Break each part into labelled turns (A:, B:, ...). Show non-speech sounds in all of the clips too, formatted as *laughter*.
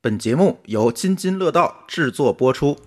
A: 本节目由津津乐道制作播出。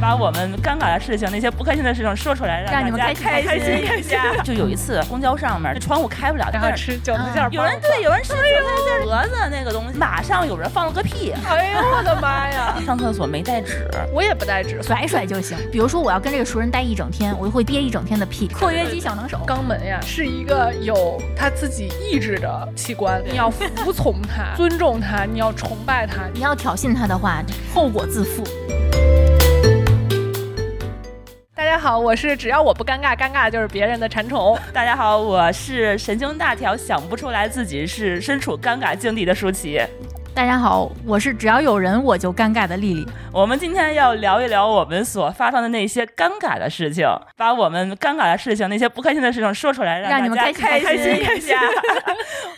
B: 把我们尴尬的事情、那些不开心的事情说出来，
C: 让
B: 让
C: 你们
B: 大家
C: 开
B: 开
C: 心
B: 一下。 *laughs* 就有一次公交上面窗户开不了，
D: 然后
B: 但是
D: 吃饺子馅儿包子，
B: 有人对有人吃韭菜馅蛾子那个东西，马上有人放了个屁。
D: 哎呦我的妈呀！
B: 上厕所没带纸，
D: 我也不带纸，
C: 甩甩就行。比如说，我要跟这个熟人待一整天，我就会憋一整天的屁。括约肌小能手，
D: 肛门呀是一个有他自己意志的器官，你要服从他，尊重他，你要崇拜他。
C: 你要挑衅他的话，后果自负。
D: 大家好，我是只要我不尴尬，尴尬就是别人的馋虫。
B: 大家好，我是神经大条，想不出来自己是身处尴尬境地的舒淇。
C: 大家好，我是只要有人我就尴尬的丽丽。
B: 我们今天要聊一聊我们所发生的那些尴尬的事情，把我们尴尬的事情、那些不开心的事情说出来，
C: 让
B: 大
C: 你们
B: 家
C: 开心
B: 开
C: 开
B: 一下。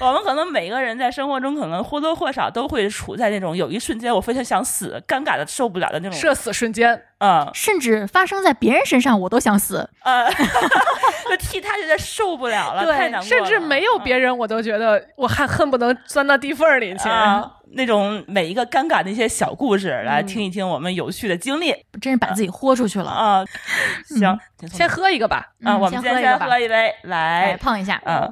B: 我们可能每个人在生活中，可能或多或少都会处在那种有一瞬间我非常想死、尴尬的受不了的那种，
D: 社死瞬间，
B: 嗯
C: 甚至发生在别人身上，我都想死。
B: 呃， *laughs* 就替他觉得受不了了，太难过了，嗯
D: 甚至没有别人，我都觉得我还恨不能钻到地缝儿里去。
B: 啊，那种每一个尴尬的一些小故事，来听一听我们有趣的经历
C: 真是把自己豁出去了。
B: 啊。行，
D: 先喝一个吧，
C: 嗯
B: 啊，我们
C: 先喝一
B: 先
C: 个吧
B: 喝，一杯，
C: 来
B: 来，
C: 碰一下。
B: 啊，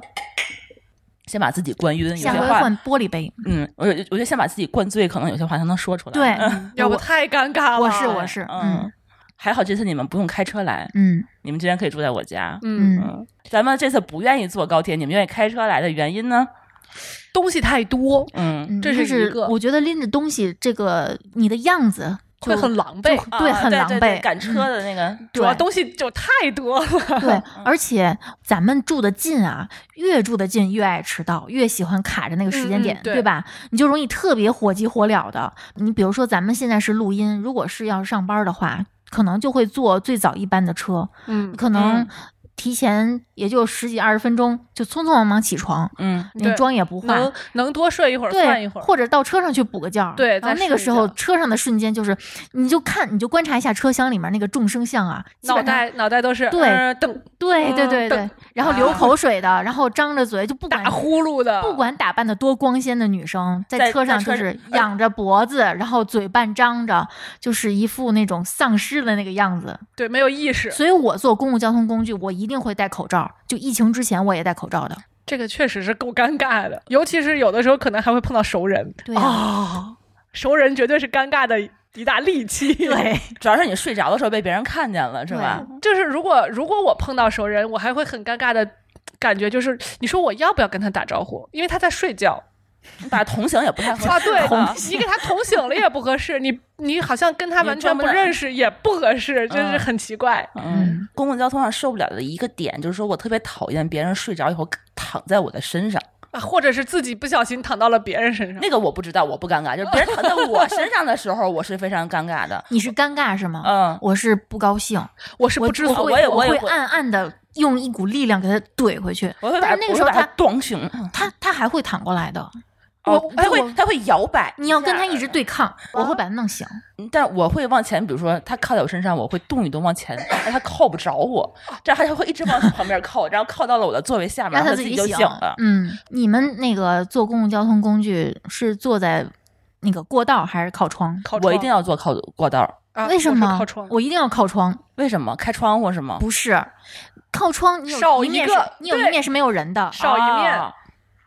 B: 先把自己灌晕，有些
C: 下回
B: 话
C: 换，玻璃杯。
B: 嗯，我我觉得先把自己灌醉，可能有些话才能说出来。
C: 对，
B: 嗯
C: 嗯
D: 要不
C: 我
D: 太尴尬了。
C: 我是我是，嗯
B: 嗯，还好这次你们不用开车来，
C: 嗯
B: 你们之前可以住在我家。
D: 嗯，
C: 嗯，
B: 嗯，咱们这次不愿意坐高铁，你们愿意开车来的原因呢？
D: 东西太多，
B: 嗯，
C: 嗯
D: 这是
C: 就
D: 一个
C: 我觉得拎着东西，这个你的样子就
D: 会很狼狈。
C: 对
B: 啊
C: 很狼
B: 对对
C: 狈嗯
B: 赶车的那个，
D: 主要
C: 对
D: 东西就太多了， *laughs*
C: 对，而且咱们住的近啊，越住的近越爱迟到，越喜欢卡着那个时间
D: 嗯嗯
C: 点，
D: 对
C: 吧？你就容易特别火急火燎的。你比如说，咱们现在是录音，如果是要上班的话，可能就会坐最早一班的车，
D: 嗯，
C: 可能
B: 嗯
C: 提前也就十几二十分钟，就匆匆忙忙起床，
B: 嗯，
C: 你
D: 对
C: 妆也不化
D: 能。能多睡一会儿算
C: 对
D: 一会，儿。
C: 或者到车上去补个觉儿，
D: 对
C: 然
D: 再
C: 后那个
D: 睡一
C: 时候
D: 觉
C: 车上的瞬间就是，你就看，你就观察一下车厢里面那个众生相啊，基
D: 脑
C: 本上
D: 袋脑袋都是
C: 对
D: 呃瞪
C: 对对
D: 嗯
C: 对
D: 对
C: 对，然后流口水的，然后张着嘴就不管
D: 啊打呼噜的，
C: 不管打扮的多光鲜的女生，在
B: 在
C: 车上
B: 在
C: 就
B: 车
C: 是仰着脖子，然后嘴半张着，就是一副那种丧尸的那个样子。
D: 对没有意识，
C: 所以我坐公共交通工具，我一定会戴口罩。就疫情之前我也戴口罩的。
D: 这个确实是够尴尬的，尤其是有的时候可能还会碰到熟人
C: 对
B: 嗯
D: 啊、
C: 啊，
D: 熟人绝对是尴尬的一大利器。
C: 对，
B: 主要是你睡着的时候被别人看见了，是吧？
D: *laughs* 就是如果如果我碰到熟人，我还会很尴尬的感觉，就是你说我要不要跟他打招呼？因为他在
C: *laughs*
D: 睡觉
B: 你把同行也不太合适
D: 啊，对
B: 同，
D: 你给他捅醒了也不合适，你你好像跟他完全不认识也不合适，真是很奇怪。
B: 嗯，公共交通上受不了的一个点就是说我特别讨厌别人睡着以后躺在我的身上，
D: 啊，或者是自己不小心躺到了别人身上，
B: 那个我不知道，我不尴尬，就是别人躺在我身上的时候，我是非常尴尬的。
C: 你是尴尬是吗？ *laughs*
B: 嗯，
C: 我是不高兴，
D: 我是
C: 我
D: 不知
C: 我
D: 所
C: 会
B: 我也
C: 我
B: 我也
C: 会
B: 会
C: 暗暗的用一股力量给他怼回去。
B: 我会把
C: 但是那个时候
B: 我会把
C: 他
B: 它撞醒，
C: 他他还会躺过来的，
B: 哦，嗯
D: 哎
B: 他会
D: 我
B: 他会摇摆，嗯
C: 你要
B: 啊
C: 跟他一直对抗，我会把他弄醒。
B: 但我会往前，比如说他靠在我身上，我会动一动往前，但他靠不着我，这样他就会一直往旁边靠，然后靠到了我的座位下面，
C: 让
B: 然后
C: 他
B: 自
C: 自己
B: 就
C: 醒
B: 醒了。
C: 嗯，你们那个坐公共交通工具是坐在那个过道还是靠窗？
D: 靠
B: 我
D: 窗
B: 一定要坐靠过道儿，
D: 啊
C: 为什
D: 我
C: 么
D: 是靠窗？
C: 我一定要靠窗？
B: 为什么？开窗户是吗？
C: 不是，靠窗你有
D: 少
C: 一
D: 一
C: 面是
D: 个
C: 你有一
D: 对
C: 面是没有人的，
D: 少一面
B: 啊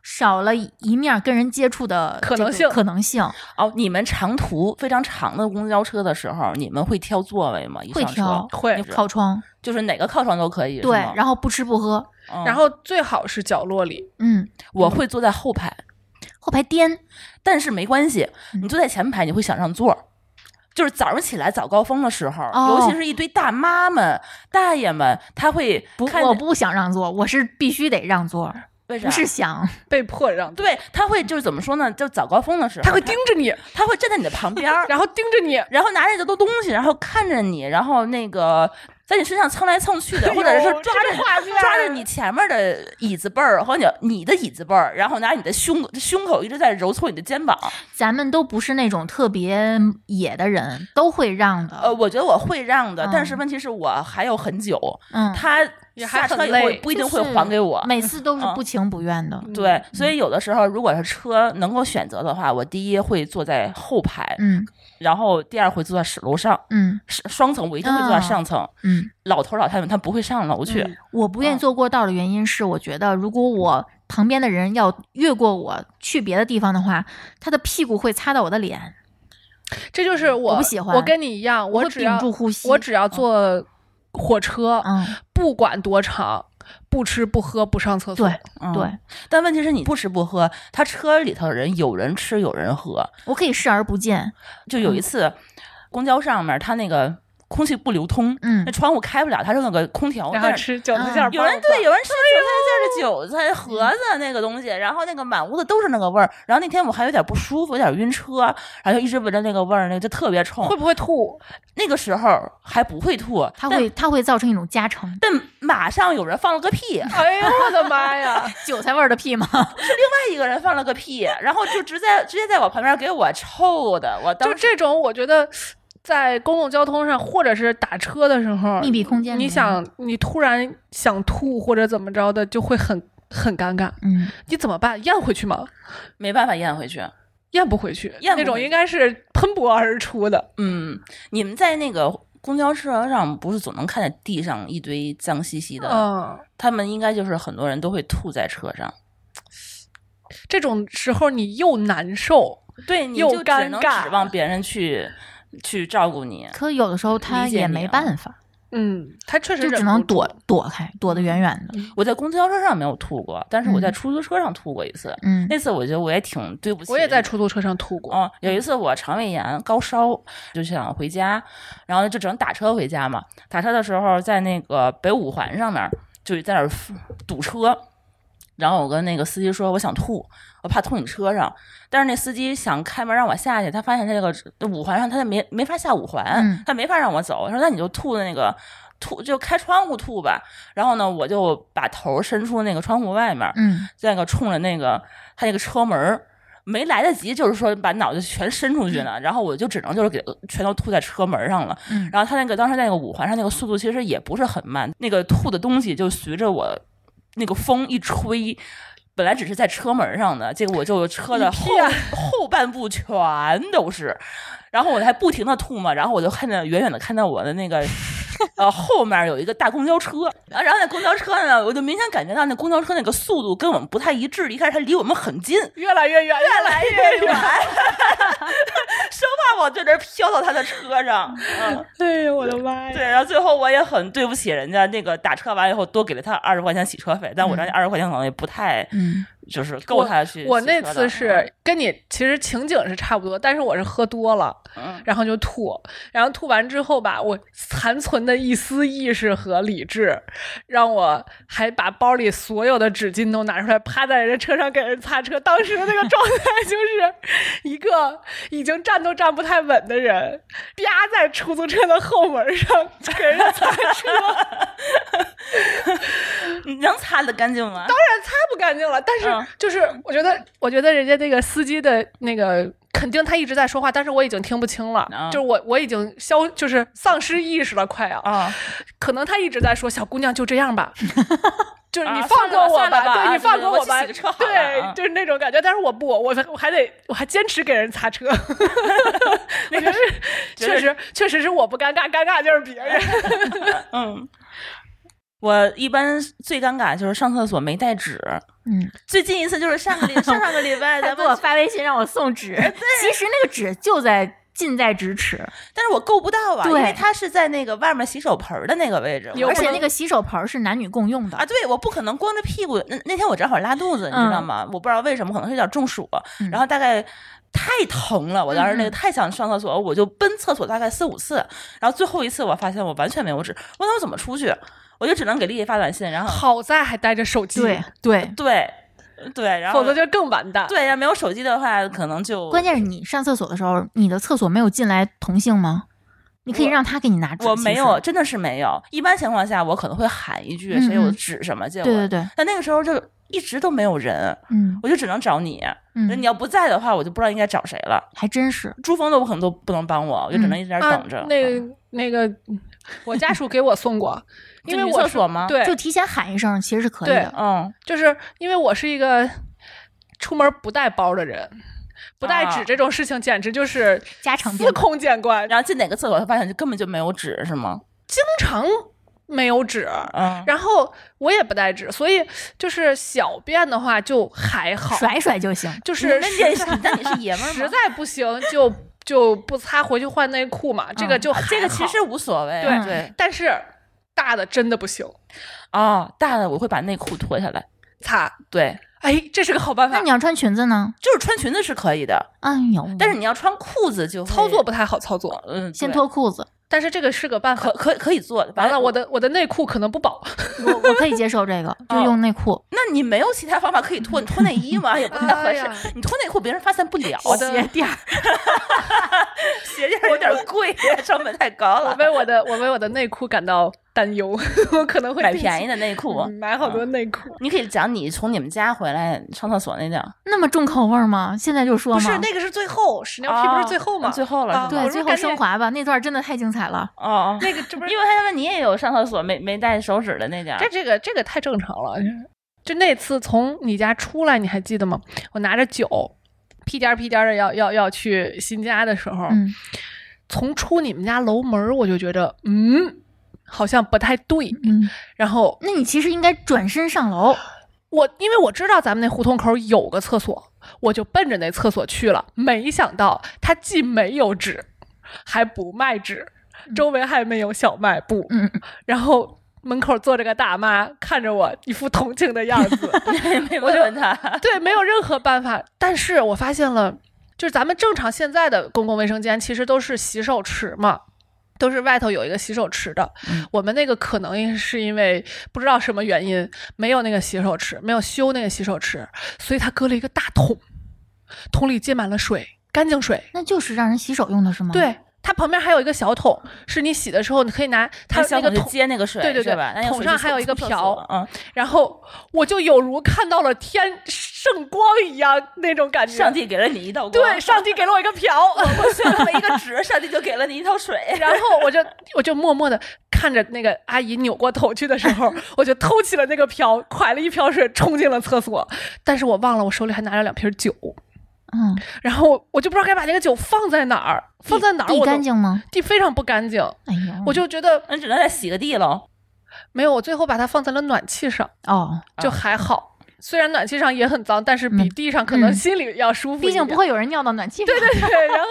C: 少了一面跟人接触的
D: 可
C: 这
D: 能
C: 个
D: 性
C: 可能性
B: 哦，你们长途非常长的公交车的时候，你们会挑座位吗？一
C: 会
B: 上车
C: 挑
D: 会
C: 靠窗。
B: 就是哪个靠窗都可以。
C: 对
B: 是吗，
C: 然后不吃不喝，
B: 嗯
D: 然后最好是角落里，
C: 嗯，
B: 我会坐在后排，
C: 后排颠，
B: 但是没关系，
C: 嗯
B: 你坐在前排你会想上座儿。就是早上起来早高峰的时候，
C: 哦
B: 尤其是一堆大妈们、大爷们，他会
C: 不，
B: 看
C: 我不想让座，我是必须得让座，
B: 为
D: 啊
B: 啥
C: 不是想， *laughs*
D: 被迫让座，
B: 对，他会就是怎么说呢？就早高峰的时候，
D: 他会盯着你，
C: 啊
B: 他，他会站在你的旁边儿，
D: 然后盯着你，
B: 然后拿着这都东西，然后看着你，然后那个在你身上蹭来蹭
C: 哎
B: 去的，或者是抓着你抓着你前面的椅子背儿和你你的椅子背儿，然后拿你的胸胸口一直在揉搓你的肩膀。
C: 咱们都不是那种特别野的人，都会让的。
B: 呃呃，我觉得我会让的，
C: 嗯
B: 但是问题是我还有很久，
C: 嗯，
B: 他
D: 也还
B: 下
D: 很
B: 车以后也
D: 累，
B: 不一定
C: 就
B: 会
C: 是嗯
B: 还给我。
C: 每次都是
B: 嗯
C: 不情不愿的。
B: 对，所以有的时候，如果是车能够选择的话，我第一会坐在后排，
C: 嗯
B: 然后第二会坐在室楼上，
C: 嗯
B: 是双层我一定会坐在上层。
C: 嗯，
B: 老头老太们他不会上楼去，
D: 嗯
C: 我不愿意
B: 嗯
C: 坐过道的原因是，我觉得如果我旁边的人要越过我去别的地方的话，他的屁股会擦到我的脸，
D: 这就是我
C: 我不喜欢
D: 我跟你一样，
C: 会
D: 我只
C: 屏
D: 要
C: 住呼吸。
D: 我只要坐火车，
C: 嗯，
D: 不管多长，不吃不喝不上厕所，
C: 对
B: 嗯
C: 对，
B: 但问题是你不吃不喝，他车里头的人有人吃有人喝。
C: 我可以视而不见。
B: 就
C: 嗯
B: 有一次，公交上面他那个空气不流通，
C: 嗯
B: 那窗户开不了，他扔了个空调，
D: 然后
B: 但是
D: 吃饺子
C: 嗯
D: 馅儿
B: 有
D: 包
B: 人
D: 子哦嗯
B: 对，有人吃韭菜馅儿的韭菜盒子那个东西，然后那个满屋子都是那个味儿。然后那天我还有点不舒服，有点晕车，然后就一直闻着那个味儿，那个就特别冲
D: 会。不会吐？
B: 那个时候还不会吐，
C: 它
B: 但
C: 会它会造成一种加成，
B: 但马上有人放了个屁，另
D: 哎呦我的
C: *laughs*
D: 妈呀！
C: 韭菜味儿的屁吗？
B: 外一个人放了个屁，然后就直接直接在我旁边给我臭的，我当
D: 就
B: 时
D: 这种，我觉得在公共交通上或者是打车的时候，
C: 密闭空间里
D: 你
C: 面
D: 想你突然想吐或者怎么着的，就会很很尴尬，
C: 嗯，
D: 你怎么办？咽回去吗？
B: 没办法咽回去。
D: 咽不回去，
B: 咽不
D: 那种
B: 回去
D: 应该是喷薄而出的。
B: 嗯，你们在那个公交车上不是总能看见地上一堆脏兮兮的？
D: 嗯，
B: 他们应该就是很多人都会吐在车上。
D: 这种时候你又难受，
B: 对，你
D: 又
B: 就只
D: 尴
B: 能
D: 尬
B: 指望别人去去照顾你。
C: 可有的时候他
B: 理解
C: 也
B: 你
C: 没
B: 啊
C: 办法，
D: 嗯，他确实
C: 就
D: 忍
C: 只能
D: 不住
C: 躲。躲开，躲得远远的。
B: 我在公交车上没有吐过，但是我在
C: 嗯
B: 出租车上吐过一次。
C: 嗯
B: 那次我觉得我也挺对不起。
D: 我也在。出租车上吐过，
B: 嗯，有一次我肠胃炎高烧，就想回家，然后就只能打车回家嘛。打车的时候在那个北五环上面，就是在那儿堵车，然后我跟那个司机说我想吐，我怕吐你车上，但是那司机想开门让我下去，他发现他这个五环上他没没法下五环，
C: 嗯
B: 他没法让我走，他说那你就吐的那个。吐就开窗户吐吧，然后呢，我就把头伸出那个窗户外面，
C: 嗯，
B: 那个冲着那个他那个车门儿没来得及，就是说把脑袋全伸出去呢，然后我就只能就是给全都吐在车门上了。
C: 嗯
B: 然后他那个当时在那个五环上那个速度其实也不是很慢，那个吐的东西就随着我那个风一吹。本来只是在车门上的，结果我就车的后、后半部全都是，然后我还不停的吐嘛，然后我就看见远远的看到我的那个呃后面有一个大公交车，然后然后那公交车呢，我就明显感觉到那公交车那个速度跟我们不太一致，一开始它离我们很近，
D: 越来越远，越来越 *laughs*
B: 远， *laughs* 生怕我就这飘到他的车上。嗯，
D: 哎呀，我的妈
B: 对，
D: 呀！
B: 然后最后我也很对不起人家，那个打车完以后多给了他二十块钱洗车费，但我这二十块钱可能也不太
C: 嗯
B: 就是够他去
D: 嗯我
B: 洗车
D: 那
B: 的嗯
D: 次是跟你其实情景是差不多，但是我是喝多了，
B: 嗯
D: 然后就吐，然后吐完之后吧，我残存的一丝意识和理智，让我还把包里所有的纸巾都拿出来，趴在人家车上给人擦车。当时的那个状
B: *laughs*
D: 态就是一个已经站都站不太稳的人，啪在出租车的后门上给人家擦车，
B: 你能擦得干净吗？
D: 擦不干净了。但
B: 嗯
D: 是就是我觉得，我觉得人家那个司机的那个。肯定他一直在说话，但是我已经听不清了，
B: 嗯
D: 就是我我已经消，就是丧失意识了，快要。
B: 啊，
D: 可能他一直在说小姑娘就这
B: *laughs*
D: 样吧，就是你
B: 啊
D: 放过我
B: 算了算了吧
D: 对你
B: 啊
D: 放
B: 对
D: 过
B: 我去
D: 吧，
B: 洗个车好了啊
D: 对，就是那种感觉。但是我不，我我还得我还坚持给人
B: *laughs*
D: 擦车，那个是
B: 绝对
D: 确实确实是我不尴尬，尴尬就是别人。
B: 嗯。我一般最尴尬就是上厕所没带纸，
C: 嗯，
B: 最近一次就是上个
D: *laughs*
B: 礼上上个礼拜
C: 他
B: 咱
C: 给我
B: 们，呃
C: 发微信让我送纸，其实那个纸就在近在咫尺，
B: 但是我够不到啊，因
C: 对
B: 为它是在那个外面洗手盆儿的那个位置，
D: 有
B: 我
C: 而
B: 不
C: 且
B: 能
C: 那个洗手盆儿是男女共用的
B: 啊，。对，我不可能光着屁股。那那天我正好拉肚子，你
D: 嗯
B: 知道吗？我不知道为什么，可能是有点中暑，
C: 嗯
B: 然后大概。太疼了，我当时那
C: 嗯
B: 个
C: 嗯
B: 太想上厕所，我就奔厕所大概四五次，然后最后一次我发现我完全没有纸，我那我怎么出去？我就只能给丽丽发短信，然后
D: 好在还带着手机，
C: 对对，
B: 对对，然后
D: 否则就更完蛋。
B: 对，要没有手机的话，可能就
C: 关键是你上厕所的时候，你的厕所没有进来同性吗？你可以
B: 我
C: 让他给你拿纸。
B: 我
C: 其
B: 没
C: 实
B: 有，真的是没有。一般情况下，我可能会喊一句谁有
C: 嗯嗯
B: 纸什么，结果
C: 对对对，
B: 但那个时候就一直都没有人，
C: 嗯
B: 我就只能找你。
C: 嗯
B: 你，要不在的话，我就不知道应该找谁了。
C: 还真是。
B: 珠峰都不可能都不能帮我，我就只能一直在那儿嗯 *laughs*
D: 啊
B: 等着。，
D: 那那个我家属给我
B: *laughs*
D: 送过，因为
B: 就女
D: 我
B: 厕
D: 是
B: 所吗
D: 对，
C: 就提前喊一声，其实是可以
D: 对
C: 的。
B: 嗯，
D: 就是因为我是一个出门不带包的人，不带纸
B: 啊
D: 这种事情简直就是
C: 家常便
D: 司
C: 饭
D: 空见惯，
B: 然后进哪个厕所，他发现就根本就没有纸，是吗？
D: 经常没有纸。
B: 嗯，
D: 然后我也不带纸，所以就是小便的话就还好，
C: 甩甩就行。
D: 就是
B: 那你
D: 实
B: 也
D: 在
B: 是，那你是爷们儿
D: 实
B: 吗？
D: 在不行就就不擦回去换内裤嘛，这个
C: 嗯
D: 就
B: 啊这个
D: 还
B: 其
D: 好
B: 实无所谓，
D: 对
B: 对
D: 但是大的真的不行，
B: 哦，大的我会把内裤脱下来，
D: 擦，
B: 对，
D: 哎，这是个好办
C: 那
D: 法
C: 你，要穿裙子呢？
B: 就是穿裙子是可以的，
C: 哎呦，
B: 但是你要穿裤子就会
D: 操作，不太好操作，
B: 嗯，
C: 先
B: 对，
C: 脱裤子，
D: 但是这个是个办法
B: 可。可可以做的。
D: 完了，我
B: 的，
D: 的我的内裤可能不保，
C: 我我可以接受这个，
B: 嗯
C: 就用内裤。
B: 那你没有其他方法可以
D: *laughs*
B: 脱？你脱内衣吗？也不太合
D: 哎呀
B: 适。你脱内裤，别人发现不了。
D: 我的
C: 垫儿，
B: 鞋垫儿有点贵， *laughs* 成本太高
D: 我
B: 了。
D: 为我的我为我的内裤感到担忧， *laughs* 我可能会
B: 买
D: 定期
B: 便宜的内裤，
D: 嗯买好多内裤。
B: 你可以讲你从你们家回来上厕所那点儿。
C: 那么重口味儿吗？现在就说
D: 不
C: 吗？
D: 是那个是最后屎尿屁不是最后吗？
B: 哦最后了
D: 啊
B: 是吧
D: 我
C: 对，
D: 说
C: 最后
D: 赶紧
C: 升华吧，那段真的太精彩了。
B: 哦哦，
D: 那个这不
B: *laughs*
D: 是
B: 因为他问你也有上厕所没没带手纸的那点儿
D: 这。这个这个太正常了。就那次从你家出来，你还记得吗？我拿着酒，屁颠儿屁颠儿的要要要去新家的时候，
C: 嗯，
D: 从出你们家楼门儿我就觉着，嗯，好像不太对。
C: 嗯，
D: 然后
C: 那你其实应该转身上楼。
D: 我因为我知道咱们那胡同口有个厕所，我就奔着那厕所去了。没想到它既没有纸，还不卖纸，周围还没有小卖部。
C: 嗯，
D: 然后门口坐着个大妈，看着我一副同情的样
C: *laughs*
D: 子。
B: 没问他，
D: *laughs* 对，没有任何办法。但是我发现了，就是咱们正常现在的公共卫生间其实都是洗手池嘛。都是外头有一个洗手池的，
B: 嗯
D: 我们那个可能是因为不知道什么原因没有那个洗手池，没有修那个洗手池，所以他搁了一个大桶，桶里接满了水，干净水。
C: 那就是让人洗手用的
B: 嗯
C: 是吗？，
D: 对，它旁边还有一个小桶，是你洗的时候你可以拿它
B: 小
D: 那个
B: 狗就
D: 桶
B: 接那个水，
D: 对对对
B: 是吧？那个
D: 桶
B: 水
D: 上
B: 是
D: 还有一个
B: 冲厕
D: 瓢
B: 所嗯，
D: 然后我就有如看到了天圣光一样那种感觉。
B: 上帝给了你一道光，
D: 对，上帝给了我一个瓢， *laughs*
B: 我选了一个纸， *laughs* 上帝就给了你一套水，
D: 然后我就我就默默的看着那个阿姨扭过头去的时
C: *laughs*
D: 候，我就偷起了那个瓢，蒯了一瓢水冲进了厕所，但是我忘了我手里还拿着两瓶酒，
C: 嗯，
D: 然后我就不知道该把那个酒放在哪儿，放在哪儿
C: 地
D: 我
C: 干
D: 都
C: 净吗？
D: 地非常不干净，
C: 哎呦，
D: 我就觉得
B: *laughs* 那只能再洗个地喽。
D: 没有，我最后把它放在了暖气上，
C: 哦，
D: 就还好。虽然暖气上也很脏，但是比
C: 嗯
D: 地上可能
C: 嗯
D: 心里要舒服一点。
C: 毕竟不会有人尿到暖气上。对对，
D: 对，然后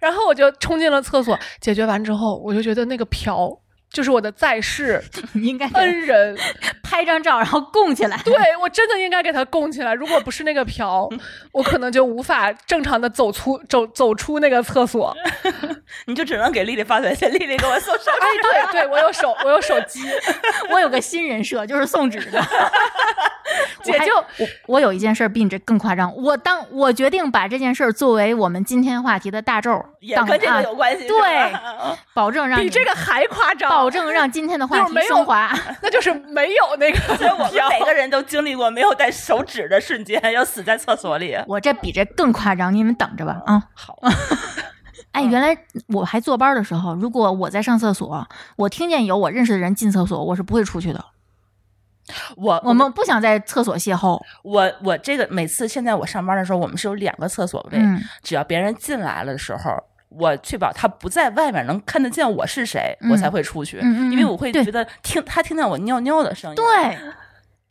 D: 然后我就冲进了厕所，解决完之后，我就觉得那个瓢就是我的在世
C: *laughs* 你应该给
D: 恩人，
C: 拍张照，然后供起来。
D: 对我真的应该给它供起来。如果不是那个瓢，我可能就无法正常的走出走走出那个
C: *laughs*
D: 厕所。
B: 你就只能给丽丽发短信，丽丽给我送上。
D: 哎，对对，我有手，我有手机，
C: 我有个新人设，就是送纸的。 *laughs*
D: 姐就
C: 我还我我有一件事儿比你这更夸张，我当我决定把这件事儿作为我们今天话题的大咒儿
B: 也
C: 当
B: 跟这
C: 啊
B: 个有关系，
C: 对
B: 是吧
C: 保证让
D: 比
C: 你
D: 这个还夸张，
C: 保证让今天的话
D: 就是
C: 题
D: 没有
C: 升华。
D: 那就是没有那个
B: *laughs*
C: *laughs*
B: 所以我们
D: 瓢。
B: 每个人都经历过没有带手纸的瞬间，要死在厕所里。
C: 我这比这更夸张，你们等着吧
D: 哦
C: 啊！
B: 好，
C: *laughs* 哎，原来我还坐班的时候，如果我在上厕所，我听见有我认识的人进厕所，我是不会出去的。
B: 我
C: 我们不想在厕所邂逅。
B: 我我这个每次现在我上班的时候，我们是有两个厕所位，
C: 嗯
B: 只要别人进来了的时候，我确保他不在外面能看得见我是谁，
C: 嗯
B: 我才会出去，
C: 嗯嗯嗯
B: 因为我会
C: 对
B: 觉得听他听到我尿尿的声音，
C: 对，，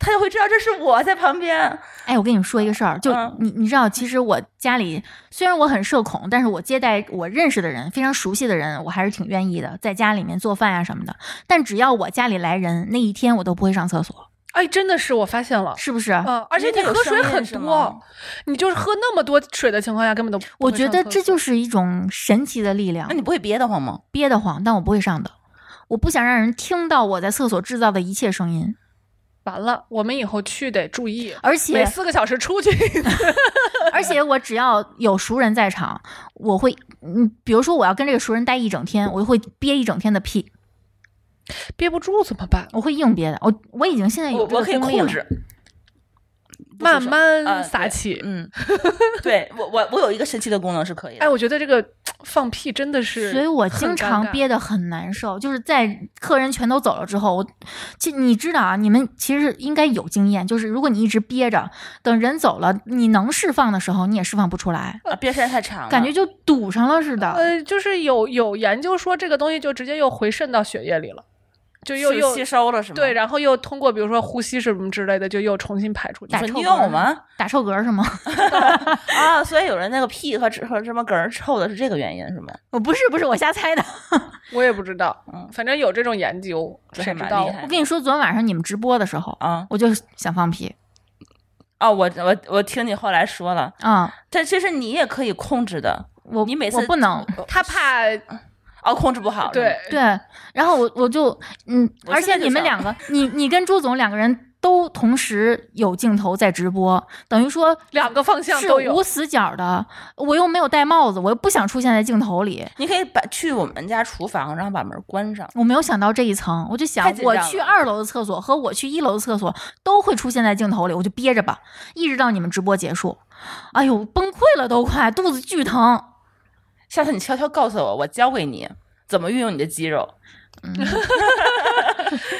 B: 他就会知道这是我在旁边。
C: 哎，我跟你们说一个事儿，就
B: 嗯
C: 你你知道，其实我家里虽然我很社恐，但是我接待我认识的人、非常熟悉的人，我还是挺愿意的，在家里面做饭呀、啊什么的。但只要我家里来人，那一天我都不会上厕所，
D: 哎，真的是我发现了。
C: 是不是？
D: 嗯，而且
B: 因为它
D: 你
B: 有
D: 喝水
B: 声音
D: 很
B: 是
D: 多
B: 吗，
D: 你就是喝那么多水的情况下，根本都不
C: 我
D: 会
C: 觉
D: 上
C: 得
D: 厕
C: 这
D: 所
C: 就是一种神奇的力量
B: 那。你不会憋得慌吗？
C: 憋得慌，但我不会上的。我不想让人听到我在厕所制造的一切声音，
D: 完了，我们以后去得注意，
C: 而
D: 每
C: 且
D: 四个小时出去一次。
C: 而且我只要有熟人在场，我会，嗯，比如说我要跟这个熟人待一整天，我就会憋一整天的屁，
D: *laughs* 憋不住怎么办？
C: 我会硬憋的。我我已经现在有
B: 我
C: 这个
B: 我可以
C: 功力
B: 控
C: 了，
B: 制，不
D: 慢
B: 出声
D: 慢
B: 呃
D: 撒
B: 对
D: 气。
B: 嗯，对我我我有一个神奇的功能是可以的。
D: 哎，我觉得这个放屁真的是，
C: 所以我经常憋。得很难受，就是在客人全都走了之后，我其你知道啊，你们其实应该有经验，就是如果你一直憋着，等人走了，你能释放的时候你也释放不出来，
B: 啊憋时间太长了，
C: 感觉就堵上了似的。
D: 呃，就是有有研究说这个东西就直接又回渗到血液里了，就又
B: 是
D: 又
B: 吸收了是吗？
D: 对，然后又通过比如说呼吸什么之类的，就又重新排出去
C: 打。
B: 说
C: 臭
B: 你
C: 嗝
B: 有吗？
C: 打臭嗝是吗？
B: 啊，所以有人那个屁和纸和芝麻梗儿臭的是这个原因是吗？
C: 我不是不是，我瞎猜的。
D: 我也不知道
B: 嗯，
D: 反正有这种研究，
B: 这
D: 谁
B: 还
D: 知
B: 蛮
D: 道
B: 厉害
C: 我跟你说，昨天晚上你们直播的时候，
B: 啊
C: 我就想放屁
B: 啊，我我我听你后来说了，
C: 啊、
B: 但其实你也可以控制的，
C: 我
B: 你每
C: 我
B: 次
C: 不能
B: *laughs*
D: 他怕
B: 哦控制不好是吗
D: 对，
C: 对，然后我我就嗯，
B: 我
C: 而
B: 现在就
C: 且你
B: 想
C: 们两个，你你跟朱总两个人都同时有镜头在直播，等于说
D: 两个方向
C: 是
D: 都有
C: 无。死角的。我又没有戴帽子，我又不想出现在镜头里。
B: 你可以把去我们家厨房，然后把门关上。
C: 我没有想到这一层，我就
B: 太
C: 想
B: 紧
C: 我
B: 张
C: 去
B: 了
C: 二楼的厕所和我去一楼的厕所都会出现在镜头里，我就憋着吧，一直到你们直播结束。哎呦，崩溃了都快，肚子巨疼。
B: 下次你悄悄告诉我，我教给你怎么运用你的肌肉，
D: *laughs*
C: 嗯
B: *laughs*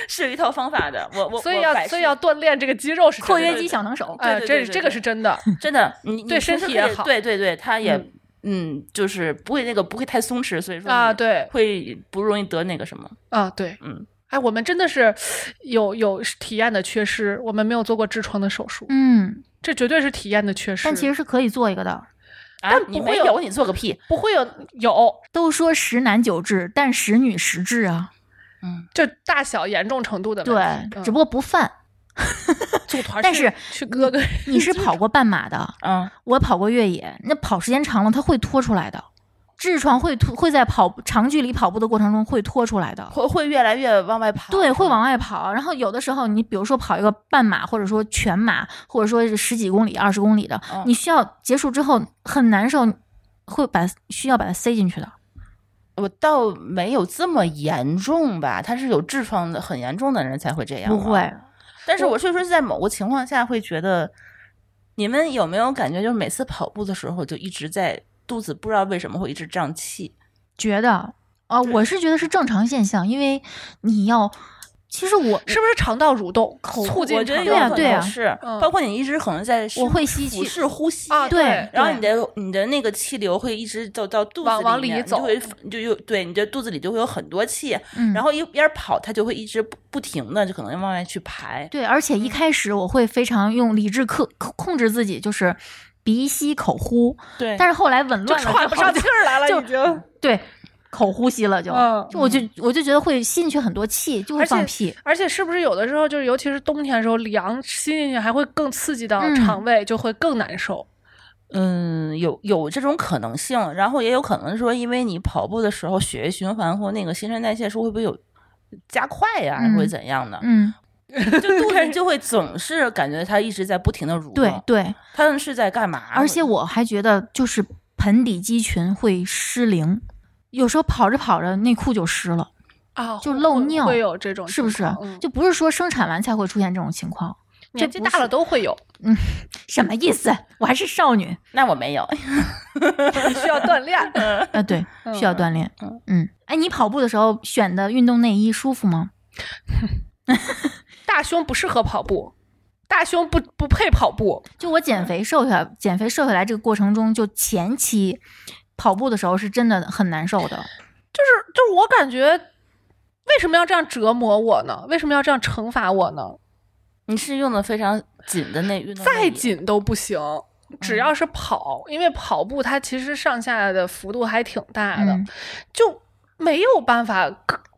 B: 是有一套方法的。我我
D: 所以
B: 我
D: 要
B: 百
D: 所以
B: 试
D: 要锻炼这个肌肉是真
C: 括约
D: 的
C: 肌小能
D: *laughs*
C: 手。
D: 哎，
B: 对对
D: 这
B: 对对
D: 这个是真的。
B: 真的，你你
D: 对
B: 平时
D: 身体
B: 可
D: 也
B: 以
D: 好
B: 对对对，它也
D: 嗯
B: 嗯，就是不会那个不会太松弛，所以说
D: 啊，
B: 你
D: 对
B: 会不容易得那个什么。
D: 啊，对，
B: 嗯，
D: 哎，我们真的是有有体验的缺失，我们没有做过痔疮的手术，
C: 嗯，
D: 这绝对是体验的缺失。
C: 但其实是可以做一个的。
B: 啊
D: 但，
B: 你
D: 不
B: 没
D: 会有
B: 有你做个屁，
D: 不会有有，
C: 都说十男九痔，但十女十痔啊。
D: 就大小严重程度的
C: 对
D: 问题，嗯
C: 只不过不犯。
D: 组团去，
B: *laughs*
C: 但是
D: 去割个，
C: 你是跑过半马的，
B: 嗯，
C: 我跑过越野，那跑时间长了，它会脱出来的。痔疮会脱，会在跑长距离跑步的过程中会脱出来的，
B: 会会越来越往外跑。嗯
C: 对，会往外跑。然后有的时候，你比如说跑一个半马，或者说全马，或者说是十几公里、二十公里的，
B: 嗯
C: 你需要结束之后很难受，会把需要把它塞进去的。
B: 我倒没有这么严重吧，他是有痔疮的很严重的人才会这样，
C: 不会，，
B: 但是我确实是在某个情况下会觉得，你们有没有感觉，就是每次跑步的时候就一直在肚子不知道为什么会一直胀气？
C: 觉得啊、我是觉得是正常现象，因为你要，其实我
D: 是不是肠道蠕动促进
B: 我
D: 肠
B: 觉得有
C: 对啊
D: 道
B: 可
C: 对啊
B: 能是，
D: 嗯
B: 包括你一直可能在
C: 我会吸气
B: 腹式呼吸
D: 啊
C: 对
D: 对
B: 然后你的你的那个气流会一直走到肚子
D: 往往
B: 里
D: 里
B: 面，
D: 走
B: 你就会你就有对你的肚子里就会有很多气，
C: 嗯，
B: 然后一边跑它就会一直不不停的就可能往外去排，
C: 对，而
B: 嗯
C: 且一开始我会非常用理智克控控制自己，就是鼻吸口呼，
B: 对
C: 但是后来紊
D: 就
C: 乱了
D: 喘不
C: 之后
D: 上
C: 就
D: 气儿来
C: 就
D: 了，已经。
C: 对口呼吸了就，
D: 嗯
C: 就我就我就觉得会吸进去很多气，就会
D: 而且
C: 放屁。
D: 而且是不是有的时候就是，尤其是冬天的时候，凉吸进去还会更刺激到
C: 嗯
D: 肠胃，就会更难受。
B: *laughs* 嗯，有有这种可能性，然后也有可能说，因为你跑步的时候血液循环或那个新陈代谢是会不会有加快呀、
C: 嗯
B: 或者怎样的，
C: 嗯，
B: 就肚子就会总是感觉它一直在不停的蠕动。
C: 对，对，
B: 他们是在干嘛？
C: 而且我还觉得就是盆底肌群会失灵，有时候跑着跑着内裤就湿了，
D: 啊，
C: 就
D: 会
C: 漏
D: 会
C: 尿
D: 会有这种
C: 是
D: 情
C: 不
D: 况，
C: 是？
D: 嗯
C: 就不是说生产完才会出现这种情况，
D: 年
C: 这
D: 纪
C: 不
D: 大了
C: 是
D: 都会有， *laughs*
C: 什么意思？我还是少女。
B: 那我没有，
D: 需要锻炼。
C: 啊，对，需要
D: 嗯
C: 锻炼
B: 嗯。
C: 嗯，哎，你跑步的时候选的运动内衣舒服吗？
D: 大胸不适合跑步，大胸不不配跑步。
C: 就我
D: 嗯
C: 减肥瘦下，减肥瘦下来这个过程中，就前期跑步的时候是真的很难受的。
D: 就是就是我感觉，为什么要这样折磨我呢？为什么要这样惩罚我呢？
B: 你是用的非常紧的那运动，
D: 再，紧都不行，
C: 嗯
D: 只要是跑，因为跑步它其实上下的幅度还挺大的，
C: 嗯
D: 就没有办法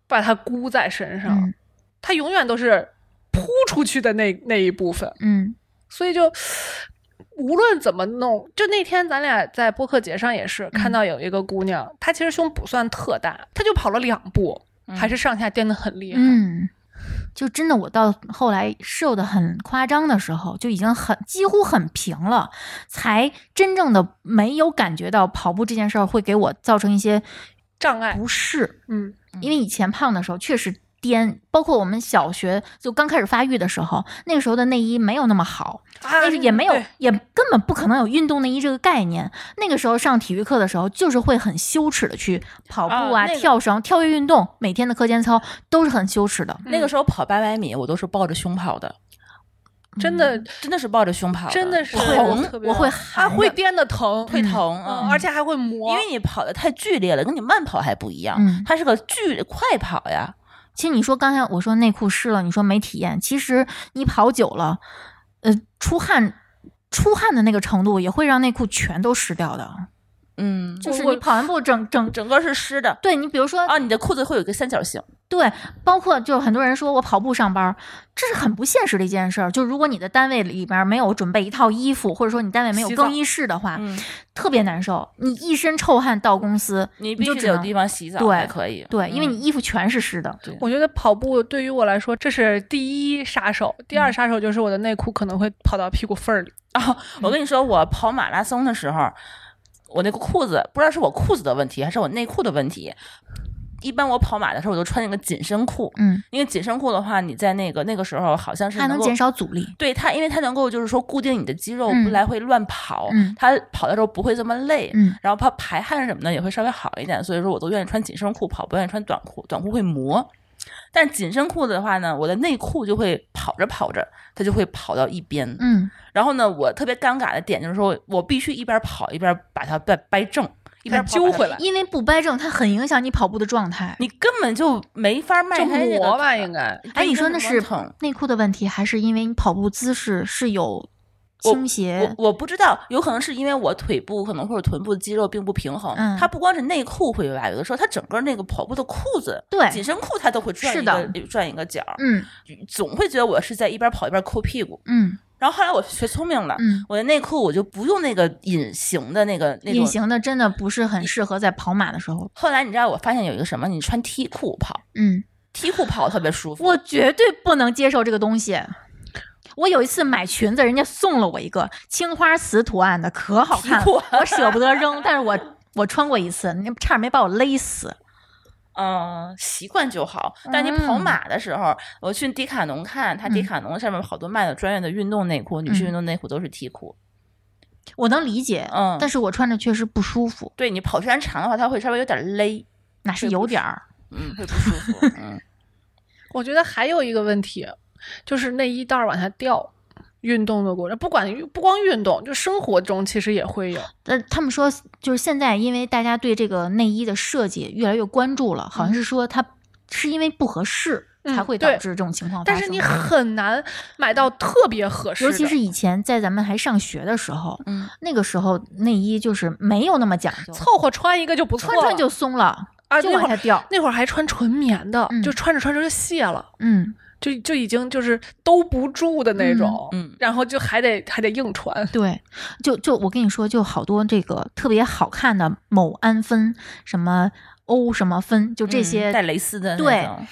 D: 把它箍在身上，
C: 嗯
D: 它永远都是扑出去的那那一部分。
C: 嗯
D: 所以就无论怎么弄，就那天咱俩在播客节上也是看到有一个姑娘，她其实胸不算特大，她就跑了两步，
B: 嗯
D: 还是上下颠的很厉害。
C: 嗯，就真的我到后来瘦的很夸张的时候，就已经很几乎很平了，才真正的没有感觉到跑步这件事儿会给我造成一些
D: 障碍，
C: 不适。
D: 嗯，
C: 因为以前胖的时候确实颠，包括我们小学就刚开始发育的时候，那个时候的内衣没有那么好，但是也没有
D: 对，
C: 也根本不可能有运动内衣这个概念。那个时候上体育课的时候，就是会很羞耻的去跑步啊、
B: 啊那个
C: 跳绳、跳跃运动，每天的课间操都是很羞耻的。
B: 那个时候跑八百米，我都是抱着胸跑的，
D: 真
C: 嗯
D: 的
B: 真的是抱着胸跑的，
D: 真的是
B: 我疼，
D: 特别
C: 我会
D: 啊
C: 喊
D: 会
C: 的
D: 颠的疼，
B: 会疼
D: 嗯，
B: 啊。
D: 而且还会磨，
B: 因为你跑的太剧烈了，跟你慢跑还不一样，
C: 嗯
B: 它是个剧快跑呀。
C: 其实你说刚才我说内裤湿了，你说没体验，其实你跑久了，呃，出汗。出汗的那个程度也会让内裤全都湿掉的，
B: 嗯，
C: 就是
D: 我
C: 你跑完步整整
B: 整个是湿的
C: 对你，比如说
B: 啊，你的裤子会有一个三角形。
C: 对，包括就很多人说我跑步上班儿，这是很不现实的一件事儿。就如果你的单位里边儿没有准备一套衣服，或者说你单位没有
D: 洗澡
C: 更衣室的话，
B: 嗯，
C: 特别难受。你一身臭汗到公司，
B: 你必
C: 就
B: 须
C: 只
B: 得有
C: 能
B: 地方洗澡
C: 对
B: 才可以。
C: 对，因为
B: 嗯
C: 你衣服全是湿的。
B: 对
D: 我觉得跑步对于我来说，这是第一杀手，第二杀手就是我的内裤可能会跑到屁股缝儿里。
B: 我跟你说，我跑马拉松的时候，我那个裤子不知道是我裤子的问题还是我内裤的问题。一般我跑马的时候，我都穿那个紧身裤，
C: 嗯，
B: 因为紧身裤的话，你在那个那个时候好像是
C: 它
B: 能
C: 能
B: 够
C: 减少阻力。
B: 对它，因为它能够就是说固定你的肌肉，
C: 嗯
B: 不来回乱跑，
C: 嗯
B: 它跑的时候不会这么累，
C: 嗯
B: 然后怕排汗什么的也会稍微好一点，所以说我都愿意穿紧身裤跑，不愿意穿短裤，短裤会磨。但紧身裤的话呢，我的内裤就会跑着跑着，它就会跑到一边。
C: 嗯，
B: 然后呢，我特别尴尬的点就是说，我必须一边跑一边把它掰掰正，一边跑
D: 再揪
B: 把它
D: 回来
C: 因为不掰正，它很影响你跑步的状态。
B: 你根本就没法迈
D: 就
B: 开那
D: 磨
B: 个
D: 吧，应该
C: 哎，你说那是
B: 疼？
C: 内裤的问题，还是因为你跑步姿势是有倾斜？
B: 我我不知道，有可能是因为我腿部可能或者臀部肌肉并不平衡，
C: 嗯
B: 它不光是内裤会歪，有的时候它整个那个跑步的裤子，
C: 对
B: 紧身裤它都会转
C: 是
B: 一
C: 的
B: 个转一个角儿，
C: 嗯
B: 总会觉得我是在一边跑一边抠屁股。
C: 嗯
B: 然后后来我学聪明了，
C: 嗯，
B: 我的内裤我就不用那个隐形的那个那
C: 隐
B: 种。
C: 形的真的不是很适合在跑马的时候。
B: 后来你知道我发现有一个什么，你穿 T 裤跑。
C: 嗯。
B: T 裤跑特别舒服，
C: 我绝对不能接受这个东西。我有一次买裙子，人家送了我一个青花瓷图案的，可好看
B: 提裤
C: 了，我舍
B: *laughs*
C: 不得扔，但是我我穿过一次，那差点没把我勒死。
B: 嗯，习惯就好。但你跑
C: 嗯
B: 马的时候，我去迪卡侬看，它迪
C: 嗯
B: 卡侬上面好多卖的专业的运动内裤，女士
C: 嗯
B: 运动内裤都是 T 裤。
C: 我能理解，
B: 嗯
C: 但是我穿着确实不舒服，
B: 对你跑时间长的话，它会稍微有点勒，
C: 那是有点儿。
B: 嗯，
C: *laughs*
B: 会不舒服。嗯，
D: 我觉得还有一个问题，就是内衣带儿往下掉。运动的过程，不管不光运动，就生活中其实也会有。
C: 但他们说，就是现在因为大家对这个内衣的设计越来越关注了，好像是说它是因为不合适
D: 嗯
C: 才会导
D: 对
C: 致这种情况发
D: 但
C: 生。
D: 是你很难买到特别合适
C: 嗯
D: 的，
C: 尤其是以前在咱们还上学的时候，
B: 嗯，
C: 那个时候内衣就是没有那么讲究，
D: 凑合穿一个就不错
C: 穿
D: 了。
C: 穿就松了，
D: 啊，
C: 就
D: 那
C: 往
D: 会
C: 下
D: 儿
C: 掉。
D: 那会儿还穿纯棉的，
C: 嗯
D: 就穿着穿着就卸了，
C: 嗯，
D: 就就已经就是兜不住的那种。
B: 嗯嗯
D: 然后就还得还得硬穿。
C: 对，就就我跟你说，就好多这个特别好看的某安分什么欧什么分，就这些、
B: 嗯带蕾丝的那
C: 对
B: 种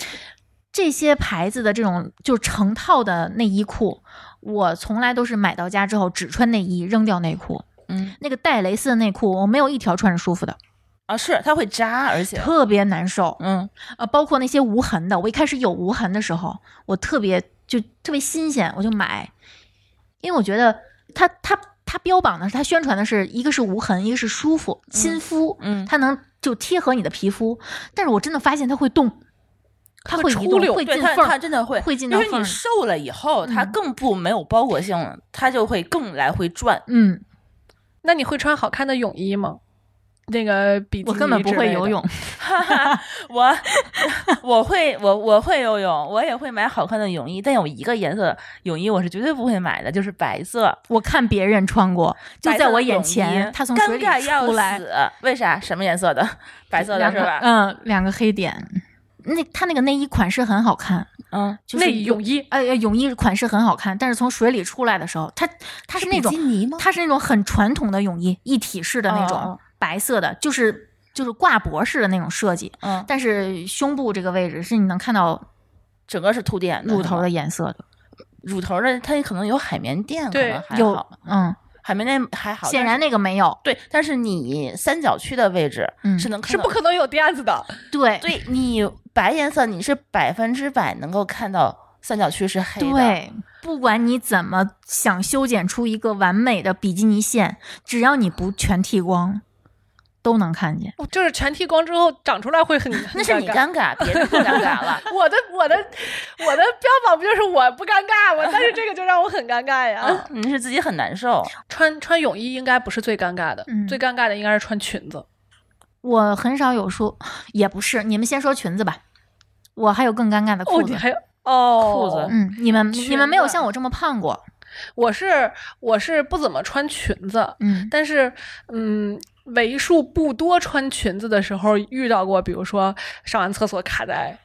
C: 这些牌子的这种就成套的内衣裤，我从来都是买到家之后只穿内衣，扔掉内裤。
B: 嗯
C: 那个带蕾丝的内裤，我没有一条穿着舒服的，
B: 啊，是它会扎，而且
C: 特别难受。
B: 嗯，
C: 呃，包括那些无痕的，我一开始有无痕的时候，我特别就特别新鲜，我就买，因为我觉得它它它标榜的是它宣传的是一个是无痕，一个是舒服亲肤，
B: 嗯
C: 它能就贴合你的皮肤，但是我真的发现它会动，它
D: 会
C: 会移
D: 出
C: 动，
D: 溜
C: 会
B: 对
C: 进
B: 它
C: 缝
B: 它
C: 儿，
B: 真的会
C: 会进
B: 因
C: 到
B: 为
C: 缝
B: 你
C: 儿，
B: 瘦了以后，它
C: 嗯
B: 更不没有包裹性了，它就会更来回转。
C: 嗯，
D: 那你会穿好看的泳衣吗？那个比基尼
C: 我根本不
D: 之类
C: 会
D: 的
C: 游。泳，
B: *laughs* 我我会我我会游泳，我也会买好看的泳衣，但有一个颜色泳衣我是绝对不会买的，就是白色。
C: 我看别人穿过，就
B: 白
C: 在
B: 色
C: 我
B: 的
C: 眼
B: 泳
C: 前，
B: 衣
C: 它从
B: 尴
C: 水里
B: 尬要
C: 出来，
B: 死，为啥？什么颜色的？白色的
C: 两
B: 是
C: 个
B: 吧？
C: 嗯，两个黑点。那它那个内衣款式很好看，
B: 嗯，
C: 就是
D: 内衣泳衣，
C: 呃，呃泳衣款式很好看，但是从水里出来的时候，它它是那种
B: 尼吗
C: 它是那种很传统的泳衣，一体式的那种，
B: 哦哦
C: 白色的，就是就是挂脖式的那种设计，
B: 嗯，
C: 但是胸部这个位置是你能看到
B: 整个是凸点的，
C: 乳头
B: 是
C: 的
B: 吗，
C: 颜色的，
B: 乳头的它可能有海绵垫，
D: 对
B: 可能还
C: 有
B: 好
C: 嗯，
B: 海绵垫还好，
C: 显
B: 但
C: 然
B: 是
C: 那个没有，
B: 对，但是你三角区的位置
C: 嗯
B: 是能看
D: 是
B: 到
D: 不可能有垫子的。
C: 对
B: 对你白颜色你是百分之百能够看到三角区是黑的。
C: 对，不管你怎么想修剪出一个完美的比基尼线，只要你不全剃光，都能看见。
D: 哦就是全剃光之后长出来会 *laughs* 很，很
B: 那是你
D: 尴
B: 尴
D: 尬。
B: 尬，别人不尴尬
D: *laughs*
B: 了。
D: 我的我的我的标榜不就是我不尴尬吗？但是这个就让我很尴尬呀。
B: 嗯你是自己很难受，
D: 嗯穿穿泳衣应该不是最尴尬的，
C: 嗯
D: 最尴尬的应该是穿裙子。
C: 我很少有说，也不是，你们先说裙子吧。我还有更尴尬的裤
D: 哦，
C: 子，
D: 你还有哦，
B: 裤子
C: 嗯，你们
D: 裙
C: 你们没有
D: 子
C: 像我这么胖过，
D: 我是我是不怎么穿裙子，
C: 嗯，
D: 但是嗯。为数不多穿裙子的时候遇到过，比如说上完厕所卡在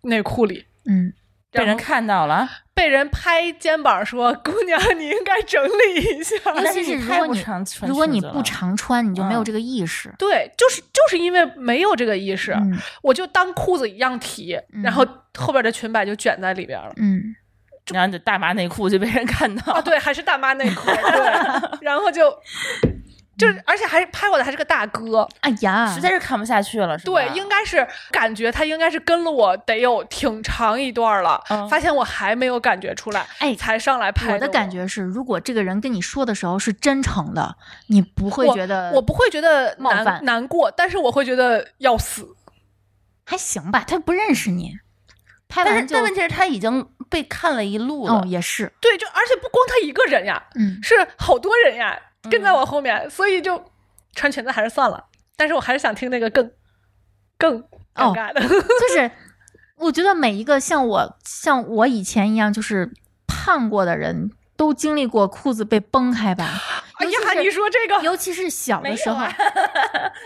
D: 内裤里，
C: 嗯，
B: 被
D: 然
B: 人
D: 后
B: 看到了，啊
D: 被人拍肩膀说：“姑娘，你应该整理一下。” *laughs*
C: 尤
B: 但
C: 其
B: 是
C: 是
B: 你
C: 如
B: 太
C: 果
B: 不
C: 你
B: 常穿
C: 如果
B: 裙
C: 你
B: 子
C: 不
B: 了
C: 常穿，你就没
B: 嗯
C: 有这个意识。
D: 对，就是就是因为没有这个意
B: 啊
D: 识，
C: 嗯
D: 我就当裤子一样提，
C: 嗯
D: 然后后边的裙摆就卷在里边
C: *laughs*
D: 了。
C: 嗯，
B: 然后你就大码内裤就被人看到。
D: 啊，对，还是大妈
C: *laughs*
D: 内裤，对，然后就就是，而且还是拍我的还是个大哥，
C: 哎呀，
B: 实在是看不下去了，是吧？
D: 啊对，应该是感觉他应该是跟了我得有挺长一段了，
B: 嗯
D: 发现我还没有感觉出来，
C: 哎
D: 才上来拍
C: 我的感。觉是，如果这个人跟你说的时候是真诚的，你不会
D: 我
C: 觉得
D: 我不会觉得
C: 冒
D: 难
C: 犯
D: 难过，但是我会觉得要死。
C: 还行吧？他不认识你，拍
B: 嗯但
C: 完
B: 是
C: 就
B: 但问题是他已经被看了一路了
C: 哦，，也
D: *laughs*
C: 是，
D: 对，就而且不光他一个人呀，
C: 嗯，
D: 是好多人呀跟在我后面，所以就穿裙子还是算了。但是我还是想听那个更更尴
C: 哦
D: 尬的。 *laughs*
C: 就是我觉得每一个像我像我以前一样就是胖过的人，都经历过裤子被崩开
D: *laughs*
C: 吧？
D: 哎呀，
C: 尤其
D: 你
C: 是
D: 说这个，
C: 尤其是小
D: 没
C: 的
D: 有
C: 时候，
D: 啊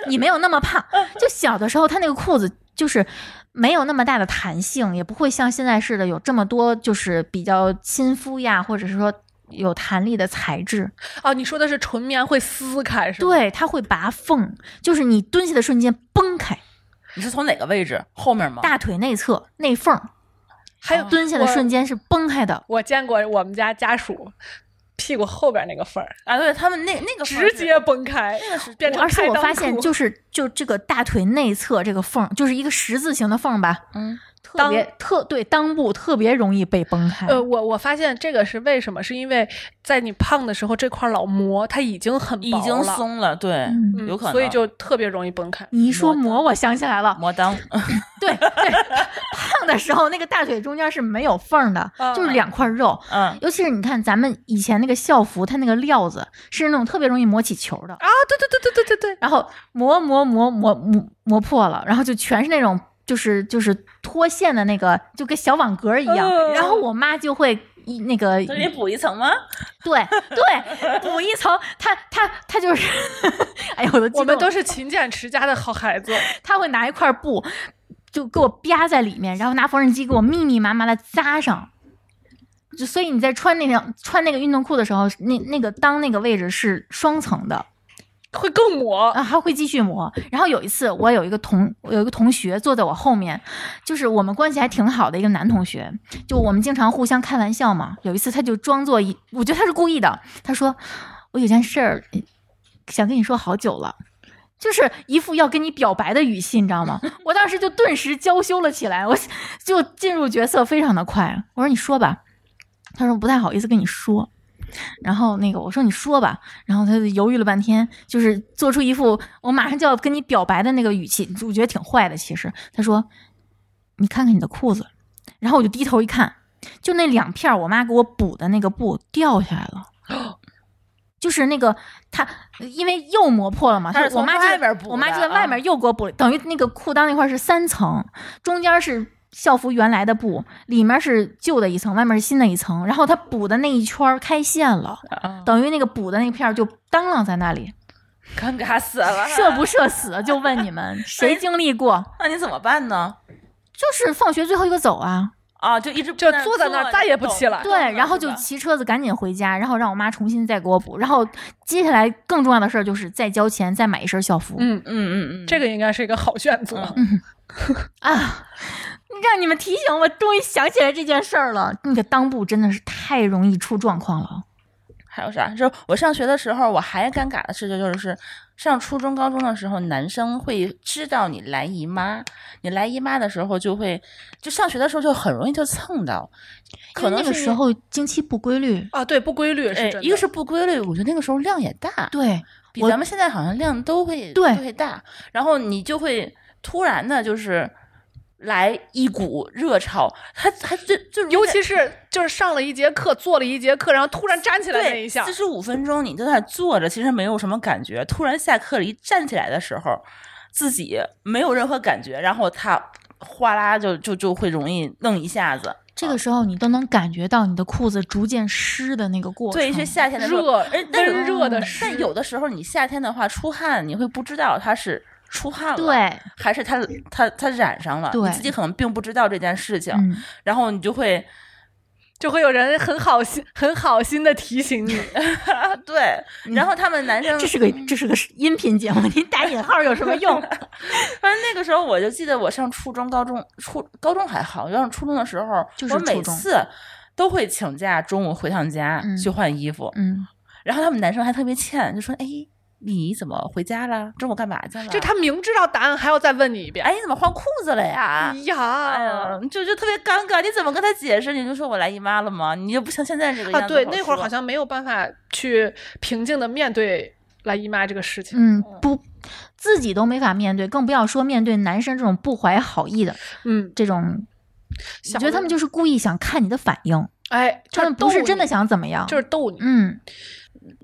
C: 你没有那么胖，就小的时候他那个裤子就是没有那么大的弹性，也不会像现在似的有这么多就是比较亲肤呀，或者是说有弹力的材质。
D: 哦，你说的是纯棉会撕开是吗？
C: 对，它会拔缝，就是你蹲下的瞬间崩开，
B: 你是从哪个位置？后面吗？
C: 大腿内侧内缝，
D: 还有
C: 蹲下的瞬
D: 间，
C: 间是崩开的。
D: 哦我见过我们家家属屁股后边那个缝儿
B: 啊，对他们那那个方
D: 直
B: 式
D: 接崩开，变成
C: 而且
D: 开
C: 我
D: 裆
C: 发现，
D: 裤
C: 就是就这个大腿内侧这个缝，就是一个十字形的缝吧，
B: 嗯，
C: 特别特对裆部特别容易被崩开。
D: 呃，我我发现这个是为什么？是因为在你胖的时候，这块老磨，它已经很
B: 已
D: 薄
B: 经
D: 了，
B: 松了，对，
C: 嗯
D: 嗯
B: 有可能，
D: 所以就特别容易崩开。
C: 你一说
B: 磨
C: 磨，我想起来了，
B: 磨裆，
C: 对对， *laughs* 胖的时候那个大腿中间是没有缝儿的，
D: 嗯
C: 就是两块肉。
B: 嗯，
D: *laughs*
C: 尤其是你看咱们以前那个校服，它那个料子是那种特别容易磨起球
D: *laughs*
C: 的，
D: 啊，对对对对对对对，
C: 然后磨磨磨磨磨磨破了，然后就全是那种就是就是脱线的那个，就跟小网格一样。
D: 嗯
C: 然后我妈就会一那个
B: 这里补一层吗？
C: *laughs* 对对补一层，她她她就是， *laughs* 哎呦我都激
D: 我
C: 动
D: 们
C: 了
D: 都是勤俭持家的好孩子。
C: 他会拿一块布就给我啪在里面，然后拿缝纫机给我密密麻麻的扎上。就所以你在穿那条穿那个运动裤的时候，那那个裆那个位置是双层的，
D: 会更磨，
C: 啊，还会继续磨。然后有一次，我有一个同我有一个同学坐在我后面，就是我们关系还挺好的一个男同学，就我们经常互相开玩笑嘛。有一次他就装作一，我觉得他是故意的，他说我有件事儿呃想跟你说好久了。就是一副要跟你表白的语气，你知道吗？我当时就顿时娇羞了起来，我就进入角色非常的快。我说你说吧，他说不太好意思跟你说。然后那个我说你说吧，然后他就犹豫了半天，就是做出一副我马上就要跟你表白的那个语气，我觉得挺坏的。其实他说：“你看看你的裤子。”然后我就低头一看，就那两片儿我妈给我补的那个布掉下来了，就是那个她因为又磨破了嘛，
B: 她
C: 她
B: 是
C: 我
B: 从
C: 妈就
B: 外边补的
C: 我妈就在外
B: 啊
C: 面又给我补了，等于那个裤裆那块儿是三层，中间是校服原来的布，里面是旧的一层，外面是新的一层，然后她补的那一圈儿开线了。
B: 啊
C: 等于那个补的那片儿就当啷在那里，
B: 尴尬死
D: *laughs*
B: 了，
C: 社不社死？就问你
B: *laughs*
C: 们谁经历过？
B: 那你怎么办呢？
C: 就是放学最后一个走啊，
B: 啊，就一直
D: 就坐在那儿
B: 儿
D: 再也不起来
C: 对，然后就骑车子赶紧回家，然后让我妈重新再给我补，然后接下来更重要的事儿就是再交钱再买一身校服、
D: 嗯，
B: 嗯嗯嗯，
D: 这个应该是一个好选择。
B: 嗯
C: 啊。让你们提醒我，终于想起来这件事儿了。那个裆部真的是太容易出状况了。
B: 还有啥？就是我上学的时候，我还尴尬的事情就是，上初中、高中的时候，男生会知道你来姨妈，你来姨妈的时候就会，就上学的时候就很容易就蹭到，
C: 因
B: 可
C: 为
B: 能
C: 那个
B: 是
C: 时候经期不规律。
D: 啊，对，不规律是
B: 哎
D: 真的。，
B: 一个是不规律，我觉得那个时候量也大，
C: 对，
B: 比
C: 我
B: 咱们现在好像量都会
C: 对
B: 都会大，然后你就会突然的就是来一股热潮，还还最最容易
D: 尤
B: 在
D: 其是就是上了一节课，做了一节课，然后突然站起来那
B: 对
D: 一下
B: 四，十五分钟你都在坐着，其实没有什么感觉，突然下课了，一站起来的时候，自己没有任何感觉，然后他哗啦就就就会容易弄一下子，啊
C: 这个时候你都能感觉到你的裤子逐渐湿的那个过程。
B: 对，是夏天的时候
D: 热
B: 哎但有
D: 温热的
C: 嗯
B: 但
D: 湿
B: 但有的时候你夏天的话出汗，你会不知道它是出汗了，
C: 对，
B: 还是它它它染上了，你
C: 对
B: 自己可能并不知道这件事情，
C: 嗯，
B: 然后你就会
D: 就会有人很好心、很好心的提醒你。
B: 对，然后他们男生、
C: 嗯这是个这是
B: 嗯
C: 个音频节目，你打引号有什么用？
B: *laughs* 反正那个时候，我就记得我上初中、高中、初高中还好，要上初中的时候，
C: 就是
B: 我
C: 初
B: 每
C: 中
B: 次都会请
D: 嗯
B: 假，中午回趟家、
C: 嗯
B: 去换衣服，
C: 嗯，
B: 然后他们男生还特别欠，就说：“哎，你怎么回家了？中午干嘛去了？”
D: 就他明知道答案还要再问你一遍。
B: 哎，你怎么换裤子了呀
D: 哎？呀，
B: 哎呀，就就特别尴尬，你怎么跟他解释？你就说我来姨妈了吗？你就不像现在这个样子
D: 啊，对，
B: 好
D: 那会儿
B: 说
D: 好像没有办法去平静的面对来姨妈这个事情。
C: 嗯，不，自己都没法面对，更不要说面对男生这种不怀好意的
D: 嗯，
C: 这种。我
D: 小
C: 觉得他们
D: 的
C: 就是故意想看你的反应，
D: 哎，
C: 他
D: 就
C: 们
D: 是
C: 不是
D: 逗
C: 真的
D: 你，
C: 想怎么样。
D: 就是逗你
C: 嗯，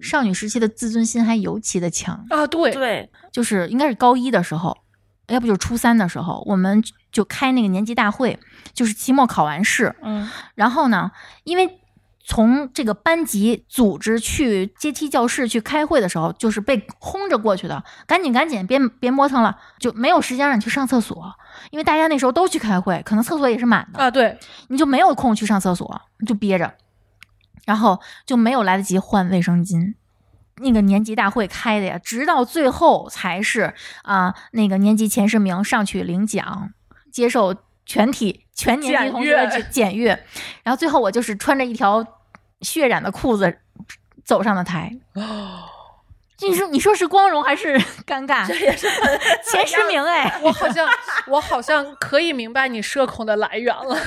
C: 少女时期的自尊心还尤其的强，
D: 啊，对，
B: 对，
C: 就是应该是高一的时候，要不就是初三的时候，我们就开那个年级大会，就是期末考完试，
B: 嗯
C: 然后呢，因为从这个班级组织去阶梯教室去开会的时候，就是被轰着过去的，赶紧赶紧，别别磨腾了，就没有时间让你去上厕所，因为大家那时候都去开会，可能厕所也是满的，
D: 啊，对，
C: 你就没有空去上厕所，你就憋着，然后就没有来得及换卫生巾。那个年级大会开的呀，直到最后才是啊、那个年级前十名上去领奖，接受全体全年级同学的
D: 检阅
C: 检检阅。然后最后我就是穿着一条血染的裤子走上了台。你说你说是光荣还是尴尬？
B: 这也是很
C: 前十名哎，
D: 我哦好像我好像可以明白你社恐的来
C: *laughs*
D: 源了，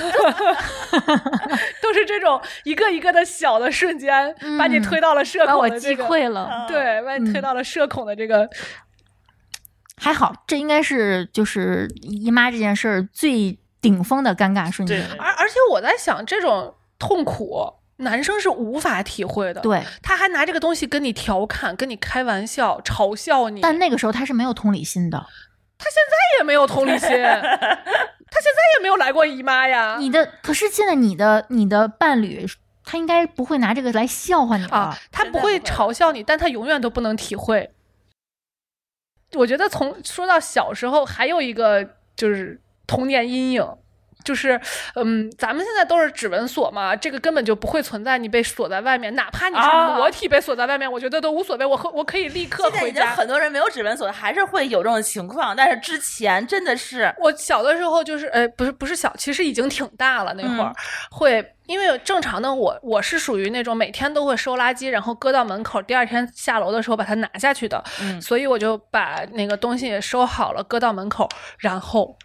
D: 都是这种一个一个的小的瞬间，把你
C: 嗯
D: 推到了社
C: 把
D: 恐
C: 我
D: 的
C: 击
D: 这个，
C: 溃了。
D: 对，把你推
C: 嗯
D: 到了社恐的这个，
C: 还好，这应该是就是姨妈这件事儿最顶峰的尴尬瞬
B: 对
C: 间。
D: 而而且我在想，这种痛苦男生是无法体会的，，
C: 对，
D: 他还拿这个东西跟你调侃，跟你开玩笑，嘲笑你，
C: 但那个时候他是没有同理心的。
D: 他也没有同理
C: *laughs*
D: 心，他现在也没有来过姨妈呀，
C: 你的可是现在你的你的伴侣，他应该不会拿这个来笑话你了。
D: 啊，他
B: 现
D: 不
B: 在
D: 会
B: 不会
D: 嘲笑你，但他永远都不能体会。我觉得从说到小时候，还有一个就是童年阴影，就是嗯，咱们现在都是指纹锁嘛，这个根本就不会存在你被锁在外面，哪怕你
B: 啊
D: 是裸体被锁在外面，我觉得都无所谓，我可我可以立刻
B: 现在
D: 回
B: 已经
D: 嗯家。
B: 很多人没有指纹锁，还是会有这种情况，但是之前真的是
D: 我小的时候就是，呃，不是不是小，其实已经挺大了。那会儿、
B: 嗯
D: 会，因为正常的我，我是属于那种每天都会收垃圾，然后搁到门口，第二天下楼的时候把它拿下去的。
B: 嗯
D: 所以我就把那个东西也收好了，搁到门口，然后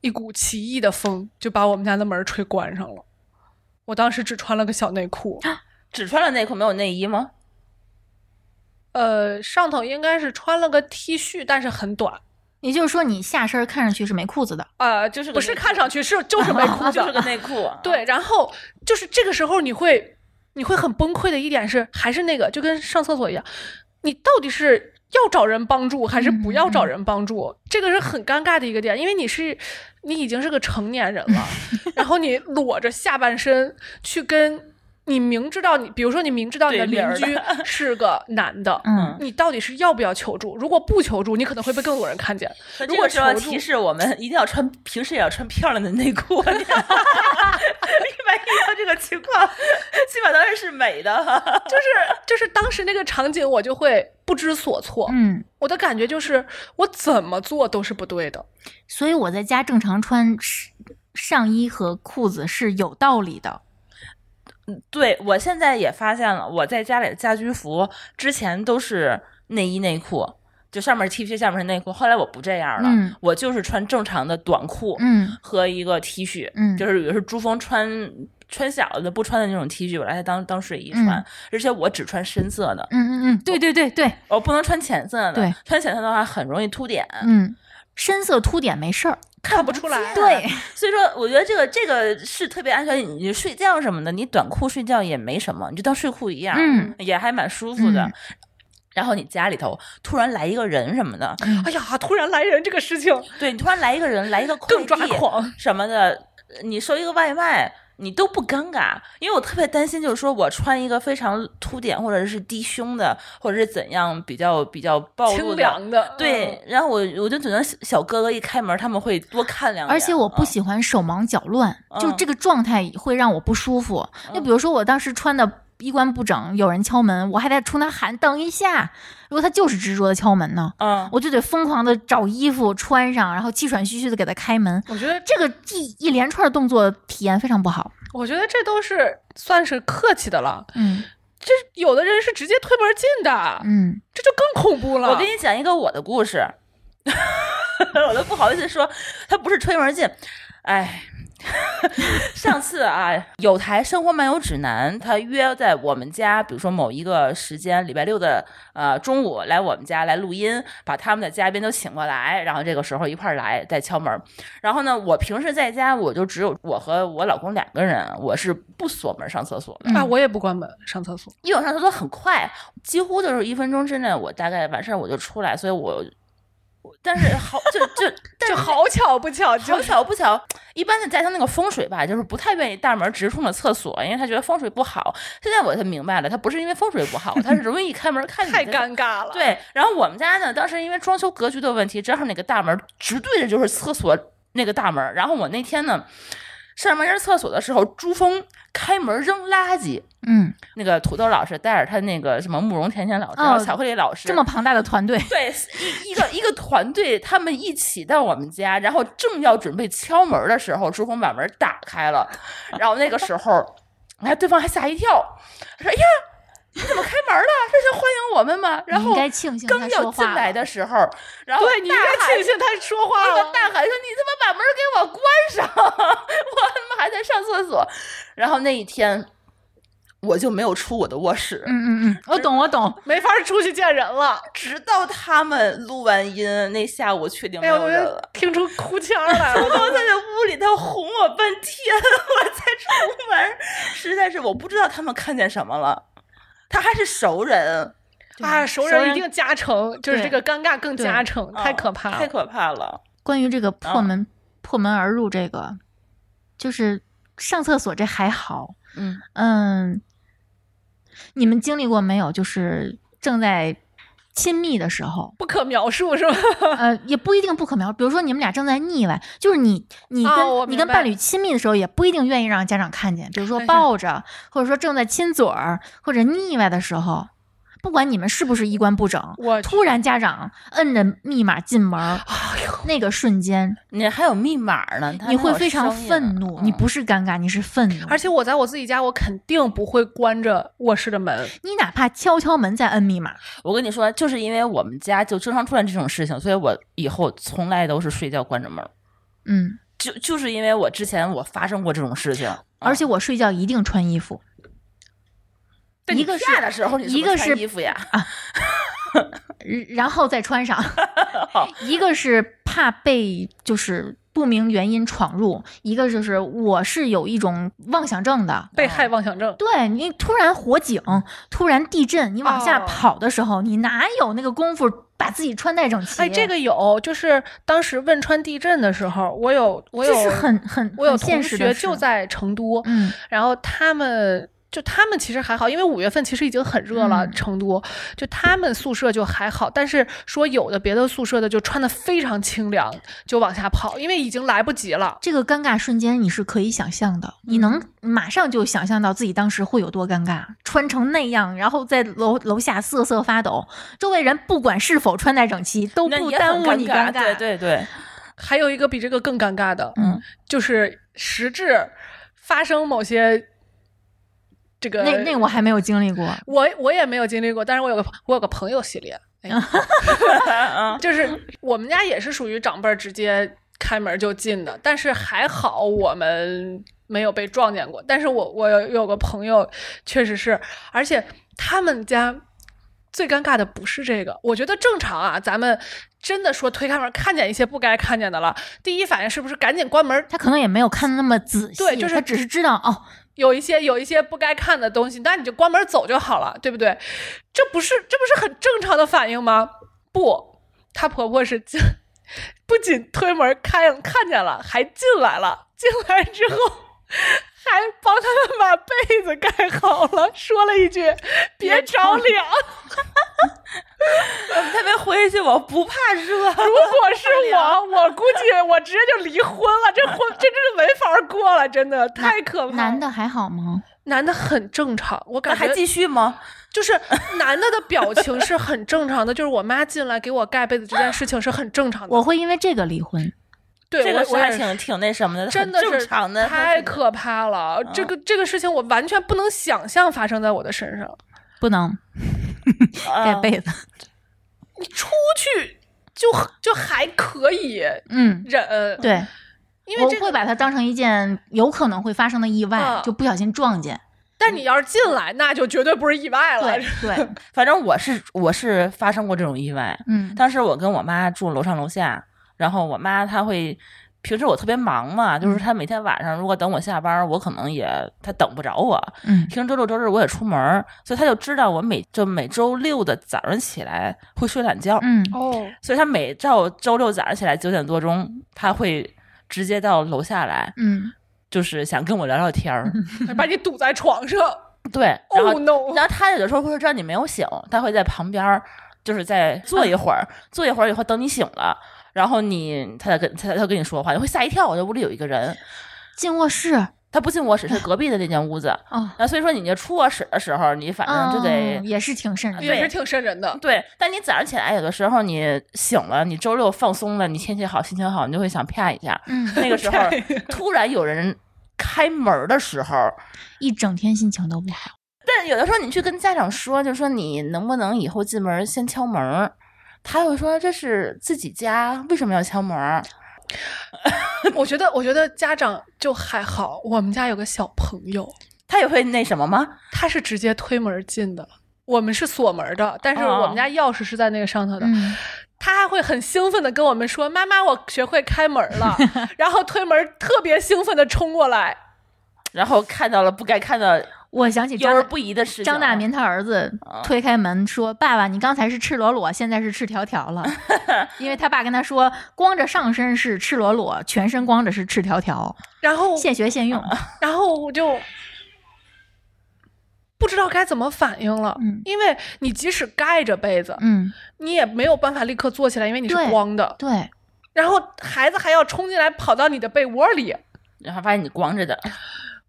D: 一股奇异的风就把我们家的门吹关上了。我当时只穿了个小内裤，
B: 啊只穿了内裤没有内衣吗？
D: 呃，上头应该是穿了个 T 恤，但是很短。
C: 也就是说，你下身看上去是没裤子的，
D: 呃，就是
B: 啊个
D: 不是
B: 内裤
D: 看上去是
B: *laughs*
D: 就是没裤子，
B: 啊就是个内裤。 *laughs*
D: 对，然后就是这个时候你会你会很崩溃的一点是，还是那个就跟上厕所一样，你到底是要找人帮助还是不
B: 嗯
D: 要找人帮助，这个是很尴尬的一个点，因为你是你已经是个成年人
B: *laughs*
D: 了，然后你裸着下半身去跟。你明知道你，比如说你明知道你的
B: 对面
D: 邻
B: 儿的
D: 居
B: *laughs*
D: 是个男的，
C: 嗯，
D: 你到底是要不要求助？如果不求助，你可能会被更多人看见。
B: 那
D: 如
B: 这
D: 果
B: 个时候
D: 求助
B: 提示我们一定要穿，平时也要穿漂亮的内裤。啊 *laughs* 一般遇到这个情况，起码当然是美的。
D: 就是就是当时那个场景，我就会不知所措。
C: 嗯，
D: 我的感觉就是我怎么做都是不对的。
C: 所以我在家正常穿是上衣和裤子是有道理的。
B: 对我现在也发现了，我在家里的家居服之前都是内衣内裤。就上面 T 恤，下面是内裤。后来我不这样了，
C: 嗯
B: 我就是穿正常的短裤
C: 嗯
B: 和一个 T 恤，
C: 嗯
B: 就是比如说珠峰穿穿小的不穿的那种 T 恤，我来当当睡衣穿，
C: 嗯
B: 而且我只穿深色的，
C: 嗯嗯嗯，对对对对，
B: 我哦不能穿浅色的
C: 对，
B: 穿浅色的话很容易凸点，
C: 嗯，深色凸点没事儿，
B: 看不
D: 出来
B: 见
C: 对，
B: 所以说，我觉得这个这个是特别安全。你你睡觉什么的，你短裤睡觉也没什么，你就当睡裤一样，
C: 嗯
B: 也还蛮舒服的。
C: 嗯
B: 然后你家里头突然来一个人什么
D: *laughs*
B: 的，
D: 哎呀，突然来人这个事情
B: 对你突然来一个人，来一个快
D: 更抓
B: 递
D: 狂。
B: 什么的，你收一个外卖，你都不尴尬，因为我特别担心，就是说我穿一个非常凸点或者是低胸的，或者是怎样比较比较暴露
D: 清
B: 的。
D: 凉的，
C: 嗯
D: 嗯
B: 对，然后我我就只能小小哥哥一开门，他们会多看两眼。
C: 而且我不
B: 嗯
C: 喜欢手忙脚乱，就
B: 嗯
C: 这个状态会让我不舒服。就比如说我当时穿的衣冠不整，有人敲门，我还得冲他喊等一下。如果他就是执着的敲门呢，
B: 嗯，
C: 我就得疯狂的找衣服穿上，然后气喘吁吁的给他开门。
D: 嗯。我觉得，
C: 这个一一连串的动作体验非常不好。
D: 我觉得这都是算是客气的了。
C: 嗯
D: 这有的人是直接推门进的，
C: 嗯
D: 这就更恐怖了。
B: 我给你讲一个我的故事， *laughs* 我都不好意思说，他不是推门进，哎。 *laughs* 上次啊，有台《生活漫游指南》，他约在我们家，比如说某一个时间，礼拜六的呃中午来我们家来录音，把他们的嘉宾都请过来，然后这个时候一块儿来再敲门。然后呢，我平时在家我就只有我和我老公两个人，我是不锁门上厕所的。
D: 啊，
C: 嗯
D: 我也不关门上厕所。
B: 因为我上厕所很快，几乎就是一分钟之内，我大概完事儿我就出来，所以我，我但是好就
D: *laughs*
B: 就但
D: 就是好巧不巧，啊就
B: 好巧不巧，一般的家庭那个风水吧，就是不太愿意大门直冲着厕所，因为他觉得风水不好。现在我才明白了，他不是因为风水不好，他是容易一开门看你
D: 太
B: 在
D: 尴尬了。，
B: 对，然后我们家呢，当时因为装修格局的问题，正好那个大门直对着就是厕所那个大门。然后我那天呢，上完人厕所的时候，珠峰开门扔垃圾，
C: 嗯，
B: 那个土豆老师带着他那个什么慕容甜甜老师、
C: 哦
B: 巧克力老师，
C: 这么庞大的团队，
B: 对一一个一个团队，他们一起到我们家，然后正要准备敲门的时候，朱红把门打开了，然后那个时候，哎，对方还吓一跳，说：“哎呀，你怎么开门了？这是欢迎我们吗？” *laughs* 然
C: 你应
B: 后
C: 该庆幸他
B: 刚要
C: 说
B: 进
C: 话
B: 来
C: 了。
B: 的时候，然后
D: 对你应
B: 大
D: 该
B: 喊
D: 庆幸他说话
B: 那
D: 了
B: 个。大喊说：“你他妈把门给我关上！ *laughs* 我他妈还在上厕所。”然后那一天，我就没有出我的卧室。
C: 嗯嗯嗯，我懂我懂。
D: 没法出去见人了。
B: 直到他们录完音那下午，确定没
D: 哎呀，
B: 有
D: 我
B: 人
D: 就
B: 了。 *laughs*
D: 听出哭腔来了
B: 我。在那屋里头哄我半天， *laughs* 我才出门，实在是我不知道他们看见什么了。他还是熟人，
D: 啊，熟
C: 熟
D: 人
C: 人
D: 一定加成，就是
C: 对哦
D: 这个尴尬更加成，
B: 啊
D: 太可怕
B: 太
D: 了。，
B: 可怕了。
C: 关于这个破
B: 啊
C: 门、破门而入这个，就是上厕所这还好，
B: 嗯，
C: 嗯，你们经历过没有？就是正在亲密的时候
D: *laughs* 不可描述是吧？
C: 呃，也不一定不可描。比如说你们俩正在腻歪，就是你你跟、
D: 啊我
C: 你
D: 明
C: 跟
D: 白
C: 伴侣亲密的时候，也不一定愿意让家长看见。比如说抱着，或者说正在亲嘴儿，或者腻歪的时候，不管你们是不是衣冠不整，
D: 我
C: 突然家长摁着密码进门儿，
D: 哎呦，
C: 那个瞬间。
B: 你还有密码呢，他
C: 你会
B: 还有
C: 非常
B: 声音呢
C: 愤怒，你
B: 嗯
C: 不是尴尬，你是愤怒。
D: 啊而且我在我自己家，我肯定不会关着卧室的门。
C: 你哪怕敲敲门再摁密码，
B: 我跟你说，就是因为我们家就经常出现这种事情，所以我以后从来都是睡觉关着门儿。
C: 嗯，
B: 就就是因为我之前我发生过这种事情，
C: 而且我睡觉一定穿衣服。
B: 嗯
C: 一个是
B: 你下的时候你怎么
C: 一个
B: 穿
C: 是
B: 衣服呀，
C: 然嗯然后再穿上。 *laughs* 一个是怕被就是不明原因闯入，一个就是我是有一种妄想症的。
D: 被害妄想症，
C: 对你突然火警，突然地震，你往下
D: 哦
C: 跑的时候，你哪有那个功夫把自己穿戴整齐？
D: 哎，这个有，就是当时汶川地震的时候，我有，我有，
C: 这是很很
D: 我有
C: 很现
D: 同
C: 实的
D: 学
C: 事
D: 就在成都，
C: 嗯
D: 然后他们就他们其实还好，因为五月份其实已经很热了，
C: 嗯
D: 成都就他们宿舍就还好，但是说有的别的宿舍的就穿的非常清凉，就往下跑，因为已经来不及了。
C: 这个尴尬瞬间你是可以想象的，你能马上就想象到自己当时会有多尴尬，穿成那样，然后在楼楼下瑟瑟发抖，周围人不管是否穿戴整齐，都
B: 那
C: 不
B: 也很
C: 耽误你
B: 尴
C: 尴
B: 对对对，
D: 还有一个比这个更尴尬的，
C: 嗯，
D: 就是实质发生某些这个
C: 那那我还没有经历过，
D: 我我也没有经历过，但是我有个我有个朋友系列，哎，
B: *laughs* 嗯
D: 就是我们家也是属于长辈儿直接开门就进的，但是还好我们没有被撞见过。但是我我有有个朋友确实是，而且他们家最尴尬的不是这个，我觉得正常啊，咱们真的说推开门看见一些不该看见的了，第一反应是不是赶紧关门？
C: 他可能也没有看的那么仔细，
D: 对就是
C: 他只是知道哦，
D: 有一些有一些不该看的东西，那你就关门走就好了，对不对？这不是这不是很正常的反应吗？不，她婆婆是 *laughs* 进，不仅推门开看见了，还进来了。进来之后，还帮他们把被子盖好了，说了一句“别着凉”。
B: 他别回去，我不怕热。
D: 如果是我，我估计我直接就离婚了，这婚这真是没法过了，真的太可怕了。
C: 男的还好吗？
D: 男的很正常，我
B: 那
D: 感觉
B: 还继续吗？
D: 就是男的的表情是很正常的， *laughs* 就是我妈进来给我盖被子这件事情是很正常的。
C: 我会因为这个离婚。
D: 对
B: 这个
D: 我
B: 是
D: 我
B: 还
D: 也
B: 挺
D: 是
B: 挺那什么的，
D: 真的
B: 很
D: 是
B: 正常的，嗯
D: 太可怕了。这个这个事情我完全不能想象发生在我的身上。
C: 不能盖
B: 嗯
C: 被子，
D: 你出去就就还可以
C: 嗯，
D: 忍，，
C: 对，
D: 因为这
C: 我会
D: 个。
C: 把它当成一件有可能会发生的意外，
D: 嗯
C: 就不小心撞见。
D: 但你要是进来，那就绝对不是意外了
C: 对。对，
B: 反正我是我是发生过这种意外。
C: 嗯
B: 当时我跟我妈住楼上楼下，然后我妈她会。平时我特别忙
D: 嗯
B: 嘛，就是她每天晚上如果等我下班，我可能也她等不着我。 *laughs*
C: 嗯
B: 平时周六周日我也出门儿，所以她就知道我每就每周六的早上起来会睡懒觉，
C: 嗯，
D: 哦，
B: 所以她每到周六早上起来九点多钟，她会直接到楼下来，
C: 嗯，
B: 就是想跟我聊聊天儿。
D: *laughs* 把你堵在床上。
B: 对， *laughs* 然后
D: Oh no！
B: 然后他有的时候会知道你没有醒，他会在旁边儿就是再坐一会儿，坐一会儿以后等你醒了，然后你他再跟他他跟你说话，你会吓一跳，我这屋里有一个人，
C: 进卧室
B: 他不进卧室，是隔壁的那间屋子。
C: 哦，
B: 那所以说你就出卧室的时候，你反正就得、
C: 哦也是挺瘆
D: *laughs*
C: 人的。
D: 也是挺瘆人的。
B: 对，但你早上起来有的时候你醒了，你周六放松了，你天气好，心情好，你就会想啪一下。
C: 嗯，
B: 那个时候突然有人开门的
C: *laughs*
B: 时候，
C: 一整天心情都不好。
B: 但有的时候你去跟家长说，就说你能不能以后进门先敲门儿，他会说这是自己家，为什么要敲门儿？
D: 我觉得，我觉得家长就还好。我们家有个小朋友，
B: 他也会那什么吗？
D: 他是直接推门进的，我们是锁门的，但是
B: 哦
D: 我们家钥匙是在那个上头的。
C: 嗯，
D: 他还会很兴奋的跟我们说：“妈妈，我学会开门
C: *laughs*
D: 了。”然后推门，特别兴奋的冲过来。
B: 然后看到了不该看到
C: 我想起
B: 幼
C: 张
B: 儿
C: 大
B: 不宜的事情。
C: 张大民他儿子
D: 嗯
B: 啊
C: 推开门说：“爸爸，你刚才是赤裸裸，现在是赤条条
D: *laughs*
C: 了。”因为他爸跟他说，光着上身是赤裸裸，全身光着是赤条条，
D: 然后，
C: 现学
D: *laughs*
C: 现用。
D: 然后我就不知道该怎么反应了，
C: 嗯
D: 因为你即使盖着被子，
C: 嗯，
D: 你也没有办法立刻坐起来，因为你是
C: 对
D: 光的。
C: 对，
D: 然后孩子还要冲进来，跑到你的被窝里。
B: 然后发现你光
C: *laughs*
B: 着的，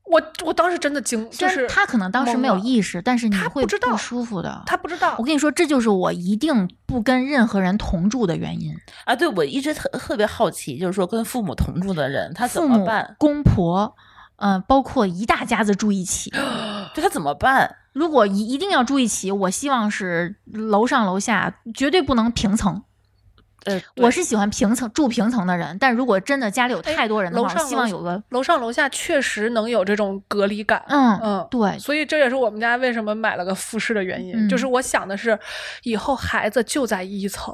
D: 我我当时真的惊，
C: 虽
D: 就
C: 然
D: 是
C: 他可能当时没有
D: 懵了
C: 意识，但是你
D: 他
C: 会
D: 不知道
C: 不舒服的。
D: 他不知道
C: 我，跟你说，这就是我一定不跟任何人同住的原因。
B: 啊，对我一直特特别好奇，就是说跟父母同住的人他怎
C: 父
B: 么
C: 母
B: 办、？
C: 公婆，嗯、包括一大家子住一起，
B: 对他怎么办？
C: 如果一一定要住一起，我希望是楼上楼下，绝对不能平层。
B: 呃，
C: 我
B: 对
C: 是喜欢平层住平层的人，但如果真的家里有太多人的
D: 哎楼
C: 话，我
D: 上
C: 希
D: 楼
C: 望
D: 下
C: 有个
D: 楼上楼下确实能有这种隔离感。
C: 嗯
D: 嗯
C: 对，
D: 所以这也是我们家为什么买了个复式的原因，
C: 嗯
D: 就是我想的是，以后孩子就在一层，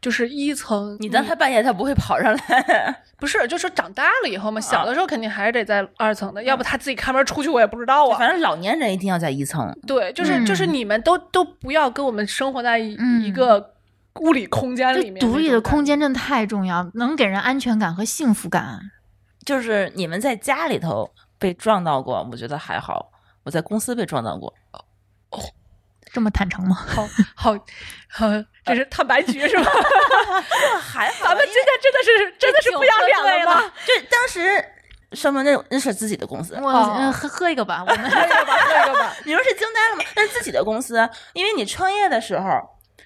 D: 就是一层嗯
B: 你
C: 嗯
B: 让他半夜他不会跑上来，
D: 不是，就是长大了以后
C: 啊
D: 嘛，小的时候肯定还是得在二层的，要不他自己开门出去我也不知道啊。
B: 反正老年人一定要在一层。
D: 对，就是、
C: 嗯
D: 就是你们都都不要跟我们生活在一,、
C: 嗯
D: 一个物理空间里
C: 就
D: 面，
C: 独立的空间
D: 间。
C: 真的太重要，能给人安全感和幸福感。
B: 就是你们在家里头被撞到过，我觉得还好。我在公司被撞到过，
C: 这么坦诚吗？
D: 好好，好，这是坦白局是吧？
B: *laughs* 还好，
D: 咱们今天真的是真的是不要脸了吗？？
B: 就当时上面那种那是自己的公司，
C: *laughs* 我、
D: 哦
C: 呃喝喝一个吧，我们
D: *laughs* 喝一个吧，喝一个吧。
B: 你们是惊呆了吗？但是自己的公司，因为你创业的时候，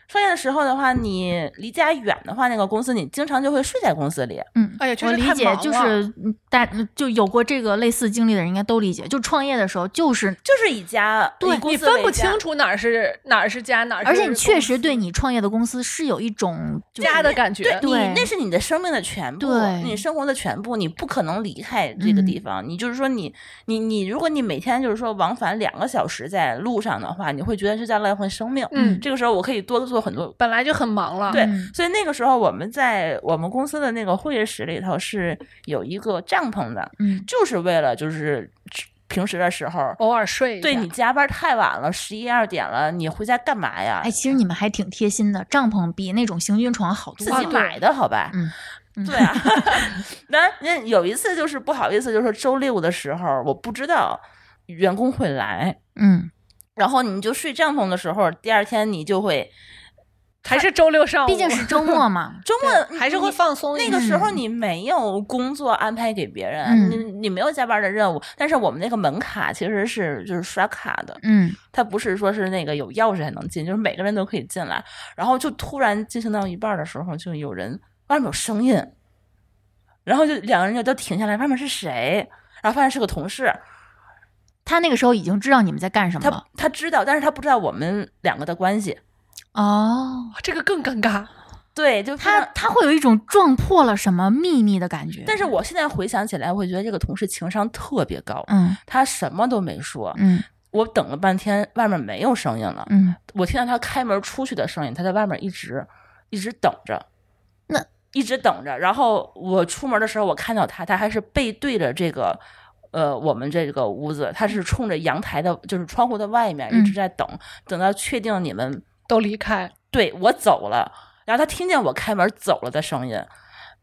B: 创业的时候的话，你离家远的话，那个公司你经常就会睡在公司里。
C: 嗯，
D: 哎呀确
C: 我
D: 实
C: 理
D: 太
C: 解，
D: 忙
C: 就
D: 了
C: 是嗯大就有过这个类似经历的人应该都理解。就创业的时候，就是
B: 就是以家
C: 对
B: 以公
D: 你
B: 司为
D: 分不
B: 家
D: 清楚哪儿是哪儿是家，哪儿是
C: 而且你
D: 公
C: 确实
D: 司
C: 对你创业的公司是有一种就是
D: *laughs* 家的感觉。
B: 对
C: 对
B: 你，那是你的生命的全部，
C: 对嗯
B: 你生活的全部，你不可能离开这个地方。你就是说你，你你如果你每天就是说往返两个小时在路上的话，你会觉得是在浪费生命。
D: 嗯
B: 这个时候我可以多做很多。
D: 本来就很忙了，
B: 对
C: 嗯，
B: 所以那个时候我们在我们公司的那个会议室里头是有一个帐篷的，
C: 嗯
B: 就是为了就是平时的时候，
D: 偶尔睡一
B: 对
D: 下
B: 你加班太晚了，十一二点了，你回家干嘛呀
C: 哎，？其实你们还挺贴心的，帐篷比那种行军床好多
B: 自
C: 了。
B: 己买的好吧？
C: 嗯嗯
B: 对
D: *laughs*
B: 啊。那那有一次就是不好意思，就是周六的时候，我不知道员工会来，
C: 嗯，
B: 然后你就睡帐篷的时候，第二天你就会，
D: 还是周六上午，
C: 毕竟是周末嘛
B: *laughs* 周
D: 对
B: 末
D: 还是会。放松一
B: 你
D: 点。
B: 那个时候你没有工作安排给别人，
C: 嗯
B: 你你没有加班的任务，但是我们那个门卡其实是就是刷卡的，
C: 嗯，
B: 它不是说是那个有钥匙才能进，就是每个人都可以进来。然后就突然进行到一半的时候，就有人外面有声音，然后就两个人就都停下来，外面是谁？然后发现是个同事，
C: 他那个时候已经知道你们在干什么
B: 他
C: 了。
B: 他知道，但是他不知道我们两个的关系。
C: 哦，
D: 这个更尴尬，
B: 对，就非
C: 他
B: 常
C: 他会有一种撞破了什么秘密的感觉。
B: 但是我现在回想起来，我觉得这个同事情商特别高，
C: 嗯
B: 他什么都没说。
C: 嗯
B: 我等了半天，外面没有声音了，
C: 嗯，
B: 我听到他开门出去的声音，他在外面一直一直等着，
C: 那
B: 一直等着。然后我出门的时候，我看到他，他还是背对着这个。呃，我们这个屋子，他是冲着阳台的，就是窗户的外面
C: 嗯
B: 一直在等，等到确定你们
D: 都离开，
B: 对我走了，然后他听见我开门走了的声音，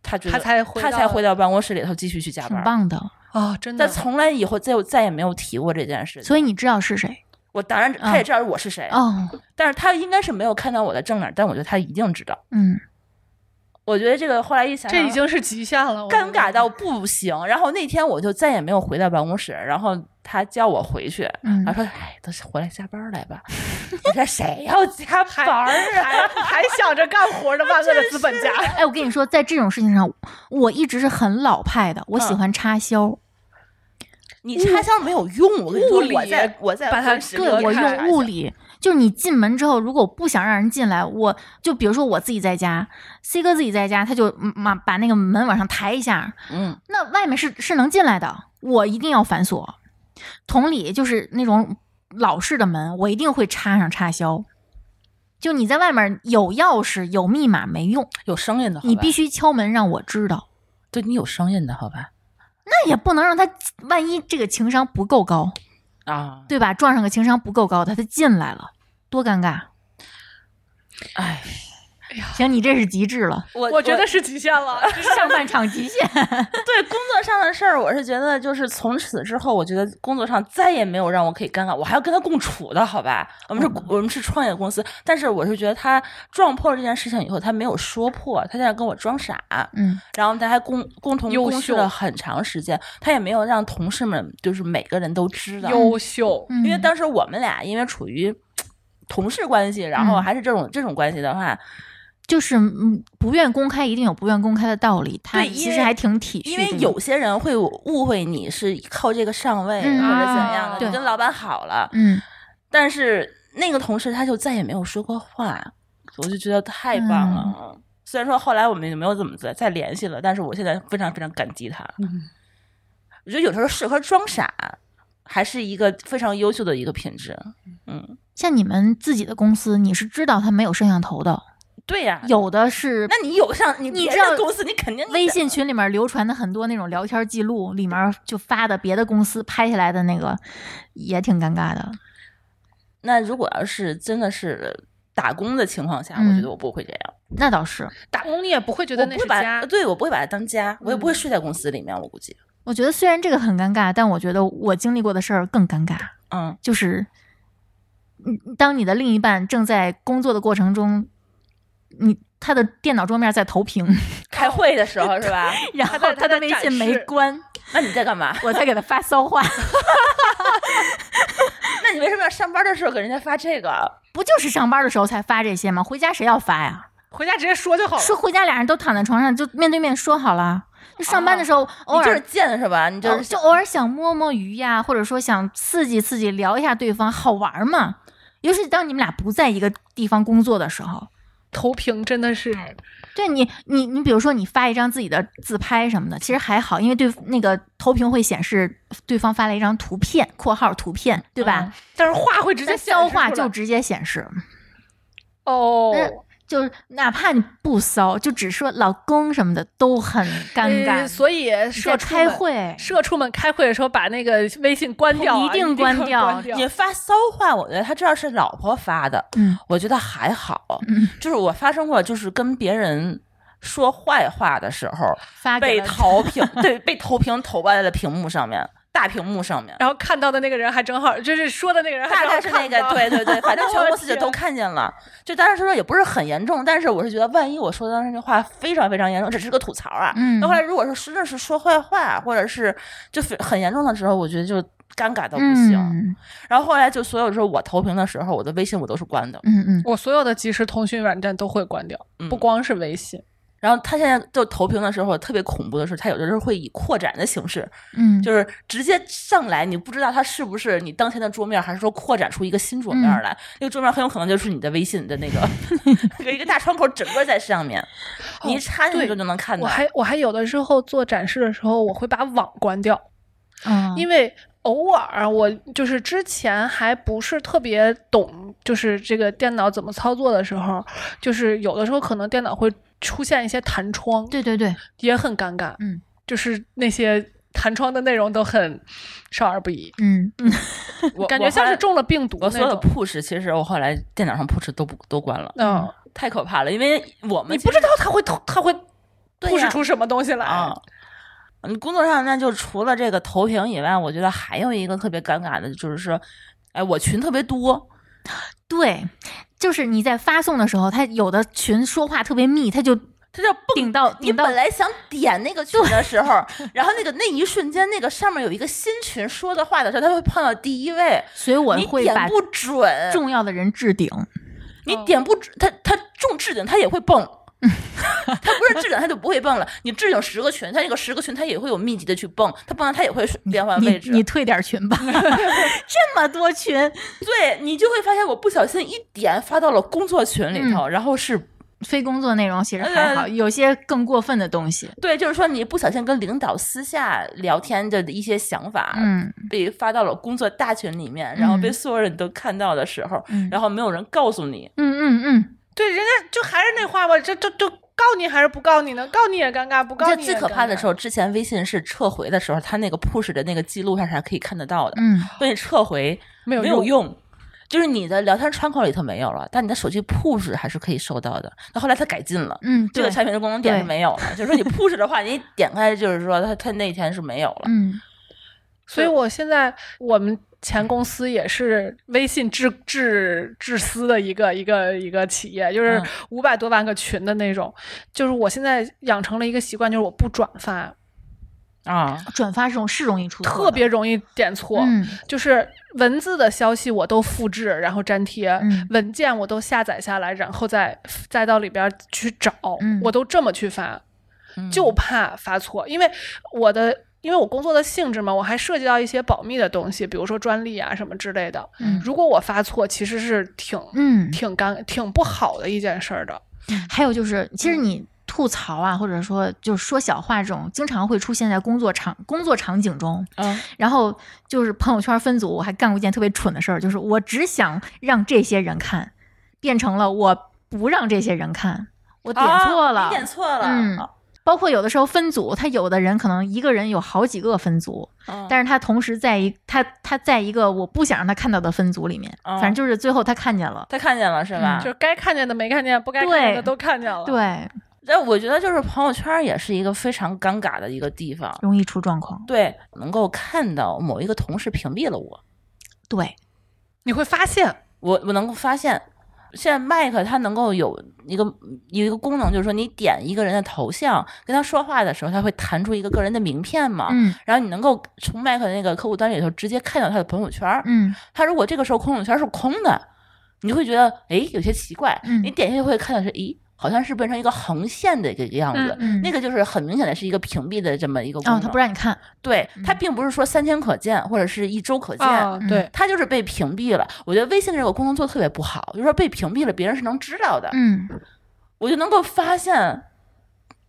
B: 他觉得
D: 他才回
B: 他
D: 到
B: 才回到办公室里头继续去加
C: 挺
B: 班。
C: 棒的。
D: 啊，真的
B: 但。从来以后再再也没有提过这件事情。
C: 所以嗯你知道是谁？
B: 我当然他也知道我是谁，
C: 哦，
B: 但是他应该是没有看到我的正脸，但我觉得他一定知道。
C: 嗯，
B: 我觉得这个后来一想想，
D: 这已经是极限了，我
B: 尴尬
D: 觉
B: 到
D: 得
B: 不行。然后那天我就再也没有回到办公室，然后他叫我回去，
C: 嗯
B: 他说：“哎，都回来加班来吧。”你说谁要加班儿啊？
D: *laughs* 还还想着干
B: *laughs*
D: 活的万恶的资本家，
C: 哎，我跟你说，在这种事情上，我一直是很老派的，我喜
B: 嗯
C: 欢插销。
B: 你插销没有用，我跟你
D: 物
B: 说，
D: 理
B: 我在我在
D: 把它
B: 会时
D: 隔
C: 对，我
B: 隔开
C: 用物理，就是你进门之后，如果我不想让人进来，我就比如说我自己在家，C 哥自己在家，他就嗯把把那个门往上抬一下，
B: 嗯，
C: 那外面是是能进来的，我一定要反锁。同理，就是那种老式的门，我一定会插上插销。就你在外面有钥匙有密码没用，
B: 有声音的，
C: 你必
B: 须
C: 须敲门让我知道。
B: 对你有声音的好吧？
C: 那也不能让他，万一这个情商不够高，
B: 啊，
C: 对吧？撞上个情商不够高的，他进来了，多尴尬。
B: 哎，
C: 行，你这是极致了，
B: 我
D: 我觉得是极限
B: *laughs*
D: 了。
C: 上半场极限。
B: 对 *laughs* 工作上的事儿，我是觉得就是从此之后，我觉得工作上再也没有让我可以尴尬，我还要跟他共处的好吧？我们是，
D: 嗯
B: 我们是创业公司，但是我是觉得他撞破这件事情以后，他没有说破，他在那跟我装傻，
C: 嗯
B: 然后他还共共同
D: 优
B: 共事
D: 秀
B: 了很长时间，他也没有让同事们就是每个人都知道，
D: 优秀，
C: 嗯，
B: 因为当时我们俩因为处于同事关系，然
D: 嗯
B: 后还是这种、这种关系的话，
C: 就是嗯，不愿公开，一定有不愿公开的道理。他
B: 对因
C: 其
B: 为
C: 实还挺体恤
B: 因
C: 这
B: 为
C: 个
B: 有些人会误会你是靠这个上位、
C: 嗯
B: 或者怎
D: 啊
B: 样的，
D: 对
B: 你跟老板好了。
C: 嗯
B: 但是那个同事他就再也没有说过话，我就觉得太棒
D: 嗯
B: 了。嗯虽然说后来我们也没有怎么再再联系了，但是我现在非常非常感激他。
D: 嗯
B: 我觉得有时候适合装傻，还是一个非常优秀的一个品质。嗯，
C: 像你们自己的公司，你是知道他没有摄像头的，
B: 对呀、
C: 有的是
B: 那你有像你
C: 你
B: 别
C: 知道
B: 的公司，你肯定
C: 微信群里面流传的很多那种聊天记录，里面就发的别的公司拍下来的那个，也挺尴尬的。
B: 那如果要是真的是打工的情况下，
C: 嗯
B: 我觉得我不会这样，
C: 那倒是，
D: 打工你也不会觉
B: 我
D: 得那
B: 不
D: 是
B: 会
D: 家嗯
B: 把，呃对我不会把它当家，我也不会睡在公司里面，我估计，
C: 我觉得虽然这个很尴尬，但我觉得我经历过的事儿更尴尬。
B: 嗯，
C: 就是，嗯当你的另一半正在工作的过程中，你他的电脑桌面在投屏， *laughs*
B: 开会的时候是
D: *laughs*
B: 吧？
C: 然
D: 他
C: 后
D: 在他
C: 的
D: 在
C: 微
D: 展
C: 信没
D: 示
C: 关，
B: 那你在干嘛？
C: 我在给他发骚话。
B: 那你为什么要上班的时候给人家发这个？
C: *laughs* 不就是上班的时候才发这些吗？回家谁要发呀？
D: 回家直接说就好了。
C: 说回家俩人都躺在床上就面对面说好了。就上班的时候、偶
B: 你就
C: 尔
B: 是贱是吧？你就
C: 哦
B: 是
C: 就偶尔想摸摸鱼呀，或者说想刺激刺激聊一下对方，好玩嘛。尤其是当你们俩不在一个地方工作的时候，
D: 投屏真的是
B: 嗯
C: 对你，你你比如说你发一张自己的自拍什么的，其实还好，因为对那个投屏会显示对方发了一张图片（括号图片），对吧？
D: 但是话会直
C: 直
D: 接
C: 接
D: 显示
C: 消化
D: 出来
C: 就直接显示，
D: 哦，
B: 嗯
C: 就是哪怕你不骚，就只说老公什么的都很尴尬。
D: 呃所以
C: 你
D: 社
C: 在
D: 畜
C: 开
D: 们
C: 会，
D: 社畜们开会的时候把那个微信关掉啊、
C: 一定
D: *laughs* 关
C: 关掉
B: 你发骚话，我觉得他这要是老婆发的，
C: 嗯
B: 我觉得还好。
C: 嗯，
B: 就是我发生过，就是跟别人说坏话的时候，
C: 发给
B: 被
C: 了
B: 投屏， *laughs* 对，被投屏投在了屏幕上面，大屏幕上面。
D: 然后看到的那个人还正好，就是说的那个人还
B: 大
D: 正好
B: 概是那个
D: 看，到
B: 对对
D: *laughs*
B: 对，反正
D: 我
B: 全
D: 的
B: 国四九
D: 天
B: 都看见了。就当时说也不是很严重，但是我是觉得，万一我说当时那话非常非常严重，只是个吐槽啊。
C: 嗯
B: 那后来如果是真的是说坏话，或者是就是很严重的时候，我觉得就尴尬到不行。
C: 嗯
B: 然后后来就所有时候我投屏的时候，我的微信我都是关的。
C: 嗯嗯，
D: 我所有的即时通讯软件都会关掉，
B: 嗯
D: 不光是微信。
B: 然后他现在就投屏的时候，特别恐怖的是，他有的时候会以扩展的形式，
C: 嗯，
B: 就是直接上来，你不知道它是不是你当前的桌面，还是说扩展出一个新桌面
D: 嗯
B: 来。那个桌面很有可能就是你的微信的那
D: *laughs*
B: 个有一个大窗口，整个在上面，你一插进去就能看
D: 哦我
B: 到。
D: 还我还有的时候做展示的时候，我会把网关掉，
C: 嗯
D: 因为偶尔啊我就是之前还不是特别懂，就是这个电脑怎么操作的时候，就是有的时候可能电脑会出现一些弹窗，
C: 对对对，
D: 也很尴尬。
C: 嗯，
D: 就是那些弹窗的内容都很少儿不 *laughs* 宜，
C: 嗯
B: 我
D: 感觉像是。中了病毒
B: 我后来我所有
D: 那
B: 的
D: 种。
B: push，其实我后来电脑上 push 都不都关了，
D: 嗯，
B: 太可怕了，因为我们
D: 你
B: 其
D: 不
B: 实
D: 知道它会它会
B: 对
D: 吐
B: 呀
D: 使出什么东西来。
B: 啊。
C: 嗯
B: 你嗯工作上那就除了这个投屏以外，我觉得还有一个特别尴尬的，就是说，哎，我群特别多，
C: 对，就是你在发送的时候，他有的群说话特别密，他就
B: 它叫蹦
C: 顶到
B: 你
C: 顶到
B: 本来想点那个群的时候，然后那个那一瞬间，那个上面有一个新群说的话的时候，它会碰到第一位，
C: 所以我
B: 你
C: 会
B: 点
C: 把
B: 不准，
C: 重嗯要的人置顶。
B: 你点不准，它它中置顶它也会
C: *laughs*
B: 蹦，它不是置顶它就不会蹦了。你置顶十个群，它那个十个群它也会有密集的去蹦，它蹦完它也会变换位置。
C: 你你退点群
B: *laughs*
C: 吧，这么多群，
B: 对你就会发现，我不小心一点发到了工作群里头，然后是
C: 非工作内容其实还好，
B: 呃
C: 有些更过分的东西。
B: 对，就是说你不小心跟领导私下聊天的一些想法，
C: 嗯，
B: 被发到了工作大群里面，然后被
C: 嗯
B: 所有人都看到的时候，
C: 嗯
B: 然后没有人告诉你，
C: 嗯嗯嗯，
D: 对，人家就还是那话吧，这这这告你还是不告你呢？告你也尴尬，不
B: 你
D: 告
B: 知道
D: 你也
B: 最可怕的时
D: 候，
B: 候，之前微信是撤回的时候，它那个 push 的那个记录上是还可以看得到的，
C: 嗯，
B: 所以撤回
D: 没有
B: 没有用。就是你的聊天窗口里头没有了，但你的手机 push 还是可以收到的。那后来它改进了，
C: 嗯，
B: 这个
C: 对
B: 产品的功能点是
C: 对
B: 没有了。就是
C: *laughs*
B: 说你 push 的话，你一点开就是说它它那天是没有了。
C: 嗯
D: 所以我现在我们前公司也是微信致致致私的一个一个一个企业，就是
B: 嗯
D: 五百多万个群的那种。就是我现在养成了一个习惯，就是我不转发，
B: 啊，
C: 转发这种是容易出错的，
D: 特别容易点错。
C: 嗯
D: 就是文字的消息我都复制，然后粘贴；
C: 嗯
D: 文件我都下载下来，然后再再到里边去找。
C: 嗯
D: 我都这么去发，
B: 嗯
D: 就怕发错，因为我的。因为我工作的性质嘛，我还涉及到一些保密的东西，比如说专利啊什么之类的。
C: 嗯
D: 如果我发错，其实是挺、
C: 嗯，
D: 挺尴、挺不好的一件事儿的。
C: 还有就是，
B: 嗯
C: 其实你吐槽啊，或者说就是说小话这种，经常会出现在工作场工作场景中。
B: 嗯，
C: 然后就是朋友圈分组，我还干过一件特别蠢的事儿，就是我只想让这些人看，变成了我不让这些人看，我点错了。
B: 啊你点错了。
C: 嗯包括有的时候分组，他有的人可能一个人有好几个分组，
B: 嗯
C: 但是他同时在一他他在一个我不想让他看到的分组里面，
B: 哦
C: 反正就是最后他看见了。
B: 他看见了是吧？
C: 嗯
D: 就是该看见的没看见，不该看见
C: 对
D: 的都看见了。，
B: 嗯
C: 对，
B: 但我觉得就是朋友圈也是一个非常尴尬的一个地方。
C: 容易出状况。
B: 对，能够看到某一个同事屏蔽了我，
C: 对，
D: 你会发现
B: 我我能够发现，现在麦克它能够有一个有一个功能，就是说你点一个人的头像，跟他说话的时候，它会弹出一个个人的名片嘛。
C: 嗯
B: 然后你能够从麦克那个客户端里头直接看到他的朋友圈。
C: 嗯
B: 他如果这个时候朋友圈是空的，你就会觉得哎有些奇怪。
C: 嗯
B: 你点进去会看到是咦，好像是变成一个横线的一个样子。
C: 嗯，
B: 那个就是很明显的是一个屏蔽的这么一个功
C: 哦
B: 能，，
C: 他不让你看，
B: 对
C: 嗯哦
B: 它并不是说三天可见或者是一周可见，
D: 啊，对，
B: 它就是被屏蔽了。我觉得微信这个功能做的特别不好，就是说被屏蔽了，别人是能知道的，
C: 嗯
B: 我就能够发现。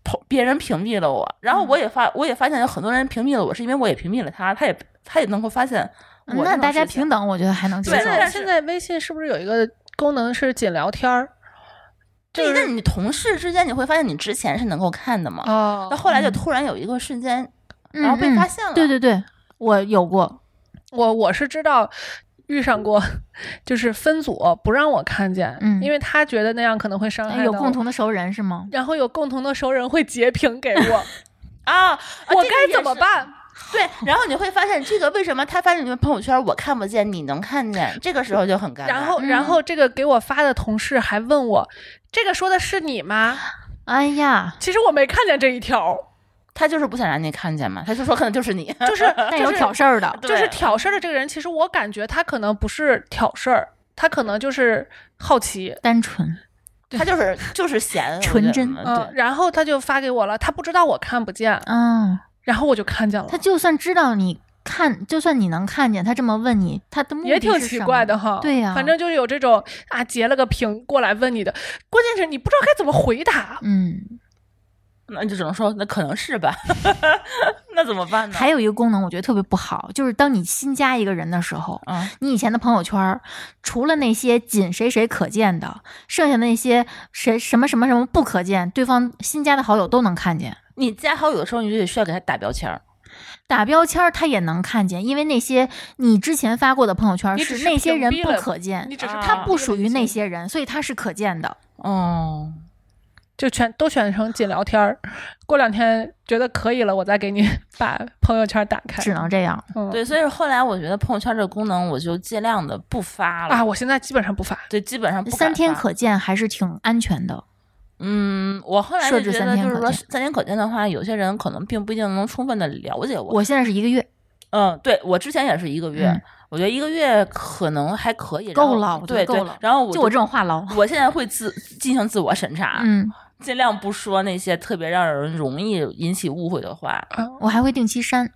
B: 朋别人屏蔽了我，然后
C: 嗯
B: 我也发，我也发现有很多人屏蔽了我，是因为我也屏蔽了他，他也他也能够发现我这种事
C: 那
B: 情。
C: 大家平等，我觉得还能接
B: 对
D: 现
C: 受。
D: 在
B: 但是
D: 现在微信是不是有一个功能是仅聊天儿？
B: 对，那你同事之间你会发现你之前是能够看的嘛？
D: 哦
B: 那、后来就突然有一个瞬间，
C: 嗯
B: 然后被
C: 嗯
B: 发现了。
C: 对对对，我有过，
D: 我我是知道遇上过， *laughs* 就是分组不让我看见，
C: 嗯
D: 因为他觉得那样可能会伤害
C: 哎有
D: 到
C: 共
D: 我，
C: 同的熟人是吗？
D: 然后有共同的熟人会截屏给我，
B: *laughs* 啊，啊
D: 我
B: 这个
D: 该
B: 也
D: 怎么
B: 是
D: 办？ *laughs*
B: 对，然后你会发现这个为什么他发现你们朋友圈我看不见，你能看见，这个时候就很尴尬。
D: 然后
C: 嗯
D: 然后这个给我发的同事还问我，这个说的是你吗？
C: 哎 *laughs* 呀，
D: 其实我没看见这一条，
B: *laughs* 他就是不想让你看见嘛，他就说可能就是你。
D: 就是
C: 但
D: 就
C: 有
D: 是
C: 挑事儿的，
D: *laughs* 就是
B: 对
D: 挑事儿的这个人，其实我感觉他可能不是挑事儿，他可能就是好奇，
C: 单纯，
B: 他就是就是
D: *laughs*
B: 闲，我
C: 纯
B: 觉得
C: 真
B: 嗯
D: 嗯，
B: 对，
D: 然后他就发给我了，他不知道我看不见，
C: 嗯，
D: 然后我就看见了
C: 他，就算知道你看，就算你能看见，他这么问你，他的目的
D: 也挺
C: 是
D: 奇
C: 什么
D: 怪的，哈。
C: 对呀
D: 反正就是有这种啊，截了个屏过来问你的，关键是你不知道该怎么回答。
C: 嗯，
B: 那就只能说那可能是
D: *laughs*
B: 吧，那怎么办呢？
C: 还有一个功能我觉得特别不好，就是当你新加一个人的时候，
B: 啊，
C: 你以前的朋友圈儿，除了那些仅谁谁可见的，剩下那些谁什么什么什么不可见，对方新加的好友都能看见。
B: 你加好友的时候，你就得需要给他打标签儿。
C: 打标签儿他也能看见，因为那些你之前发过的朋友圈儿
D: 你只是
C: 那些人
D: 屏蔽
C: 不
D: 了
C: 可见，
D: 你只是
B: 啊
C: 他
D: 屏蔽
C: 不
D: 了
C: 属于那
D: 一
C: 些人，所以他是可见的。
B: 哦，
D: 就全都选成仅聊天儿。过两天觉得可以了，我再给你 *laughs* 把朋友圈打开。
C: 只能这样。
D: 嗯，
B: 对，所以后来我觉得朋友圈这个功能，我就尽量的不发了。
D: 啊，我现在基本上不发。
B: 对，基本上不敢
C: 三天
B: 发
C: 可见还是挺安全的。
B: 嗯，我后来
C: 设
B: 就觉
C: 置三
B: 得，
C: 天
B: 就是
C: 可
B: 说
C: 见
B: 三天可见的话，有些人可能并不一定能充分的了解我。
C: 我现在是一个月，
B: 嗯，对我之前也是一个月，
C: 嗯
B: 我觉得一个月可能还可以，然
C: 够
B: 后
C: 了我觉得
B: 对
C: 够
B: 对
C: 了
B: 然后我啊
C: 就我这种话痨。
B: 我现在会自进行自我审查，
C: 嗯，
B: 尽量不说那些特别让人容易引起误会的话
D: 啊，
C: 我还会定期删，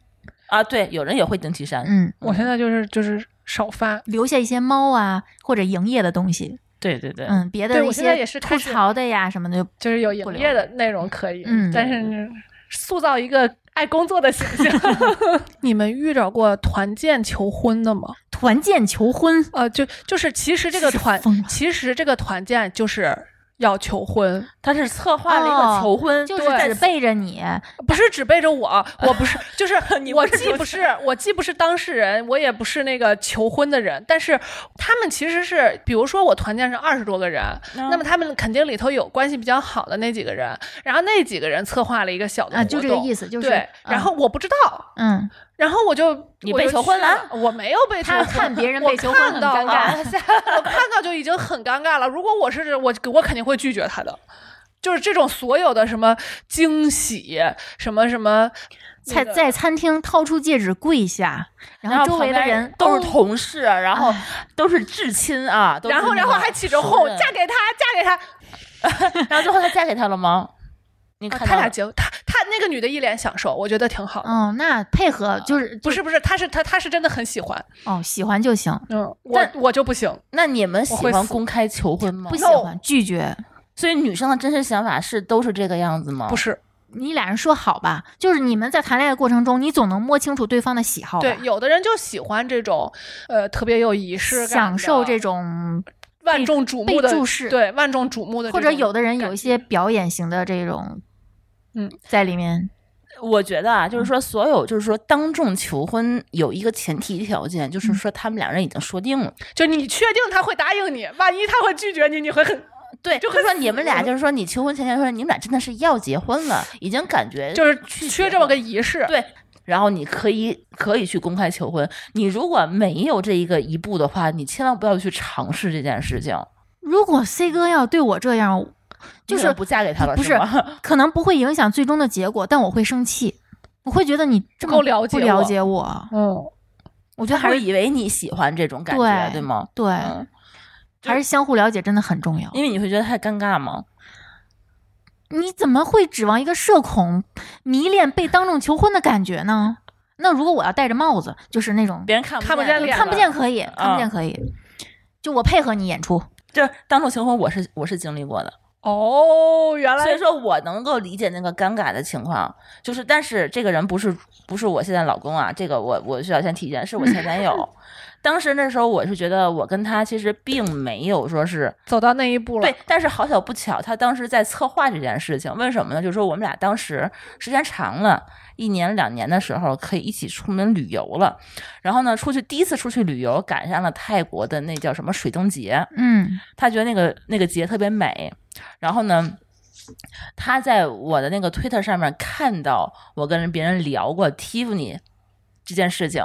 B: 啊。对，有人也会定期删，
C: 嗯，
D: 我现在就是就是少发。
C: 留下一些猫啊或者营业的东西，
B: 对对对，
C: 嗯，别的
D: 对
C: 一
D: 我现在
C: 些
D: 也是
C: 吐
D: 开始
C: 槽的呀什么的就
D: 就是有
C: 不
D: 营
C: 聊
D: 业的内容可以，
C: 嗯
D: 但是塑造一个爱工作的形象。 *laughs* 你们遇着过团建求婚的吗？
C: 团建求婚。
D: 呃，就就是其实这个
C: 是
D: 团
C: 疯了，
D: 其实这个团建就是要求婚，
B: 他是策划了一个
C: 哦
B: 求婚，
C: 就是
D: 嗯对
C: 只背着你，
D: 不是只背着我，我不是，就是
C: *laughs*
B: 你
D: 我
B: 不是
D: 既
B: 主
D: 不是我既不是当事人，我也不是那个求婚的人，但是他们其实是，比如说我团建是二十多个人，那
B: 嗯
C: 嗯
D: 么他们肯定里头有关系比较好的那几个人，然后那几个人策划了一个小的
C: 啊，就这个意
D: 思。
C: 思，就是
D: 对，
C: 嗯
D: 然后我不知道，
C: 嗯，
D: 然后我就
B: 你
D: 我
B: 被
D: 就
B: 求婚
D: 去
B: 了
D: 我没有被求
C: 他
D: 婚，
C: 看别人
D: 我
C: 被求婚
D: 看
C: 很
D: 到
C: 尴
D: 了
C: 尬，
D: 我看到就已经很尴尬了。如果我是我，我肯定会拒绝他的。就是这种所有的什么惊喜，什么什么，
C: 在在餐厅掏出戒指跪下，然后周围的
B: 旁边
C: 人哦
B: 都是同事，然后
C: 哎
B: 都是至亲啊，都是
D: 然后然后还起着
B: 熟
D: 哄，
B: 人
D: 嫁给他，嫁给他。
B: 然后最后她嫁给他了吗？你
D: 啊
B: 看
D: 他
B: 到
D: 俩
B: 了
D: 结婚，他他那个女的一脸享受，我觉得挺好的。
C: 哦，那配
D: 啊
C: 合就是
D: 不是不是，他是他他是真的很喜欢，
C: 哦，喜欢就行，
D: 嗯，我
B: 但
D: 我就不行，
C: 哦
B: 那你们喜
D: 我会
B: 欢
D: 死
B: 公开求婚吗
C: 不？喜欢拒绝。
B: 所以女生的真实想法是都是这个样子吗？
D: 不是。
C: 你俩人说好吧，就是你们在谈恋爱的过程中，你总能摸清楚对方的喜好吧，
D: 对，有的人就喜欢这种，呃，特别有仪式感的，
C: 享受这种，
D: 万众瞩目
C: 被
D: 的
C: 注视
D: 对万众瞩目的这
C: 或
D: 种
C: 者
D: 感觉，
C: 有的人有一些表演型的这种，
D: 嗯，
C: 在里面，
B: 我觉得啊，就是说所有就是说当众求婚有一个前提条件，就是说他们两人已经说定了。
D: 就你确定他会答应你，万一他会拒绝你，你会很
B: 对，
D: 就
B: 就
D: 很
B: 是说你们俩就是说你求婚前天说你们俩真的是要结婚了，已经感觉
D: 就是
B: 去
D: 缺
B: 结
D: 这么
B: 婚
D: 个仪式。
B: 对。然后你可以可以去公开求婚，你如果没有这一个一步的话，你千万不要去尝试这件事情。
C: 如果 C 哥要对我这样，
B: 你怎
C: 就
B: 么
C: 是
B: 不嫁给他了，
C: 不是
B: 吗
C: 可能不会影响最终的结果，但我会生气，我会觉得你这么
D: 不够了解
C: 不了
D: 我
C: 解我，
D: 嗯，
C: 我觉
B: 他
C: 得还
B: 还
C: 是
B: 是以为你喜欢这种感觉，
C: 对
B: 对吗？
C: 对，
B: 嗯，
C: 还是相互了解真的很重要。
B: 因为你会觉得太尴尬吗？
C: 你怎么会指望一个社恐迷恋被当众求婚的感觉呢？那如果我要戴着帽子，就是那种
B: 别人看不
D: 看不见脸
C: 看不见可以，看
B: 啊
C: 不
D: 嗯
C: 见可以，就我配合你演出。
B: 这当众求婚，我是我是经历过的，
D: 哦，原
B: 所以
D: 来
B: 说我能够理解那个尴尬的情况，就是但是这个人不是不是我现在老公啊，这个我我需要先提前，是我前男
C: *laughs*
B: 友。当时那时候我是觉得我跟他其实并没有说是
D: 走到那一步了。
B: 对，但是好巧不巧，他当时在策划这件事情，为什么呢？就是说我们俩当时时间长了，一年两年的时候可以一起出门旅游了，然后呢，出去第一次出去旅游赶上了泰国的那叫什么水灯节，
C: 嗯，
B: 他觉得那个那个节特别美，然后呢。他在我的那个推特上面看到我跟别人聊过 Tiffany 这件事情，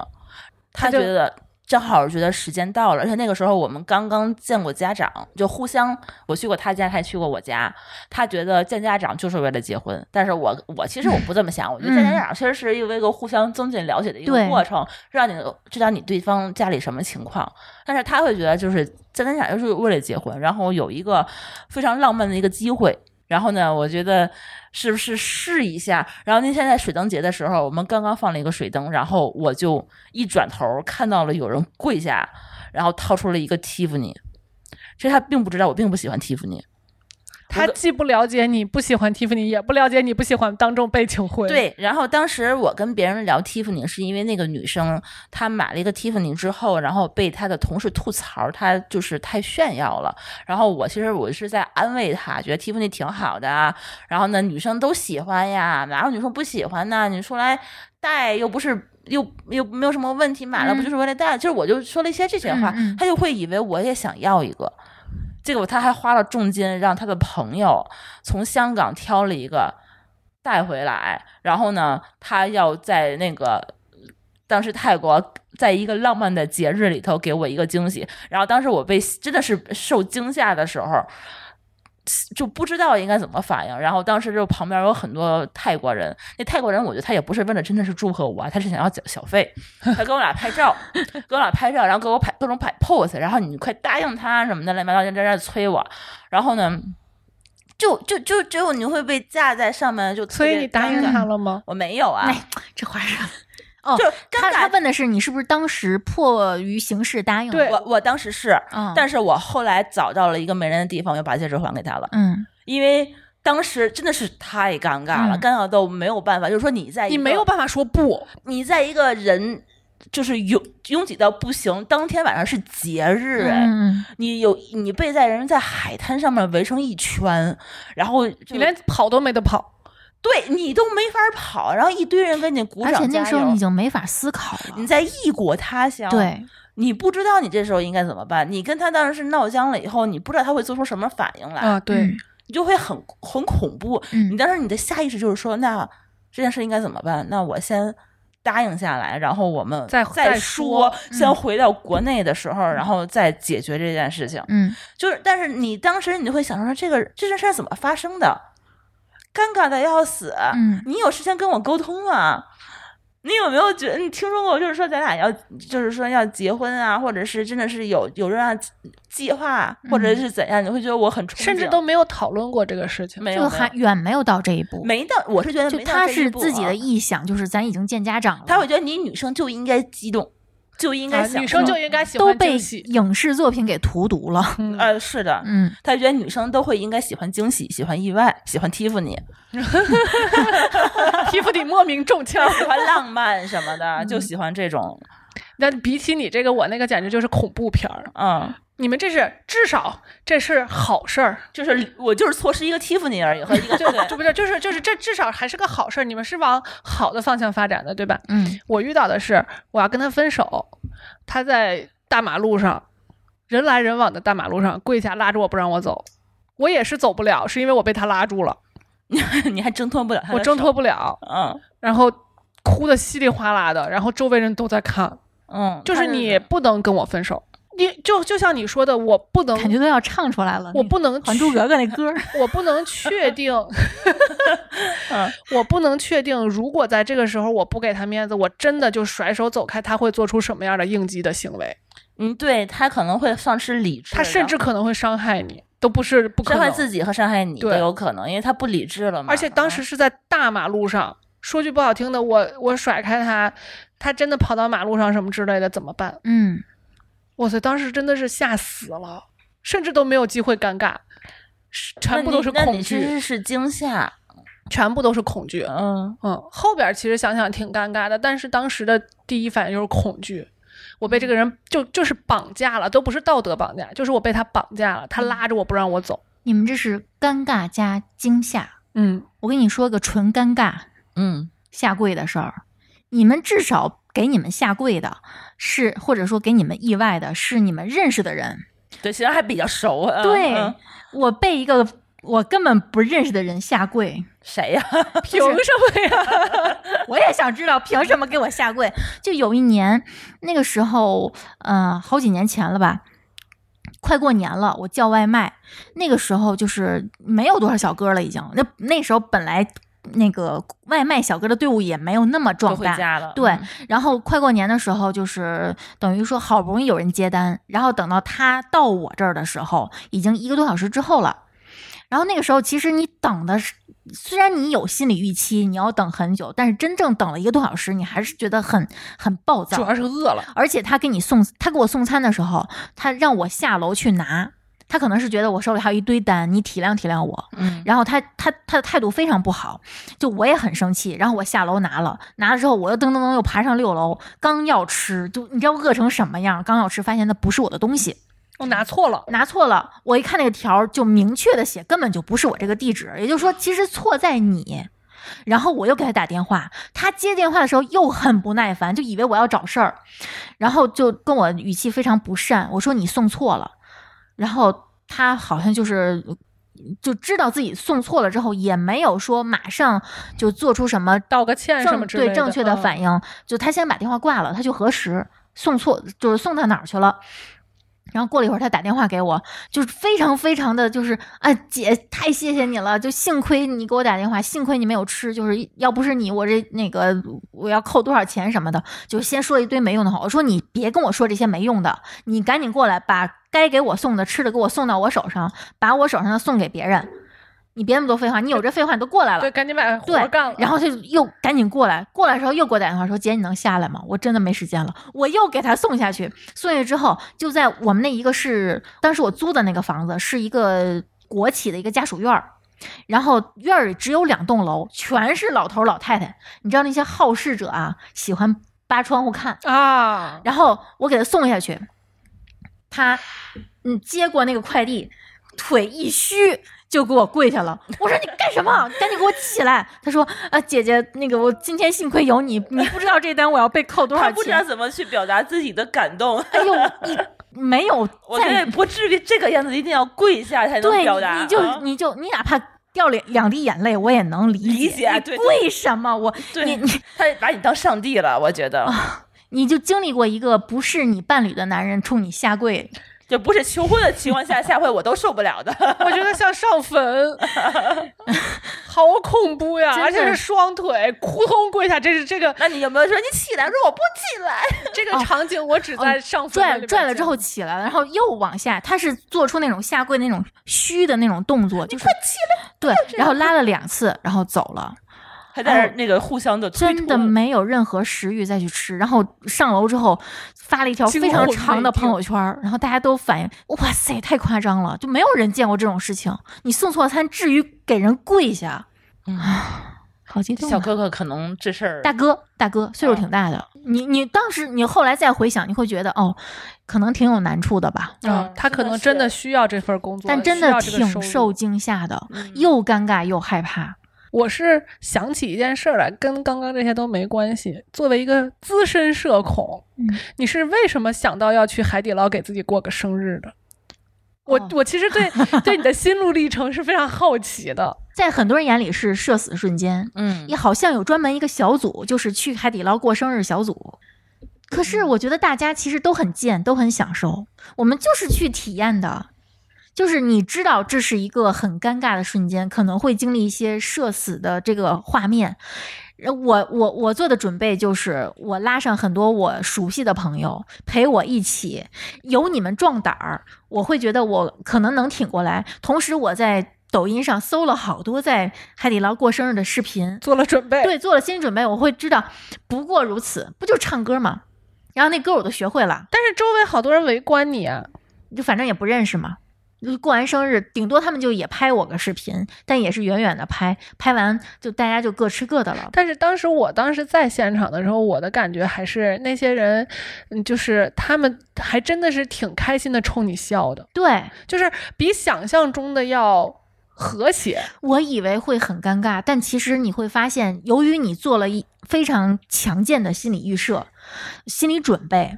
B: 他
D: 他就
B: 觉得正好觉得时间到了，而且那个时候我们刚刚见过家长，就互相我去过他家，他也去过我家。他觉得见家长就是为了结婚，但是我我其实我不这么想，我觉得见家长其实是一个一个互相增进了解的一个
C: 对
B: 过程，让你知道你对方家里什么情况。但是他会觉得就是见家长就是为了结婚，然后有一个非常浪漫的一个机会。然后呢，我觉得是不是试一下？然后那天在水灯节的时候，我们刚刚放了一个水灯，然后我就一转头看到了有人跪下，然后掏出了一个 Tiffany。其实他并不知道我并不喜欢 Tiffany，
D: 他既不了解你不喜欢 Tiffany，也不了解你不喜欢当众被求婚。，
B: 对，然后当时我跟别人聊 Tiffany，是因为那个女生她买了一个 Tiffany 之后，然后被她的同事吐槽，她就是太炫耀了。然后我其实我是在安慰她，觉得 Tiffany 挺好的啊，然后呢女生都喜欢呀，哪有女生不喜欢呢？你出来戴又不是。又又没有什么问题，买了不
C: 嗯
B: 就是为了戴？就是我就说了一些这些话，
C: 嗯嗯
B: 她就会以为我也想要一个。结果他还花了重金让他的朋友从香港挑了一个带回来，然后呢，他要在那个当时泰国。在一个浪漫的节日里头给我一个惊喜，然后当时我被真的是受惊吓的时候，就不知道应该怎么反应。然后当时就旁边有很多泰国人，那泰国人我觉得他也不是为了真的是祝贺我啊，他是想要小小费，他跟我俩拍照，跟我俩拍照，然后给我拍各种摆 pose，然后你快答应他什么的，乱七八糟在这在催我，然后呢，就就就只有你会被架在上面，就特
D: 所以
B: 别
D: 你答应
B: 尴尬
D: 他了吗？
B: 我没有啊，
C: 哎这话是哦
B: 就，
C: 他
B: 尴
C: 他
B: 尬。
C: 问的是你是不是当时迫于形势答应了？
D: 对
B: 我我当时是，
C: 嗯，
B: 但
C: 是
B: 是我后来找到了一个没人的地方，又把戒指还给他了，
C: 嗯，
B: 因为当时真的是太尴尬了，
C: 嗯
B: 尴尬到没有办法。就是说你在一
D: 你
B: 个
D: 没有办法说不，
B: 你在一个人就是拥拥挤到不行，当天晚上是节日，哎、
C: 嗯，嗯
B: 你有你被在人在海滩上面围成一圈，然后就
D: 你连跑都没得跑。
B: 对你都没法跑，然后一堆人跟你鼓
C: 而
B: 掌
C: 且那
B: 加
C: 个时候你已
B: 油。嗯
C: 经没法思考
B: 你
C: 了。
B: 在异国他乡，，
C: 对，
B: 你不知道你这时候应该怎么办。你跟他当时是闹僵了以后，你不知道他会做出什么反应来，
D: 啊，对
C: 嗯，
B: 你就会很很恐怖。
C: 嗯
B: 你当时你的下意识就是说，那这件事应该怎么办？那我先答应下来，然后我们
D: 再
B: 再
D: 再说嗯
B: 先回到国内的时候，然后再解决这件事情。
C: 嗯，
B: 就是，但是你当时你就会想说，这个这件事儿怎么发生的？尴尬的要死！
C: 嗯
B: 你有事先跟我沟通啊！你有没有觉得你听说过，就是说咱俩要，就是说要结婚啊，或者是真的是有有这样计划，或者是怎样？你会觉得我很憧憬，
D: 嗯甚至都没有讨论过这个事情。
B: 没
C: 这
B: 有
C: 个
B: 没有
C: 还远没有到这一步。
B: 没到，我是觉得
C: 就
B: 没到
C: 他
B: 这一
C: 是
B: 步
C: 自己
B: 啊
C: 的臆想，就是咱已经见家长了，
B: 他会觉得你女生就应该激动，就应该
D: 啊
B: 想、嗯
D: 女生就应该喜
C: 都
D: 欢
C: 被
D: 惊喜。
C: 影视作品给荼毒了。
D: 嗯 *laughs*
B: 呃是的，
C: 嗯，
B: 他觉得女生都会应该喜欢惊喜，喜欢意外，喜欢 Tiffany，
D: 皮肤底莫名中
B: *laughs*
D: 枪。
B: 喜欢浪漫什么的，
D: 嗯
B: 就喜欢这种，
D: 那比起你这个，我那个简直就是恐怖片儿。
B: 嗯，
D: 你们这是至少这是好事儿，
B: 就是我就是错失一个 Tiffany 而已和一个对
D: 这不是 *laughs* 就是就是这至少还是个好事儿。你们是往好的方向发展的，对吧？
C: 嗯，
D: 我遇到的是我要跟他分手，他在大马路上，人来人往的大马路上跪下拉着我不让我走，我也是走不了，是因为我被他拉住了，
B: 对， *laughs* 你还挣脱不了他，
D: 我挣脱，不了，
B: 嗯
D: 然后哭的稀里哗啦的，然后周围人都在看，
B: 嗯，
D: 就是
B: 他
D: 你不能跟我分手，你就就像你说的，我不能，
C: 感觉都要唱出来了。
D: 我
C: 那
D: 不能
C: 《还珠
D: 去
C: 格格》那
B: *laughs*
C: 歌儿，
D: 我不能确定，
B: 嗯
D: 我不能确定，如果在这个时候我不给他面子，我真的就甩手走开，他会做出什么样的应激的行为？
B: 嗯，对他可能会丧失理智，
D: 他甚至可能会伤害你，都不是不可
B: 伤
D: 能
B: 害自己和伤害你都
D: 对
B: 有可能，因为他不理智了嘛。
D: 而且当
B: 嗯
D: 时是在大马路上，说句不好听的，我我甩开他，他真的跑到马路上什么之类的怎么办？
C: 嗯，
D: 哇塞，当时真的是吓死了，甚至都没有机会尴尬，是
B: 那
D: 全部
B: 你
D: 都是
B: 那
D: 恐
B: 你其
D: 惧，
B: 实是惊吓，
D: 全部都是恐惧。
B: 嗯，
D: 嗯，后边其实想想挺尴尬的，但是当时的第一反应就是恐惧。我被这个
C: 嗯
D: 人就就是绑架了，都不是道德绑架，就是我被他绑架了，他
C: 嗯
D: 拉着我不让我走。
C: 你们这是尴尬加惊吓。
D: 嗯，
C: 我跟你说个纯尴尬
B: 嗯，
C: 下跪的事儿，你们至少给你们下跪的是，或者说给你们意外的是你们认识的人。
B: 对，其实还比较熟啊。
C: 对、
B: 嗯
C: 我被一个我根本不认识的人下跪，
B: 谁呀？
D: *laughs* 凭什么呀？
C: 我也想知道凭什么给我下跪。就有一年，那个时候，呃，好几年前了吧，快过年了，我叫外卖。那个时候就是没有多少小哥了，已经。那那时候本来那个外卖小哥的队伍也没有那么
B: 都
C: 壮
B: 回
C: 大，
B: 家了。
C: 对
B: 嗯，
C: 然后快过年的时候，就是等于说好不容易有人接单，然后等到他到我这儿的时候，已经一个多小时之后了。然后那个时候，其实你等的是，虽然你有心理预期，你要等很久，但是真正等了一个多小时，你还是觉得很很暴
D: 主
C: 躁。
D: 要是饿了。
C: 而且他给你送，他给我送餐的时候，他让我下楼去拿，他可能是觉得我手里还有一堆单，你体谅体谅我。
B: 嗯，
C: 然后他他他的态度非常不好，就我也很生气。然后我下楼拿了，拿了之后我又噔噔噔又爬上六楼，刚要吃，就你知道饿成什么样？刚要吃，发现那不是我的东西，
D: 我拿错了，
C: 拿错了。我一看那个条儿，就明确的写根本就不是我这个地址，也就是说其实错在你。然后我又给他打电话，他接电话的时候又很不耐烦，就以为我要找事儿，然后就跟我语气非常不善，我说你送错了，然后他好像就是就知道自己送错了之后，也没有说马上就做出什么
D: 道个歉什
C: 正
D: 么之类的。嗯
C: 对正确的反应，就他先把电话挂了，他去核实送错就是送到哪儿去了。然后过了一会儿，他打电话给我，就是非常非常的就是啊，姐太谢谢你了，就幸亏你给我打电话，幸亏你没有吃，就是要不是你，我这那个我要扣多少钱什么的，就先说了一堆没用的话。我说你别跟我说这些没用的，你赶紧过来把该给我送的吃的给我送到我手上，把我手上的送给别人，你别那么多废话，你有这废话你都过来
D: 嗯。
C: 了
D: 对，，赶紧把活
C: 对
D: 儿干了。
C: 然后他就又赶紧过来，过来的时候又给我打电话说：“姐，你能下来吗？我真的没时间了。”我又给他送下去，送下去之后，就在我们那一个是当时我租的那个房子，是一个国企的一个家属院儿。然后院儿里只有两栋楼，全是老头儿老太太。你知道那些好事者啊，喜欢扒窗户看。
D: 啊，
C: 然后我给他送下去，他嗯接过那个快递，腿一虚就给我跪下了。我说你干什么？赶紧给我起来！他说啊，姐姐，那个我今天幸亏有你，你不知道这单我要被扣多
B: 他
C: 少
B: 不知道
C: 钱。
B: 怎么去表达自己的感动。
C: 哎呦，你没有
B: *laughs* 我觉
C: 在
B: 得不至于这个样子，一定要跪下才能
C: 对，
B: 表达。
C: 你就
B: 啊
C: 你就你哪怕掉两两滴眼泪，我也能理解。
B: 理解
C: 你
B: 对
C: 为什么我你
B: 对
C: 你，啊
B: 他把你当上帝了，我觉得
C: 你就经历过一个不是你伴侣的男人冲你下跪，
B: 就不是求婚的情况下，下回我都受不了的。 *laughs*
D: 我觉得像上
C: *laughs*
D: 坟，好恐怖呀！
C: 真的
D: 而且是双腿扑通跪下，这是这
C: *laughs*
D: 个
B: 那你有没有说你起来？说我不起来，
D: 这个场景，我只 *laughs* 在上坟
C: 拽
D: 里面
C: 哦拽了
D: 见
C: 之后起来了，然后又往下，他是做出那种下跪那种虚的那种动作，就是
B: 起
C: 对，然后拉了两次，然后走了，
B: 还在那儿那个互相的推脱
C: 哦真的没有任何食欲再去吃。然后上楼之后发了一条
D: 惊
C: 非常
D: 魂
C: 长的
D: 未定
C: 朋友圈，然后大家都反应，哇塞，太夸张了，就没有人见过这种事情。你送错餐，至于给人跪下，
B: 嗯
C: 好激动、
B: 小
C: 啊！
B: 哥哥可能这事儿
C: 大哥，大哥，岁数挺大的，你你当时你后来再回想，你会觉得哦，可能挺有难处的吧，
D: 嗯，他可能真的需要这份工作，
C: 但真
D: 需
C: 的
D: 要这个
C: 挺
D: 收入
C: 受惊吓的，
B: 嗯
C: 又尴尬又害怕。
D: 我是想起一件事儿来，跟刚刚这些都没关系。作为一个资深社恐，
C: 嗯
D: 你是为什么想到要去海底捞给自己过个生日的？我、
C: 哦
D: 我其
C: *laughs*
D: 实对对你的心路历程是非常好奇的。
C: 在很多人眼里是社死瞬间，
B: 嗯
C: 也好像有专门一个小组，就是去海底捞过生日小组。可是我觉得大家其实都很贱，都很享受，我们就是去体验的。就是你知道这是一个很尴尬的瞬间，可能会经历一些社死的这个画面。呃我我我做的准备就是我拉上很多我熟悉的朋友陪我一起，有你们壮胆儿，我会觉得我可能能挺过来。同时我在抖音上搜了好多在海底捞过生日的视频，
D: 做了准备，
C: 对，做了心理准备，我会知道不过如此，不就是唱歌吗？然后那歌我都学会了。
D: 但是周围好多人围观你啊，
C: 就反正也不认识嘛。就过完生日，顶多他们就也拍我个视频，但也是远远的拍，拍完就大家就各吃各的了。
D: 但是当时我当时在现场的时候，我的感觉还是那些人，嗯，就是他们还真的是挺开心的，冲你笑的，
C: 对
D: 就是比想象中的要和谐。
C: 我以为会很尴尬，但其实你会发现，由于你做了一非常强健的心理预设、心理准备，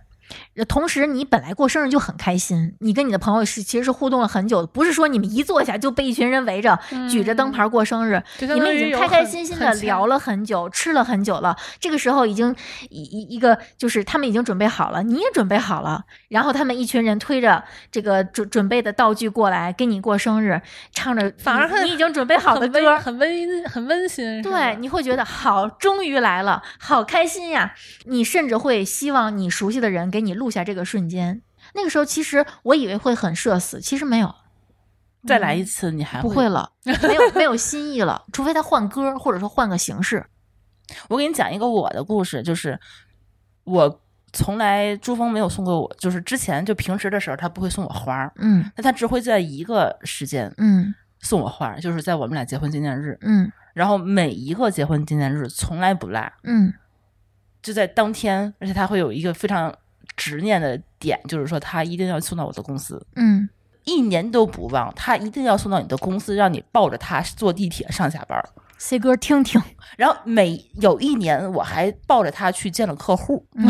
C: 呃同时你本来过生日就很开心，你跟你的朋友是其实是互动了很久的，不是说你们一坐下就被一群人围着、举着
D: 嗯
C: 灯牌过生日，
D: 就相
C: 你
D: 当
C: 们已经
D: 于有
C: 开
D: 很
C: 开心心的聊，了很久，吃了很久了。这个时候已经一一一个就是他们已经准备好了，你也准备好了，然后他们一群人推着这个准准备的道具过来给你过生日，唱着
D: 反而
C: 你
D: 很
C: 你已经准备好的
D: 很温
C: 歌，
D: 很温馨，很温馨。是吧
C: 对，你会觉得好，终于来了，好开心呀！你甚至会希望你熟悉的人给你录下这个瞬间。那个时候，其实我以为会很社死，其实没有，
B: 再来一次，你还
C: 不会了，没有没有新意了，除非他换歌，或者说换个形式。
B: 我给你讲一个我的故事，就是我从来朱峰没有送过我，就是之前就平时的时候他不会送我花儿，
C: 嗯
B: 那他只会在一个时间
C: 嗯
B: 送我花儿，就是在我们俩结婚纪念日。
C: 嗯
B: 然后每一个结婚纪念日从来不落，
C: 嗯
B: 就在当天，而且他会有一个非常执念的点，就是说他一定要送到我的公司，
C: 嗯
B: 一年都不忘，他一定要送到你的公司，让你抱着他坐地铁上下班儿。
C: ，C 歌听听，
B: 然后每有一年，我还抱着他去见了客户，
C: 嗯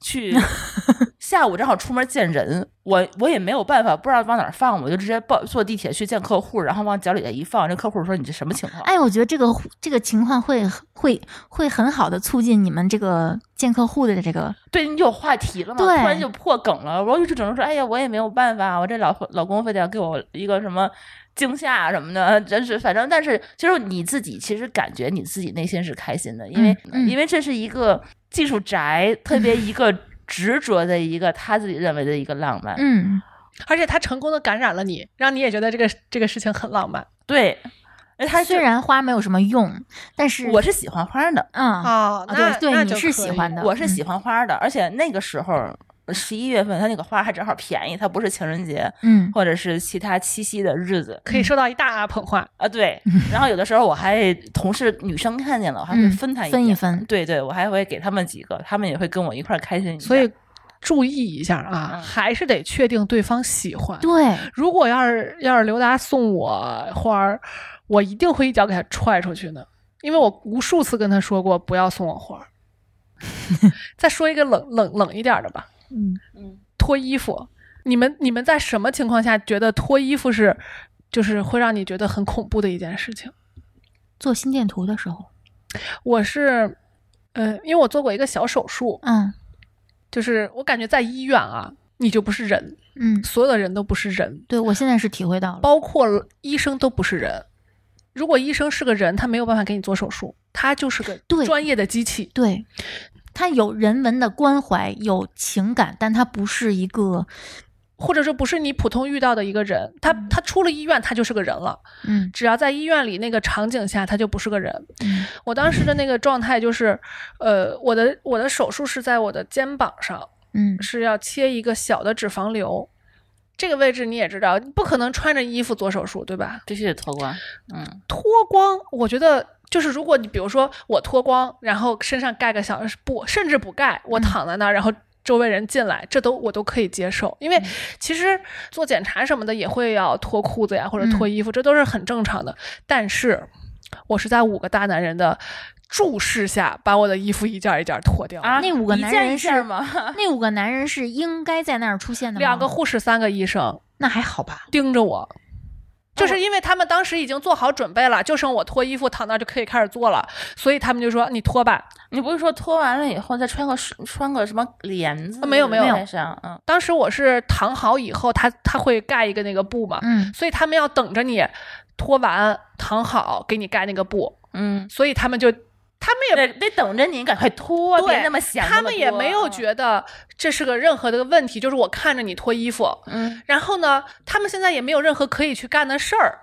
B: 去下午正好出门见人，我我也没有办法，不知道往哪儿放，我就直接抱坐地铁去见客户，然后往脚底下一放，这客户说你这什么情况？
C: 哎，我觉得这个这个情况会会会很好的促进你们这个见客户的这个，
B: 对你有话题了嘛？
C: 对
B: 突然就破梗了，我就只能说，哎呀，我也没有办法，我这老婆老公非得要给我一个什么惊吓啊什么的，真是反正，但是其实你自己其实感觉你自己内心是开心的，因为、
C: 嗯嗯
B: 因为这是一个技术宅，特别一个执着的一个他自己认为的一个浪漫，
C: 嗯，
D: 而且他成功的感染了你，让你也觉得这个这个事情很浪漫
B: 对，而且他
C: 虽
B: 是
C: 然花没有什么用，但是
B: 我是喜欢花的，
C: 嗯
D: 哦
C: 啊对对，你是喜欢的，
B: 我是喜
C: 欢，
B: 欢花的，而且那个时候十一月份，他那个花还正好便宜，它不是情人节
C: 嗯
B: 或者是其他七夕的日子。
D: 可以收到一大阿捧花，
C: 嗯
B: 啊，对，然后有的时候我还同事女生看见了，我还会
C: 嗯
B: 分她一、
C: 分一分，
B: 对对，我还会给他们几个，他们也会跟我一块儿开心一下。
D: 所以注意一下啊，
B: 嗯
D: 还是得确定对方喜欢。
C: 对，
D: 如果要是要是刘达送我花儿，我一定会一脚给他踹出去的，因为我无数次跟他说过不要送我花儿。 *laughs* 再说一个冷冷冷一点的吧，
C: 嗯
D: 脱衣服，你们你们在什么情况下觉得脱衣服是就是会让你觉得很恐怖的一件事情？
C: 做心电图的时候，
D: 我是，呃，因为我做过一个小手术，
C: 嗯
D: 就是我感觉在医院啊，你就不是人，
C: 嗯，
D: 所有的人都不是人，
C: 对我现在是体会到了，
D: 包括医生都不是人。如果医生是个人，他没有办法给你做手术，他就是个
C: 对
D: 专业的机器。
C: 对，他有人文的关怀，有情感，但他不是一个，
D: 或者说不是你普通遇到的一个人，他他出了医院，他就是个人了。
C: 嗯
D: 只要在医院里那个场景下，他就不是个人。
C: 嗯
D: 我当时的那个状态就是，呃，我的我的手术是在我的肩膀上，
C: 嗯
D: 是要切一个小的脂肪瘤。这个位置你也知道，不可能穿着衣服做手术，对吧？
B: 必须得脱光，嗯，
D: 脱光，我觉得就是如果你比如说我脱光，然后身上盖个小布，甚至不盖，我躺在那儿，然后。周围人进来，这都我都可以接受，因为其实做检查什么的也会要脱裤子呀，或者脱衣服，这都是很正常的。但是，我是在五个大男人的注视下，把我的衣服一件一件脱掉。
B: 啊
C: 那五个
B: 一
C: 男
B: 件
C: 人
B: 一件
C: 是
B: 吗？
C: *laughs*
B: *laughs*
C: 那五个男人是应该在那儿出现的吗，
D: 两个护士，三个医生
C: 那还好吧？
D: 盯着我，就是因为他们当时已经做好准备了，就剩我脱衣服躺那儿就可以开始做了，所以他们就说你脱吧。
B: 你不是说脱完了以后再穿个水穿个什么帘子？
D: 啊没有没有
B: 在上嗯，
D: 当时我是躺好以后，他他会盖一个那个布
B: 哦
D: 嘛，
C: 嗯，
D: 所以他们要等着你脱完躺好给你盖那个布，
B: 嗯，
D: 所以他们就他们也
B: 得得等着你赶快脱，
D: 对
B: 别那么想那么多。啊
D: 他们也没
C: 嗯
D: 有觉得这是个任何的问题，就是我看着你脱衣服，
B: 嗯，
D: 然后呢，他们现在也没有任何可以去干的事儿，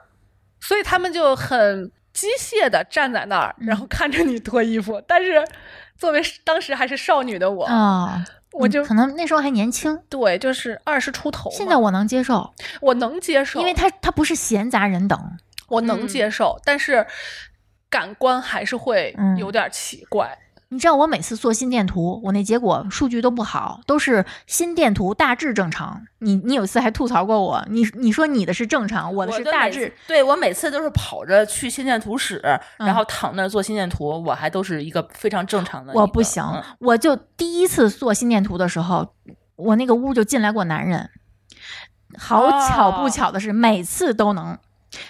D: 所以他们就很机械的站在那儿，
C: 嗯
D: 然后看着你脱衣服。但是作为当时还是少女的我，
C: 啊，
D: 我
C: 嗯
D: 就
C: 可能那时候还年轻，
D: 对，就是二十出头嘛，
C: 现在我能接受，
D: 我能接受，
C: 因
B: 哦
C: 为他他不是闲杂人等，
D: 我能
B: 嗯
D: 接受，但是感官还是会
C: 嗯
D: 有点奇怪。
C: 你知道我每次做心电图，我那结果数据都不好，都是心电图大致正常。你你有一次还吐槽过我，你你说你的是正常，我的是
B: 就
C: 大
B: 每次
C: 致。。
B: 对我每次都是跑着去心电图室，然后躺那儿做心电图，我还都是一个非常正常的一个。
C: 我不行，
B: 嗯
C: 我就第一次做心电图的时候，我那个屋就进来过男人。好
B: 哦
C: 巧不巧的是，每次都能。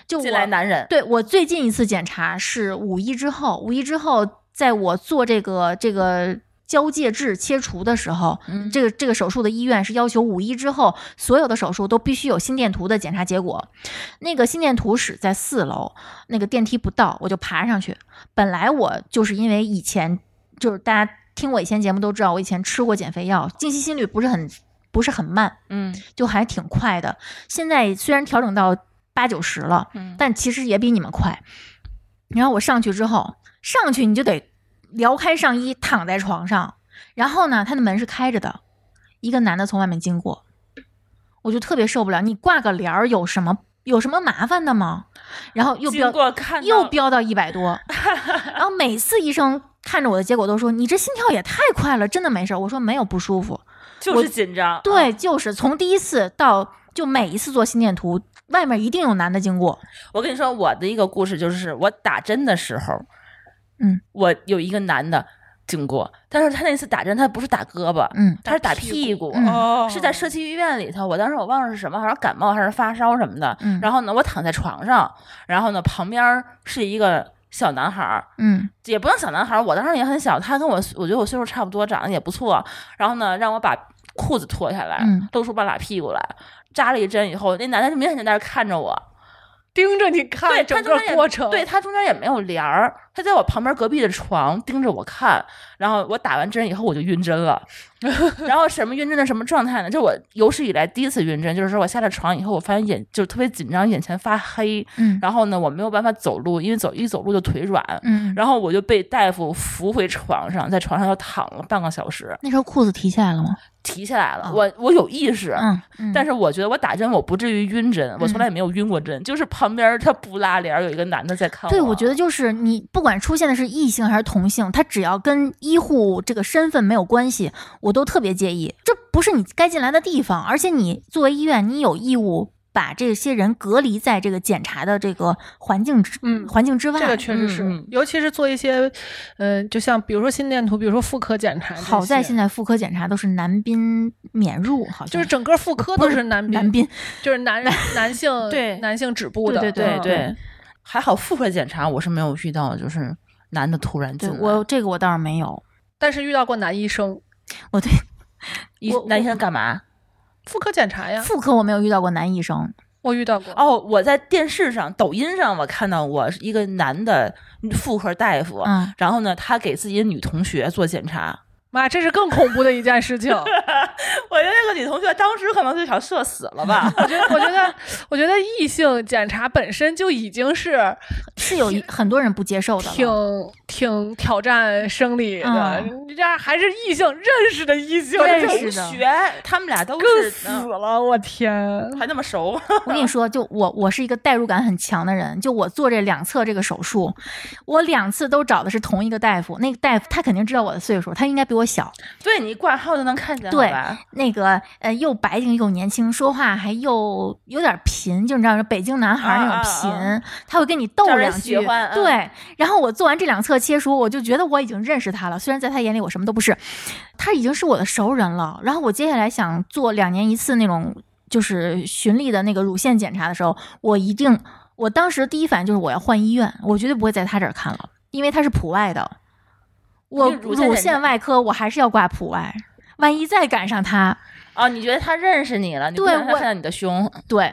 C: 就我
B: 嗯进来男人，
C: 对我最近一次检查是五一之后，五一之后，在我做这个这个交界痣切除的时候，
B: 嗯
C: 这个这个手术的医院是要求五一之后所有的手术都必须有心电图的检查结果。那个心电图室在四楼，那个电梯不到，我就爬上去。本来我就是因为以前就是大家听我以前节目都知道，我以前吃过减肥药，静息心率不是很不是很慢，
B: 嗯
C: 就还挺快的。现在虽然调整到八九十了。
B: 嗯，
C: 但其实也比你们快。然后我上去之后，上去你就得撩开上衣，躺在床上。然后呢，他的门是开着的，一个男的从外面经过，我就特别受不了。你挂个帘儿有什么有什么麻烦的吗？然后又
B: 经
C: 标
B: 过看到
C: 又飙到一
B: *laughs*
C: 百多，然后每次医生看着我的结果都说：“你这心跳也太快了，真的没事儿。”我说：“没有，不舒服。”
B: 就是紧张，
C: 对，就是从第一次到就每一次做心电图，外面一定有男的经过。
B: 我跟你说，我的一个故事就是，我打针的时候，
C: 嗯，
B: 我有一个男的经过，但是他那次打针，他不是打胳膊，
C: 嗯，
B: 他是打
D: 打屁
B: 屁股，
C: 嗯
D: 哦
B: 是在社区医院里头。我当时我忘了是什么，好像感冒还是发烧什么的。
C: 嗯
B: 然后呢，我躺在床上，然后呢，旁边是一个小男孩儿，
C: 嗯
B: 也不能小男孩儿，我当时也很小，他跟我，我觉得我岁数差不多，长得也不错。然后呢，让我把裤子脱下来，
C: 嗯
B: 露出半拉屁股来，扎了一针以后，那男的就明显就在那儿看着我。
D: 盯着你
B: 对
D: 看
B: 他
D: 整
B: 中
D: 个
B: 间也
D: 过程，
B: 对他中间也没有帘儿，他在我旁边隔壁的床盯着我看，然后我打完针以后我就晕针
D: *laughs*
B: 了，然后什么晕针的什么状态呢？就我有史以来第一次晕针，就是说我下了床以后，我发现眼就特别紧张，眼前发黑，
C: 嗯
B: 然后呢我没有办法走路，因为走一走路就腿软，
C: 嗯，
B: 然后我就被大夫扶回床上，在床上又躺了半个小时，
C: 那时候裤子提下来了吗？
B: 提起来
D: 哦
B: 了，我我有意识，
C: 嗯，嗯
B: 但
C: 是
B: 是我觉得我打针我不至于晕针，我从来也没有晕过针，就是旁边他不拉帘儿有一个男的在看我。
C: 对，我觉得就是你不管出现的是异性还是同性，他只要跟医护这个身份没有关系，我都特别介意。这不是你该进来的地方，而且你作为医院，你有义务把这些人隔离在这个检查的这个环境之、
D: 嗯
C: 环境之外。
D: 这个确实是，
B: 嗯嗯
D: 尤其是做一些，嗯、就像比如说心电图，比如说妇科检查这些，
C: 好在现在妇科检查都是男宾免入，好像
D: 就是整个妇科
C: 不
D: 都
C: 是
D: 是男
C: 男
D: 宾，
C: 宾
D: 就是
B: *laughs*
D: 男男性
B: 对
D: 男性止步的，
C: 对
B: 对
D: 嗯
B: 对，还好妇科检查我是没有遇到，就是男的突然进
C: 对
B: 来，
C: 我这个我倒是没有，
D: 但是遇到过男医生，
C: 我对
B: 医
D: 我
B: 男医生干嘛？
D: 妇科检查哎呀，
C: 妇科我没有遇到过男医生，
D: 我遇到过。
B: 哦，我在电视上、抖音上我看到我一个男的妇科大夫，
C: 嗯，
B: 然后呢，他给自己的女同学做检查， *laughs*
D: 妈，这是更恐怖的一件事情。
B: 我觉得那个女同学当时可能就想社死了
C: *laughs*
B: 吧。
D: 我觉得，我觉得，我觉得异性检查本身就已经是哦
C: 是有一很多人不接受的了，
D: 挺挺挑战生理的，
C: 嗯
D: 你这样还是异性认识的异性，
C: 认
D: 就
C: 识
B: 同
C: 的
B: 学，他们俩都
D: 更
B: 是嗯
D: 死了，我天！
B: 还那么熟， *laughs*
C: 我跟你说，就我我是一个代入感很强的人，就我做这两侧这个手术，我两次都找的是同一个大夫，那个大夫他肯定知道我的岁数，他应该比我小，
B: 对你挂号就能看见，
C: 对
B: 好吧？
C: 那个呃又白净又年轻，说话还又有点贫，就你知道北京男孩那种贫，
B: 啊啊
C: 他会跟你逗
B: 招人
C: 两
B: 喜
C: 句，
B: 欢啊
C: 对。然后我做完这两侧切除，我就觉得我已经认识他了，虽然在他眼里我什么都不是，他已经是我的熟人了。然后我接下来想做两年一次那种。就是循例的那个乳腺检查的时候，我一定，我当时第一反应就是我要换医院，我绝对不会在他这儿看了，因为他是普外的，我
B: 因为乳腺
C: 乳
B: 检查
C: 腺外科我还是要挂普外，万一再赶上他，
B: 哦，你觉得他认识你了？你不
C: 对
B: 想让他
C: 我
B: 看到你的
C: *laughs*
B: 胸， *laughs*
C: 对，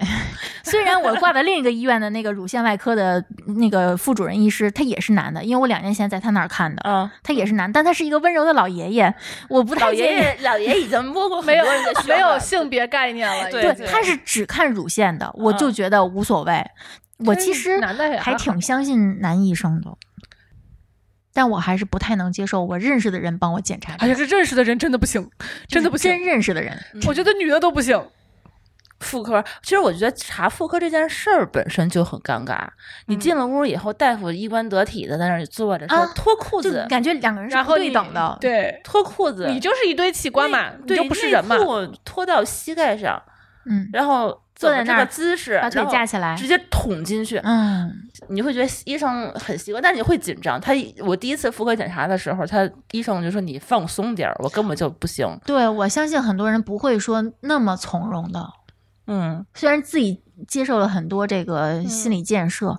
C: 虽然我挂在另一个医院的那个乳腺外科的那个副主任医师，他也是男的，因为我两年前在他那儿看的，
B: 嗯，
C: 他也是男，但他是一个温柔的老爷爷，我不
B: 老
C: 太
B: 爷
C: 建议。
B: 爷 *laughs* 老爷爷已经摸过很
D: 没有
B: 多人的胸了，
D: 没有性别概念了，
B: 对
D: 已
C: 对，
D: 经
C: 他是只看乳腺的，我就
B: 嗯
C: 觉得无所谓。我其实
D: 男的也
C: 还
D: 还好
C: 挺相信男医生的，但我还是不太能接受我认识的人帮我检查这
D: 哎
C: 个，
D: 呀，这认识的人真的不行，真的不
C: 真
D: 行，
C: 认识的人。
D: 嗯我觉得女的都不行。
B: *laughs* 妇科，其实我觉得查妇科这件事儿本身就很尴尬。你进了屋以后，大夫衣冠得体的在那儿坐着，说
C: 嗯啊
B: 脱裤
C: 就
B: 子，
C: 感觉两个人是
D: 然
C: 不
D: 后
C: 对
D: 你
C: 等
B: 嗯
C: 的，
D: 对，
B: 脱裤子，
D: 你就是一堆器官嘛，你
B: 对
D: 就不是人嘛
B: 内。裤脱到膝盖上，
C: 嗯，
B: 然后
C: 坐在
B: 怎么这
C: 那
B: 个
C: 儿
B: 姿势，
C: 把腿
B: 然后
C: 架起来
B: 直接捅进去，
C: 嗯，
B: 你会觉得医生很习惯，但你会紧张。他我第一次妇科检查的时候，他医生就说你放松点儿，我根本就不行。
C: 对，我相信很多人不会说那么从容的，
B: 嗯，
C: 虽然自己接受了很多这个心
D: 嗯
C: 理建设，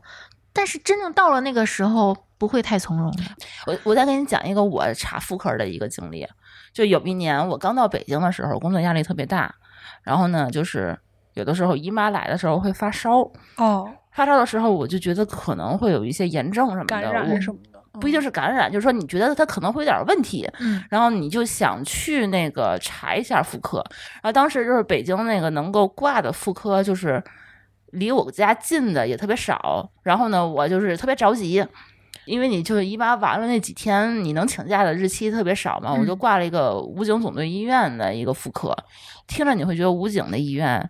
C: 但是真正到了那个时候，不会太从容的。
B: 我我再给你讲一个我查妇科的一个经历，就有一年我刚到北京的时候，工作压力特别大，然后呢，就是有的时候姨妈来的时候会发烧，
D: 哦，
B: 发烧的时候我就觉得可能会有一些炎症什么的，
D: 感
B: 我
D: 染什么的，
B: 不一定是感染，就是说你觉得它可能会有点问题，
C: 嗯
B: 然后你就想去那个查一下妇科，然后当时就是北京那个能够挂的妇科就是离我家近的也特别少，然后呢，我就是特别着急，因为你就是姨妈完了那几天，你能请假的日期特别少嘛，
C: 嗯
B: 我就挂了一个武警总队医院的一个妇科，听着你会觉得武警的医院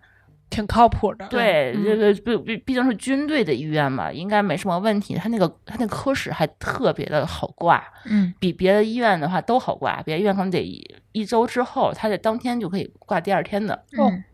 D: 挺靠谱的。
B: 对，
C: 嗯
B: 这个毕毕毕竟是军队的医院嘛，应该没什么问题。他那个他那科室还特别的好挂，
C: 嗯
B: 比别的医院的话都好挂，别的医院可能得一一周之后，他得当天就可以挂第二天的。
D: 哦
C: 嗯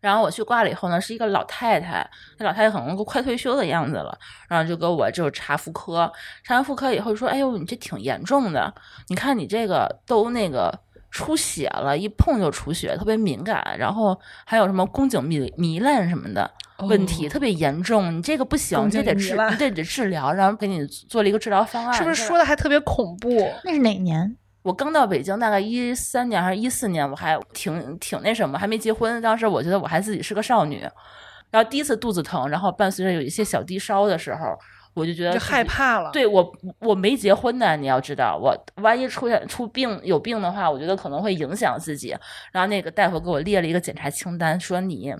B: 然后我去挂了以后呢，是一个老太太，那老太太可能都快退休的样子了，然后就给我就查妇科，查完妇科以后就说：“哎呦，你这挺严重的，你看你这个都那个出血了，一碰就出血，特别敏感，然后还有什么宫颈糜糜烂什么的
D: 哦
B: 问题、特别严重，你这个不行，
D: 宫
B: 你
D: 颈
B: 这得治
D: 糜，烂
B: 你这得治疗，然后给你做了一个治疗方案，
D: 是不是说的还特别恐怖？
C: 那是哪年？
B: 我刚到北京，大概一三年还是一四年，我还挺挺那什么，还没结婚。当时我觉得我还自己是个少女，然后第一次肚子疼，然后伴随着有一些小低烧的时候，我就觉得
D: 就
B: 自己
D: 害。怕了。，
B: 对我，我没结婚呢，你要知道，我万一出现出病有病的话，我觉得可能会影响自己。然后那个大夫给我列了一个检查清单，说你，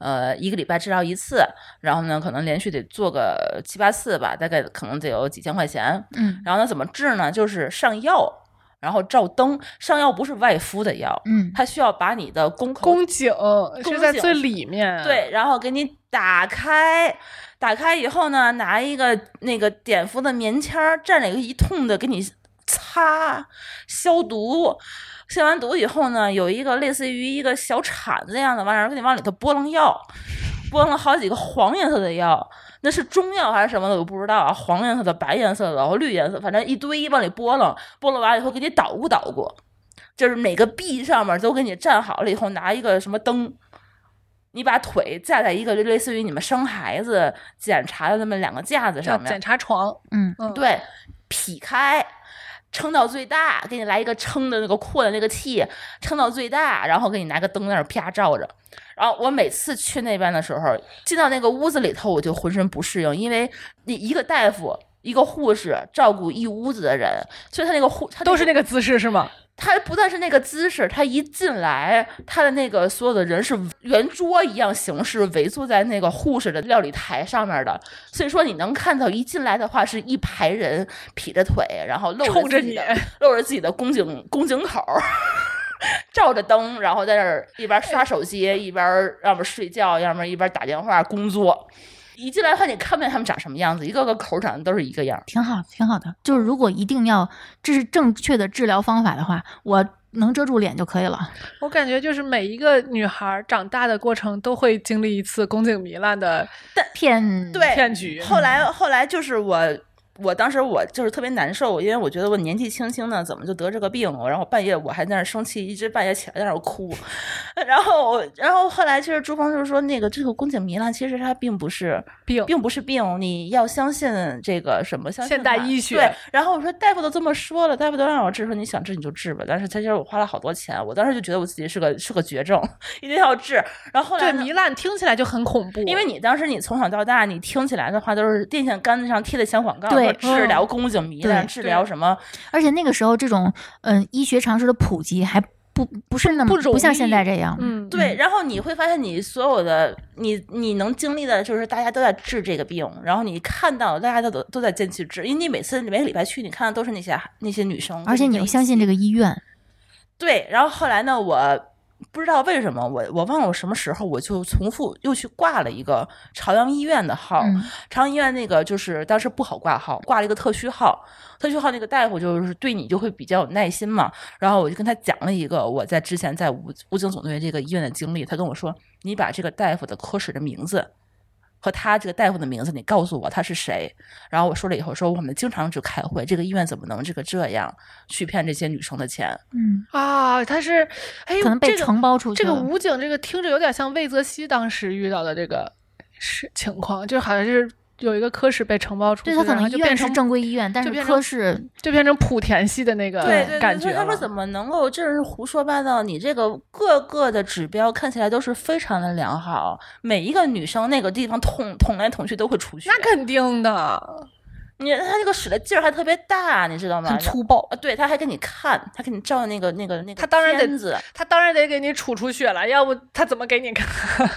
B: 呃，一个礼拜治疗一次，然后呢，可能连续得做个七八次吧，大概可能得有几千块钱。
C: 嗯
B: 然后呢，怎么治呢？就是上药，然后照灯。上药不是外敷的药，
C: 嗯
B: 它需要把你的宫口
D: 宫颈是
B: 宫
D: 在
B: 颈
D: 最里面。
B: 对，，然后给你打开，打开以后呢，拿一个那个碘伏的棉签儿蘸了一个一通的给你擦消毒。消完毒以后呢，有一个类似于一个小铲子一样的玩意儿，给你往里头拨楞药，拨楞了好几个黄颜色的药，那是中药还是什么的，我不知道啊。黄颜色的、白颜色的，然后绿颜色，反正一堆往里拨楞，拨楞完以后给你捣鼓捣鼓，就是每个壁上面都给你站好了以后，拿一个什么灯，你把腿架在一个就类似于你们生孩子检查的那么两个架子
D: 叫
B: 上
D: 检
B: 面，
D: 查床。
C: 嗯
D: 嗯，
B: 对，劈开。撑到最大，给你来一个撑的那个扩的那个气，撑到最大，然后给你拿个灯在那儿啪照着。然后我每次去那边的时候，进到那个屋子里头，我就浑身不适应，因为你一个大夫、一个护士照顾一屋子的人，所以他那个护他
D: 都是
B: 那个
D: 那个姿势是吗？
B: 他不但是那个姿势，他一进来，他的那个所有的人是圆桌一样形式围坐在那个护士的料理台上面的，所以说你能看到一进来的话是一排人劈着腿，然后露
D: 冲着
B: 自己
D: 你 *laughs*
B: 的，露着自己的宫颈宫颈口儿，照着灯，然后在那儿一边刷手机，一边要么睡觉，要么一边打电话工作。一进来的话，你看不见他们长什么样子，一个个口长得都是一个样儿。
C: 挺好，挺好的。就是如果一定要这是正确的治疗方法的话，我能遮住脸就可以了。
D: 我感觉就是每一个女孩长大的过程都会经历一次宫颈糜烂的
C: 骗
B: 对哎
D: 骗局。
B: 后来后来就是我我当时我就是特别难受，因为我觉得我年纪轻轻的怎么就得这个病了，然后半夜我还在那儿生气，一直半夜起来在那儿哭， *laughs* 然后我然后后来其实朱峰就是说那个这个宫颈糜烂其实它并不是
D: 病
B: 并不是病，你要相信这个什么相信
D: 现代
B: 它
D: 医学
B: 对，然后我说大夫都这么说了，大夫都让我治，说你想治你就治吧，但是他其实我花了好多钱，我当时就觉得我自己是个是个绝症， *laughs* 一定要治，然后后来
D: 对，
B: 呢
D: 糜烂听起来就很恐怖，
B: 因为你当时你从小到大，你听起来的话都是电线杆子上贴的小广告，
C: 对嗯
B: 说治疗宫颈糜烂，
C: 对嗯
B: 治疗什么，
C: 而且那个时候这种嗯、医学常识的普及还不不是那么
D: 不容易
C: 像现在这样，
D: 嗯，
B: 对。然后你会发现，你所有的你你能经历的就是大家都在治这个病，然后你看到大家都都在坚持治，因为你每次每个礼拜去，你看的都是那些那些女生，
C: 而且你又相信这
B: 个
C: 个医院，
B: 对。然后后来呢，我。不知道为什么，我我忘了我什么时候，我就重复又去挂了一个朝阳医院的号，
C: 嗯，
B: 朝阳医院那个就是当时不好挂号，挂了一个特需号，特需号那个大夫就是对你就会比较有耐心嘛。然后我就跟他讲了一个我在之前在武武警总队这个医院的经历，他跟我说，你把这个大夫的科室的名字。和他这个大夫的名字，你告诉我他是谁。然后我说了以后，说我们经常去开会，这个医院怎么能这个这样去骗这些女生的钱？
C: 嗯，
D: 啊，他是，哎呦，
C: 可能被
D: 这个
C: 承包出去
D: 这个
C: 了。
D: 武警，这个听着有点像魏则西当时遇到的这个是情况，就好像是有一个科室被承包出去，
C: 对他可
D: 然后
C: 能
D: 就
C: 医
D: 变
C: 院是
D: 成
C: 正规医院，但
D: 就是变成嗯
C: 科室
D: 就变成莆田系的那个
B: 对对
D: 呃感
B: 对，所
D: 觉
B: 以他说
D: 了
B: 怎么能够这是胡说八道？你这个各个的指标看起来都是非常的良好，每一个女生那个地方捅捅来捅去都会出血，
D: 那肯定的，
B: 你他那个使的劲儿还特别大，你知道吗？
D: 很粗暴。
B: 啊，对，他还给你看，他给你照那个那个那个
D: 他当然得
B: 片子，
D: 他当然得给你杵出血了，要不他怎么给你看？嗯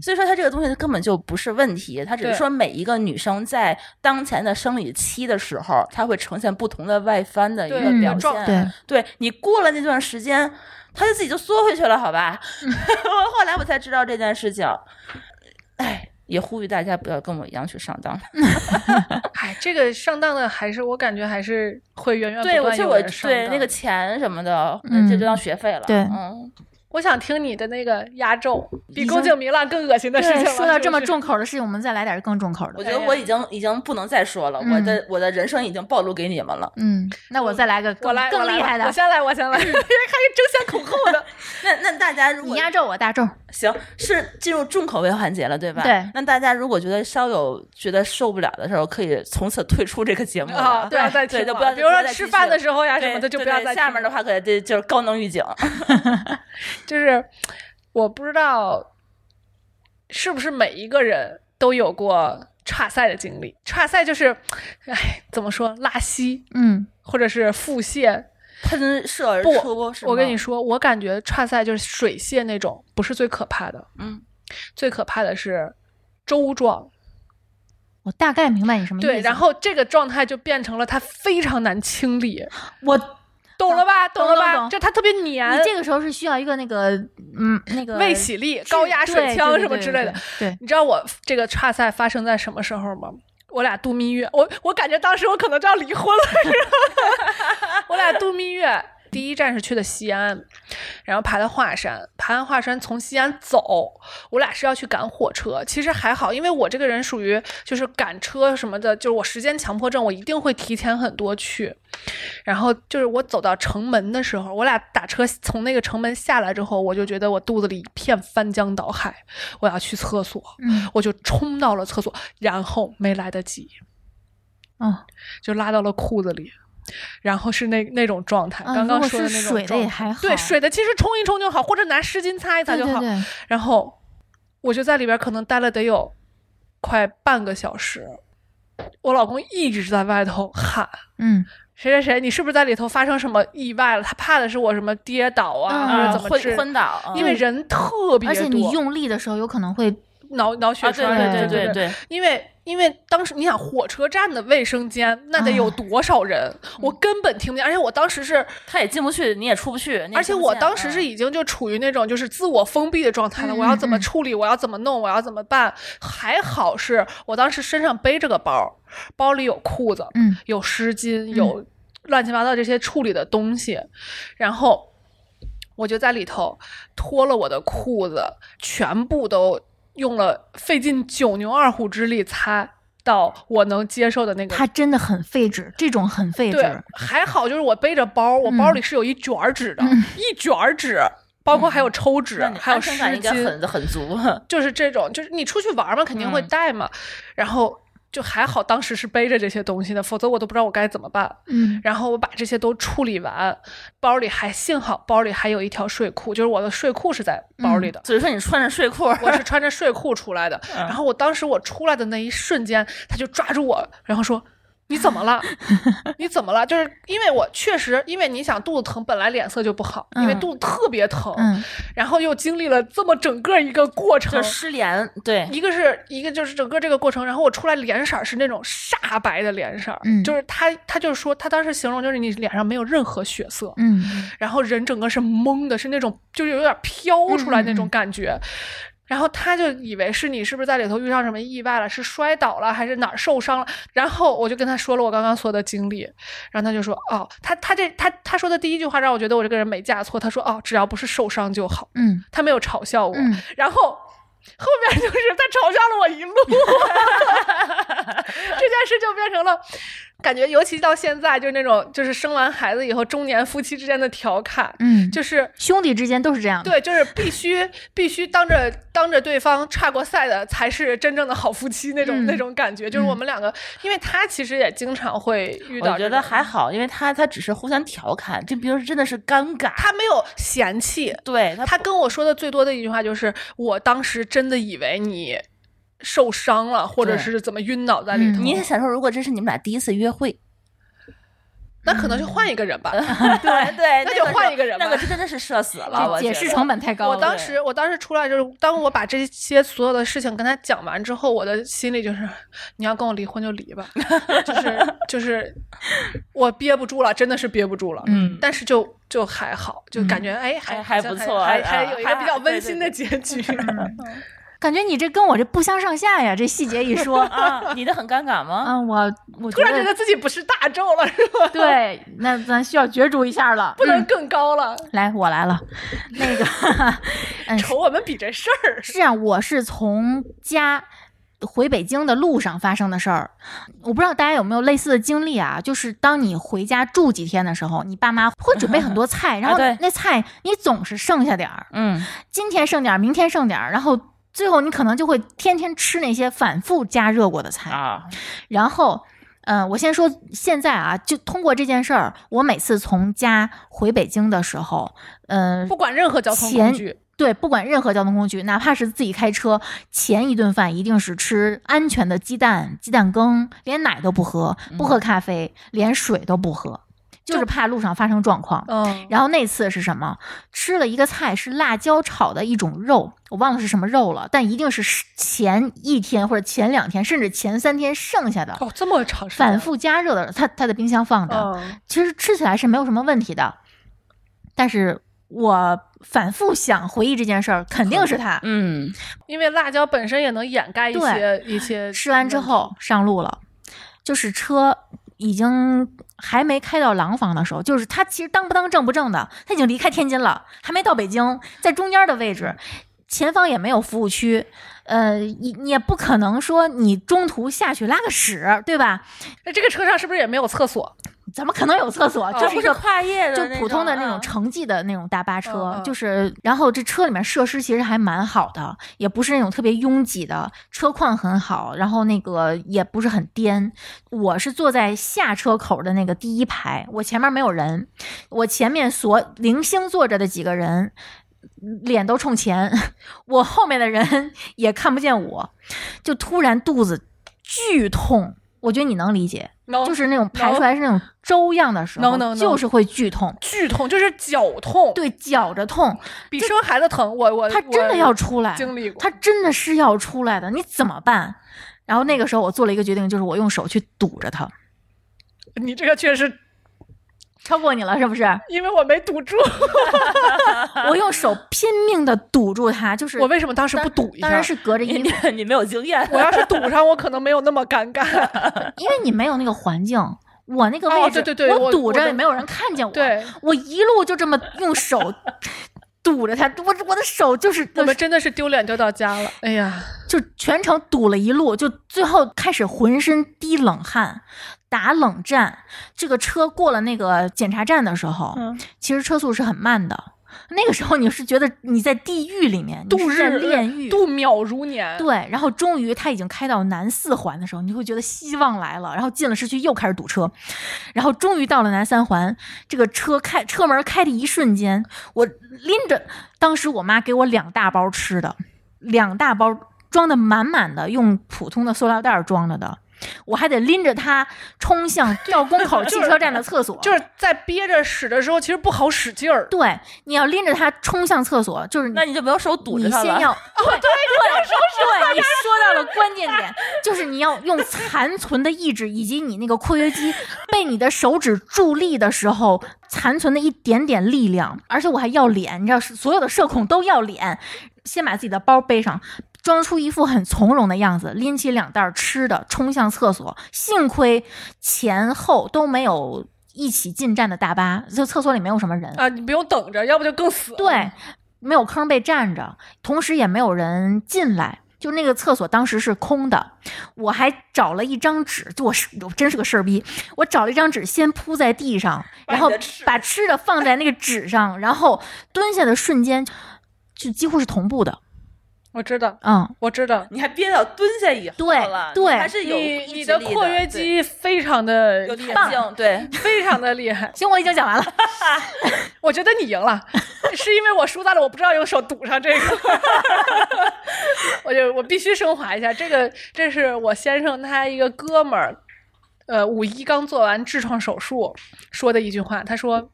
B: 所以说他这个东西根本就不是问题，他只是
D: 对
B: 说每一个女生在当前的生理期的时候，她会呈现不同的外翻的一
D: 对
B: 个
C: 嗯
B: 表
D: 状
B: 现。
C: 对，
B: 对你过了那段时间，他就自己就缩回去了，好吧？
D: 嗯
B: 后 *laughs* 来我才知道这件事情，哎，也呼吁大家不要跟我一样去上当。
D: 哎，这个上当的还是我感觉还是会源源不
B: 对，我
D: 断
B: 就
D: 有
B: 我
D: 人上当。
B: 对那个钱什么的，
C: 嗯
B: 这就当学费了。
C: 对
B: 嗯，
D: 我想听你的那个压轴，比
C: 已
D: 宫
C: 经
D: 颈糜烂更恶心的事情
C: 对，
D: 了。
C: 说到
D: 是
C: 这
D: 不
C: 么
D: 是
C: 重口的事情，我们再来点更重口
B: 我
C: 的。
B: 觉得
D: 哎
B: 我已经已经不能再说了，我
D: 嗯
B: 的我的人生已经暴露给你们了。
C: 嗯，那我再来个
D: 我
C: 更
D: 来，我
C: 更
D: 来
C: 厉
D: 吧
C: 害
D: 我
C: 的，
D: 先来，我先来，还是争先恐后的。
B: 那那大家如
C: 你
B: 果
C: 压轴我大轴，
B: 行是进入重口味环节了，对吧？
C: 对
B: 那大家如果觉得稍有觉得受不了的时候，可以从此退出这个节目
D: 啊，
B: 了。 *laughs*
D: 不要再
B: 对
D: 听
B: 就
D: 了
B: 不要
D: 比如
B: 不要
D: 说
B: 再继
D: 吃
B: 续
D: 饭的时候呀
B: 对
D: 什么的，就
B: 对
D: 不要
B: 对
D: 再
B: 下
D: 听
B: 面的
D: 了
B: 话可这就是高能预警。
D: 就是我不知道是不是每一个人都有过岔赛的经历。岔赛就是，哎，怎么说，拉稀
C: 嗯，
D: 或者是腹泻。
B: 喷射而
D: 不
B: 出，是
D: 我跟你
B: 吗，
D: 说，我感觉岔赛就是水泻那种，不是最可怕的，
B: 嗯，
D: 最可怕的是粥状。
C: 我大概明白你什么意思。
D: 对，然后这个状态就变成了它非常难清理，
C: 我
D: 懂了吧？
C: 懂
D: 了
C: 懂
D: 吧？
C: 懂
D: 就它特别黏
C: 你。这个时候是需要一个那个嗯那个
D: 未洗力、
C: 治
D: 高压水
C: 对
D: 枪
C: 对
D: 什么
C: 对
D: 之类的，
C: 对，对
D: 你知道我这个岔赛发生在什么时候吗？我俩度蜜月，我我感觉当时我可能就要离婚了，你知道吗 *laughs* 我俩度蜜月，第一站是去的西安，然后爬的华山，爬完华山从西安走，我俩是要去赶火车。其实还好，因为我这个人属于就是赶车什么的，就是我时间强迫症，我一定会提前很多去。然后就是我走到城门的时候，我俩打车从那个城门下来之后，我就觉得我肚子里一片翻江倒海，我要去厕所。
C: 嗯
D: 我就冲到了厕所，然后没来得及，
C: 哦，
D: 就拉到了裤子里，然后是那那种状态，
C: 嗯
D: 刚
C: 如
D: 刚
C: 果
D: 说的
C: 是
D: 那种
C: 水的
D: 状
C: 也
D: 态
C: 还好
D: 对，水的其实冲一冲就好，或者拿湿巾擦一擦
C: 对
D: 就
C: 对
D: 好。
C: 对，
D: 然后我就在里边可能待了得有快半个小时，我老公一直在外头喊。
C: 嗯
D: 谁谁谁，你是不是在里头发生什么意外了？他怕的是我什么跌倒啊，
C: 嗯
D: 或者
B: 啊，
D: 怎么
B: 昏
D: 治？
B: 昏倒，
D: 因为人特别多，
C: 而且你用力的时候有可能会
D: 脑脑
B: 啊，
D: 血
B: 对
D: 栓、
B: 对对
C: 对
B: 对
D: 对
B: 对，
D: 因为因为当时你想火车站的卫生间那得有多少人，我根本听不见，而且我当时是，
B: 他也进不去，你也出不去，你也
D: 而且
B: 听不
D: 我
B: 见
D: 当时是
B: 嗯
D: 已经就处于那种就是自我封闭的状态了，
C: 嗯
D: 我要怎么
C: 嗯嗯
D: 处理，我要怎么弄，我要怎么办？还好是我当时身上背着个包，包里有裤子，
C: 嗯
D: 有湿巾，有乱七八糟这些处理的东西，然后我就在里头脱了我的裤子，全部都用了费尽九牛二虎之力擦。到我能接受的那个。
C: 它真的很费纸，这种很费
D: 对
C: 纸，，
D: 还好就是我背着包，我包里是有一卷儿纸的，一卷儿纸，包括还有抽纸，
B: 那你
D: 还有
B: 安
D: 湿
B: 全感应该
D: 巾，
B: 很很足。
D: 就是这种，就是你出去玩嘛，肯定会
B: 嗯
D: 带嘛。然后就还好，当时是背着这些东西的，否则我都不知道我该怎么办。
C: 嗯
D: 然后我把这些都处理完，包里还幸好包里还有一条睡裤，就是我的睡裤是在包
C: 嗯
D: 里的。
B: 所以说你穿着睡裤，
D: 我是穿着睡裤
C: *laughs*
D: 出来的，然
C: 嗯
D: 后我当时我出来的那一瞬间，他就抓住我，然后说：“你怎么了？你怎么了？”就是因为我确实，因为你想肚子疼，本来脸色就不好，因为
C: 嗯
D: 肚子特别疼，
C: 嗯
D: 然后又经历了这么整个一个过程
B: 就，失联，对，
D: 一个是一个就是整个这个过程，然后我出来脸色儿是那种煞白的脸色儿，
C: 嗯
D: 就是他他就是说他当时形容就是你脸上没有任何血色，
C: 嗯
D: 然后人整个是懵的，是那种就是有点
C: 嗯
D: 飘出来那种感觉。然后他就以为是你是不是在里头遇上什么意外了，是摔倒了还是哪儿受伤了？然后我就跟他说了我刚刚说的经历，然后他就说哦，他他这他他说的第一句话让我觉得我这个人没嫁错。他说哦，只要不是受伤就好，
C: 嗯
D: 他没有嘲笑我。
C: 嗯，
D: 然后后面就是他嘲笑了我一路， *laughs* 这件事就变成了感觉，尤其到现在，就是那种就是生完孩子以后中年夫妻之间的调侃，
C: 嗯，
D: 就是。
C: 兄弟之间都是这样的，
D: 对，就是必须必须当着当着对方差过赛的才是真正的好夫妻那种、
C: 嗯
D: 那种感觉，就是我们两个，因为他其实也经常会遇到
B: 我
D: 这种，
B: 觉得还好，因为他他只是互相调侃，并不是真的是尴尬。
D: 他没有嫌弃，
B: 对他
D: 他跟我说的最多的一句话就是：“我当时真的以为你受伤了，或者
B: 对
D: 是怎么晕倒在里头。
C: 嗯
B: 你也想说，如果这是你们俩第一次约
D: *laughs*
B: 会，
D: 那可能就换一个人吧。
B: *laughs* 对对，
D: 那就
B: 个
D: 换
B: 是
D: 一个人
B: 那
D: 吧
B: 个真的是社死了，
C: 这
B: 我
C: 解
B: 觉
C: 释
B: 得
C: 成本太高
D: 啊我
C: 了。
D: 当时，我当时出来就是，当我把这些所有的事情跟他讲完之后，我的心里就是，你要跟我离婚就离
B: *laughs*
D: 吧，就是就是，我憋不住了，真的是憋不住了。
B: 嗯
D: 但是就就还好，就感觉、哎还
B: 还
D: 好像
B: 不错
D: 还
B: 啊
D: 还有一个
B: 还
D: 比较温
B: 对对，
D: 馨的结局。
C: 感觉你这跟我这不相上下呀，这细节一说
D: *laughs*
B: 啊，你的很尴尬吗？
C: 嗯，我我
D: 突然觉得自己不是大众了，是吧？
C: 对，那咱需要角逐一下了。
D: 不能更高了。
C: 来，我来了，那个
D: 瞅我们比这事儿，
C: 哎是这样，我是从家回北京的路上发生的事儿，我不知道大家有没有类似的经历啊？就是当你回家住几天的时候，你爸妈会准备很
B: *laughs*
C: 多菜，然后
B: 啊对
C: 那菜你总是剩下点儿，
B: 嗯，
C: 今天剩点儿，明天剩点儿，然后最后你可能就会天天吃那些反复加热过的菜。
B: 啊，
C: 然后，嗯、我先说现在啊，就通过这件事儿，我每次从家回北京的时候，嗯、
D: 不管任何交通工具，
C: 对，不管任何交通工具，哪怕是自己开车，前一顿饭一定是吃安全的鸡蛋、鸡蛋羹，连奶都不喝，不喝咖啡，连水都不喝，嗯就是哦怕路上发生状况。
D: 嗯，
C: 然后那次是什么？吃了一个菜，是辣椒炒的一种肉，我忘了是什么肉了，但一定是前一天或者前两天，甚至前三天剩下的，哦
D: 哦，这么长时间
C: 反，复加热的，它它在冰箱放着。
D: 嗯，
C: 其实吃起来是没有什么问题的，但是我反复想回忆这件事儿，肯定是他。
B: 嗯，
D: 因为辣椒本身也能掩盖一些一些。
C: 嗯吃完之，后上路了，就是车已经还没开到廊坊的时候，就是他其实当不当正不正的，他已经离开天津了，还没到北京，在中间的位置，前方也没有服务区。呃，你你也不可能说你中途下去拉个屎，对吧？
D: 那这个车上是不是也没有厕所？
C: 怎么可能有厕所？
D: 哦
C: 这
B: 不
C: 是一
B: 是
C: 个
B: 跨业的
C: 就
B: 那种，
C: 普通的那种
B: 嗯
C: 城际的那种大巴车
D: 嗯，嗯
C: 就是，然后这车里面设施其实还蛮好的，也不是那种特别拥挤的，车况很好，然后那个也不是很颠。我是坐在下车口的那个第一排，我前面没有人，我前面所零星坐着的几个人。脸都冲前， *laughs* 我后面的人也看不见我，就突然肚子巨痛，我觉得你能理解，
D: 能
C: 就是那种排出来是那种粥样的时候
D: No, no, no.
C: 就是会剧痛，
D: 剧痛，就是绞痛，，
C: 对，绞着痛，
D: 比生孩子疼。我我
C: 它真的要出来
D: 我，经历过，
C: 它真的是要出来的，你怎么办？然后那个时候我做了一个决定，就是我用手去堵着它，
D: 你这个确实，
C: 超过你了是不是？
D: 因为我没堵住。
C: 我用
D: *laughs*
C: 手拼命的堵住它，就是
D: 我为什么当时不堵一下？
C: 当然是隔着衣
B: *laughs*
C: 服，
B: 你你没有经验，
D: 我要是堵上，我可能没有那么
C: *laughs*
D: 尴尬。
C: 因为你没有那个环境。我那个位置，
D: 哦对对对我
C: 我堵
D: 我
C: 着
D: 的
C: 也没有人看见我，
D: 对，
C: 我一路就这么用手 *laughs* 堵着他，我我的手就是
D: 我们真的是丢脸丢到家了。哎呀，
C: 就全程堵了一路，就最后开始浑身滴冷汗，打冷战。这个车过了那个检查站的时候，
D: 嗯
C: 其实车速是很慢的。那个时候你是觉得你在地狱里面，你
D: 度
C: 是在
D: 日呃
C: 炼狱，
D: 度秒如年。
C: 对，然后终于他已经开到南四环的时候，你会觉得希望来了。然后进了市区又开始堵车，然后终于到了南三环，这个车开车门开的一瞬间，我拎着当时我妈给我两大包吃的，两大包装的满满的，用普通的塑料袋儿装着的。我还得拎着它冲向赵宫
D: *laughs*
C: 口汽车站的厕所，
D: 就是在憋着使的时候，其实不好使劲儿。
C: 对，你要拎着它冲向厕所，就是你
B: 那你就不用手堵着
C: 你
B: 它
C: 先
B: 了。
C: 要 *laughs* 哦对对 *laughs* 对，你说到了关键点，就是你要用残存的意志，以及你那个括约肌被你的手指助力的时候残存的一点点力量，而且我还要脸，你知道，所有的社恐都要脸，先把自己的包背上。装出一副很从容的样子，拎起两袋吃的，冲向厕所。幸亏前后都没有一起进站的大巴，就厕所里没有什么人
D: 啊，你不用等着，要不就更死。
C: 对，，
B: 嗯
C: 没有坑被占着，同时也没有人进来。就那个厕所当时是空的，我还找了一张纸，就我是我真是个事儿逼，我找了一张纸先铺在地上，
B: 把
C: 然
B: 你
C: 后
B: 的吃
C: 把吃的放在那个纸上，然后蹲下的瞬间就几乎是同步的，
D: 我知道，
C: 嗯，
D: 我知道。
B: *laughs* 你还憋到蹲下以后
C: 对
B: 了，
C: 对
B: 你还是有
D: 你
B: 意
D: 你
B: 志
D: 的
B: 力
D: 括约
B: 对
D: 肌非常的
B: 有弹
D: 棒，
B: 性，对，
D: 非常的厉害。
C: 行，我已经讲完了， *laughs*
D: 我觉得你赢了，是因为我输在了我不知道用手堵上这个。 *laughs* 我就我必须升华一下，这个这是我先生他一个哥们儿，呃，五一刚做完痔疮手术说的一句话，他说：“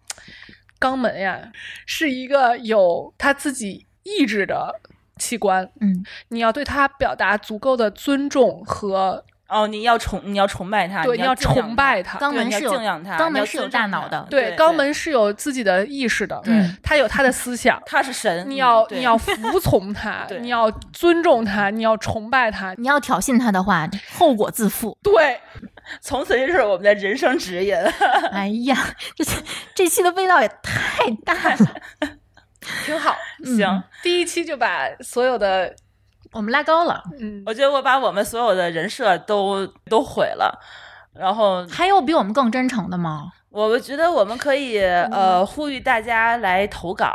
D: 肛门呀，是一个有他自己意志的器官，
C: 嗯，
D: 你要对他表达足够的尊重和
B: 哦，你要崇，你要崇拜他，啊
D: 对，
B: 你
D: 要
B: 敬仰
D: 崇
B: 他
D: 拜他。”
C: 肛
B: 对
C: 门
B: 你要
C: 是有
B: 敬仰它
C: 肛
B: 你要
C: 门是有
B: 尊重
C: 大脑
B: 它
C: 的，
B: 对
D: 对，肛门是有自己的意识的，
C: 嗯
D: 它有它的思想，
B: 他是神，
D: 你要
B: 嗯对 *laughs*
D: 你要服从它
B: 对，
D: 你要尊重它，你要崇拜它。
C: 你要挑衅他的话，后果自负。
B: *laughs*
D: 对，
B: 从此这是我们的人生指引。 *laughs*
C: 哎呀，这这期的味道也太大了，
B: *laughs*
C: 嗯
D: 挺好。
B: 行，
D: 第一期就把所有的
C: 我们拉高了。
D: 嗯，
B: 我觉得我把我们所有的人设都都毁了。然后，
C: 还有比我们更真诚的吗？
B: 我觉得我们可以
D: 嗯
B: 呃呼吁大家来投稿。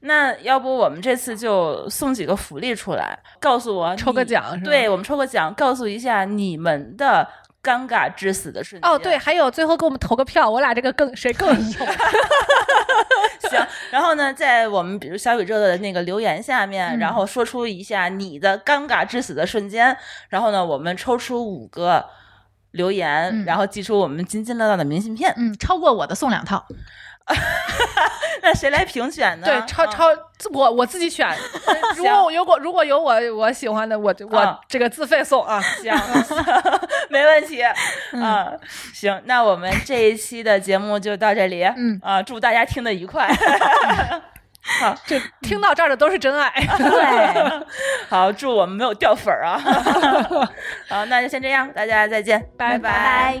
B: 那要不我们这次就送几个福利出来，告诉我
D: 抽个
B: 你
D: 奖是吧
B: 对我们抽个奖，告诉一下你们的尴尬致死的瞬间。
D: 哦对，还有最后给我们投个票，我俩这个更谁更
B: *laughs*
D: 丑？
B: 行，然后呢，在我们比如小宇宙的那个留言下面，
C: 嗯
B: 然后说出一下你的尴尬致死的瞬间，然后呢，我们抽出五个留言，
C: 嗯
B: 然后寄出我们津津乐道的明信片。
C: 嗯，超过我的送两套。
B: 那谁来评选呢？ *laughs*
D: 对，超
B: 嗯
D: 超我我自
B: *laughs*
D: 己选。如果有我如果有我我喜欢的，我就
B: 啊
D: 我这个自费送
B: *laughs*
D: 啊。
B: 行，没问题。嗯，行，那我们这一期的节目就到这里。
C: 嗯
B: 啊，祝大家听得愉快。
D: 这听到这儿的都是真爱。
B: *laughs*
C: 对，
B: 好，祝我们没有掉粉儿啊。 *laughs* 好，那就先这样，大家再见，
D: 拜
B: 拜
C: 拜。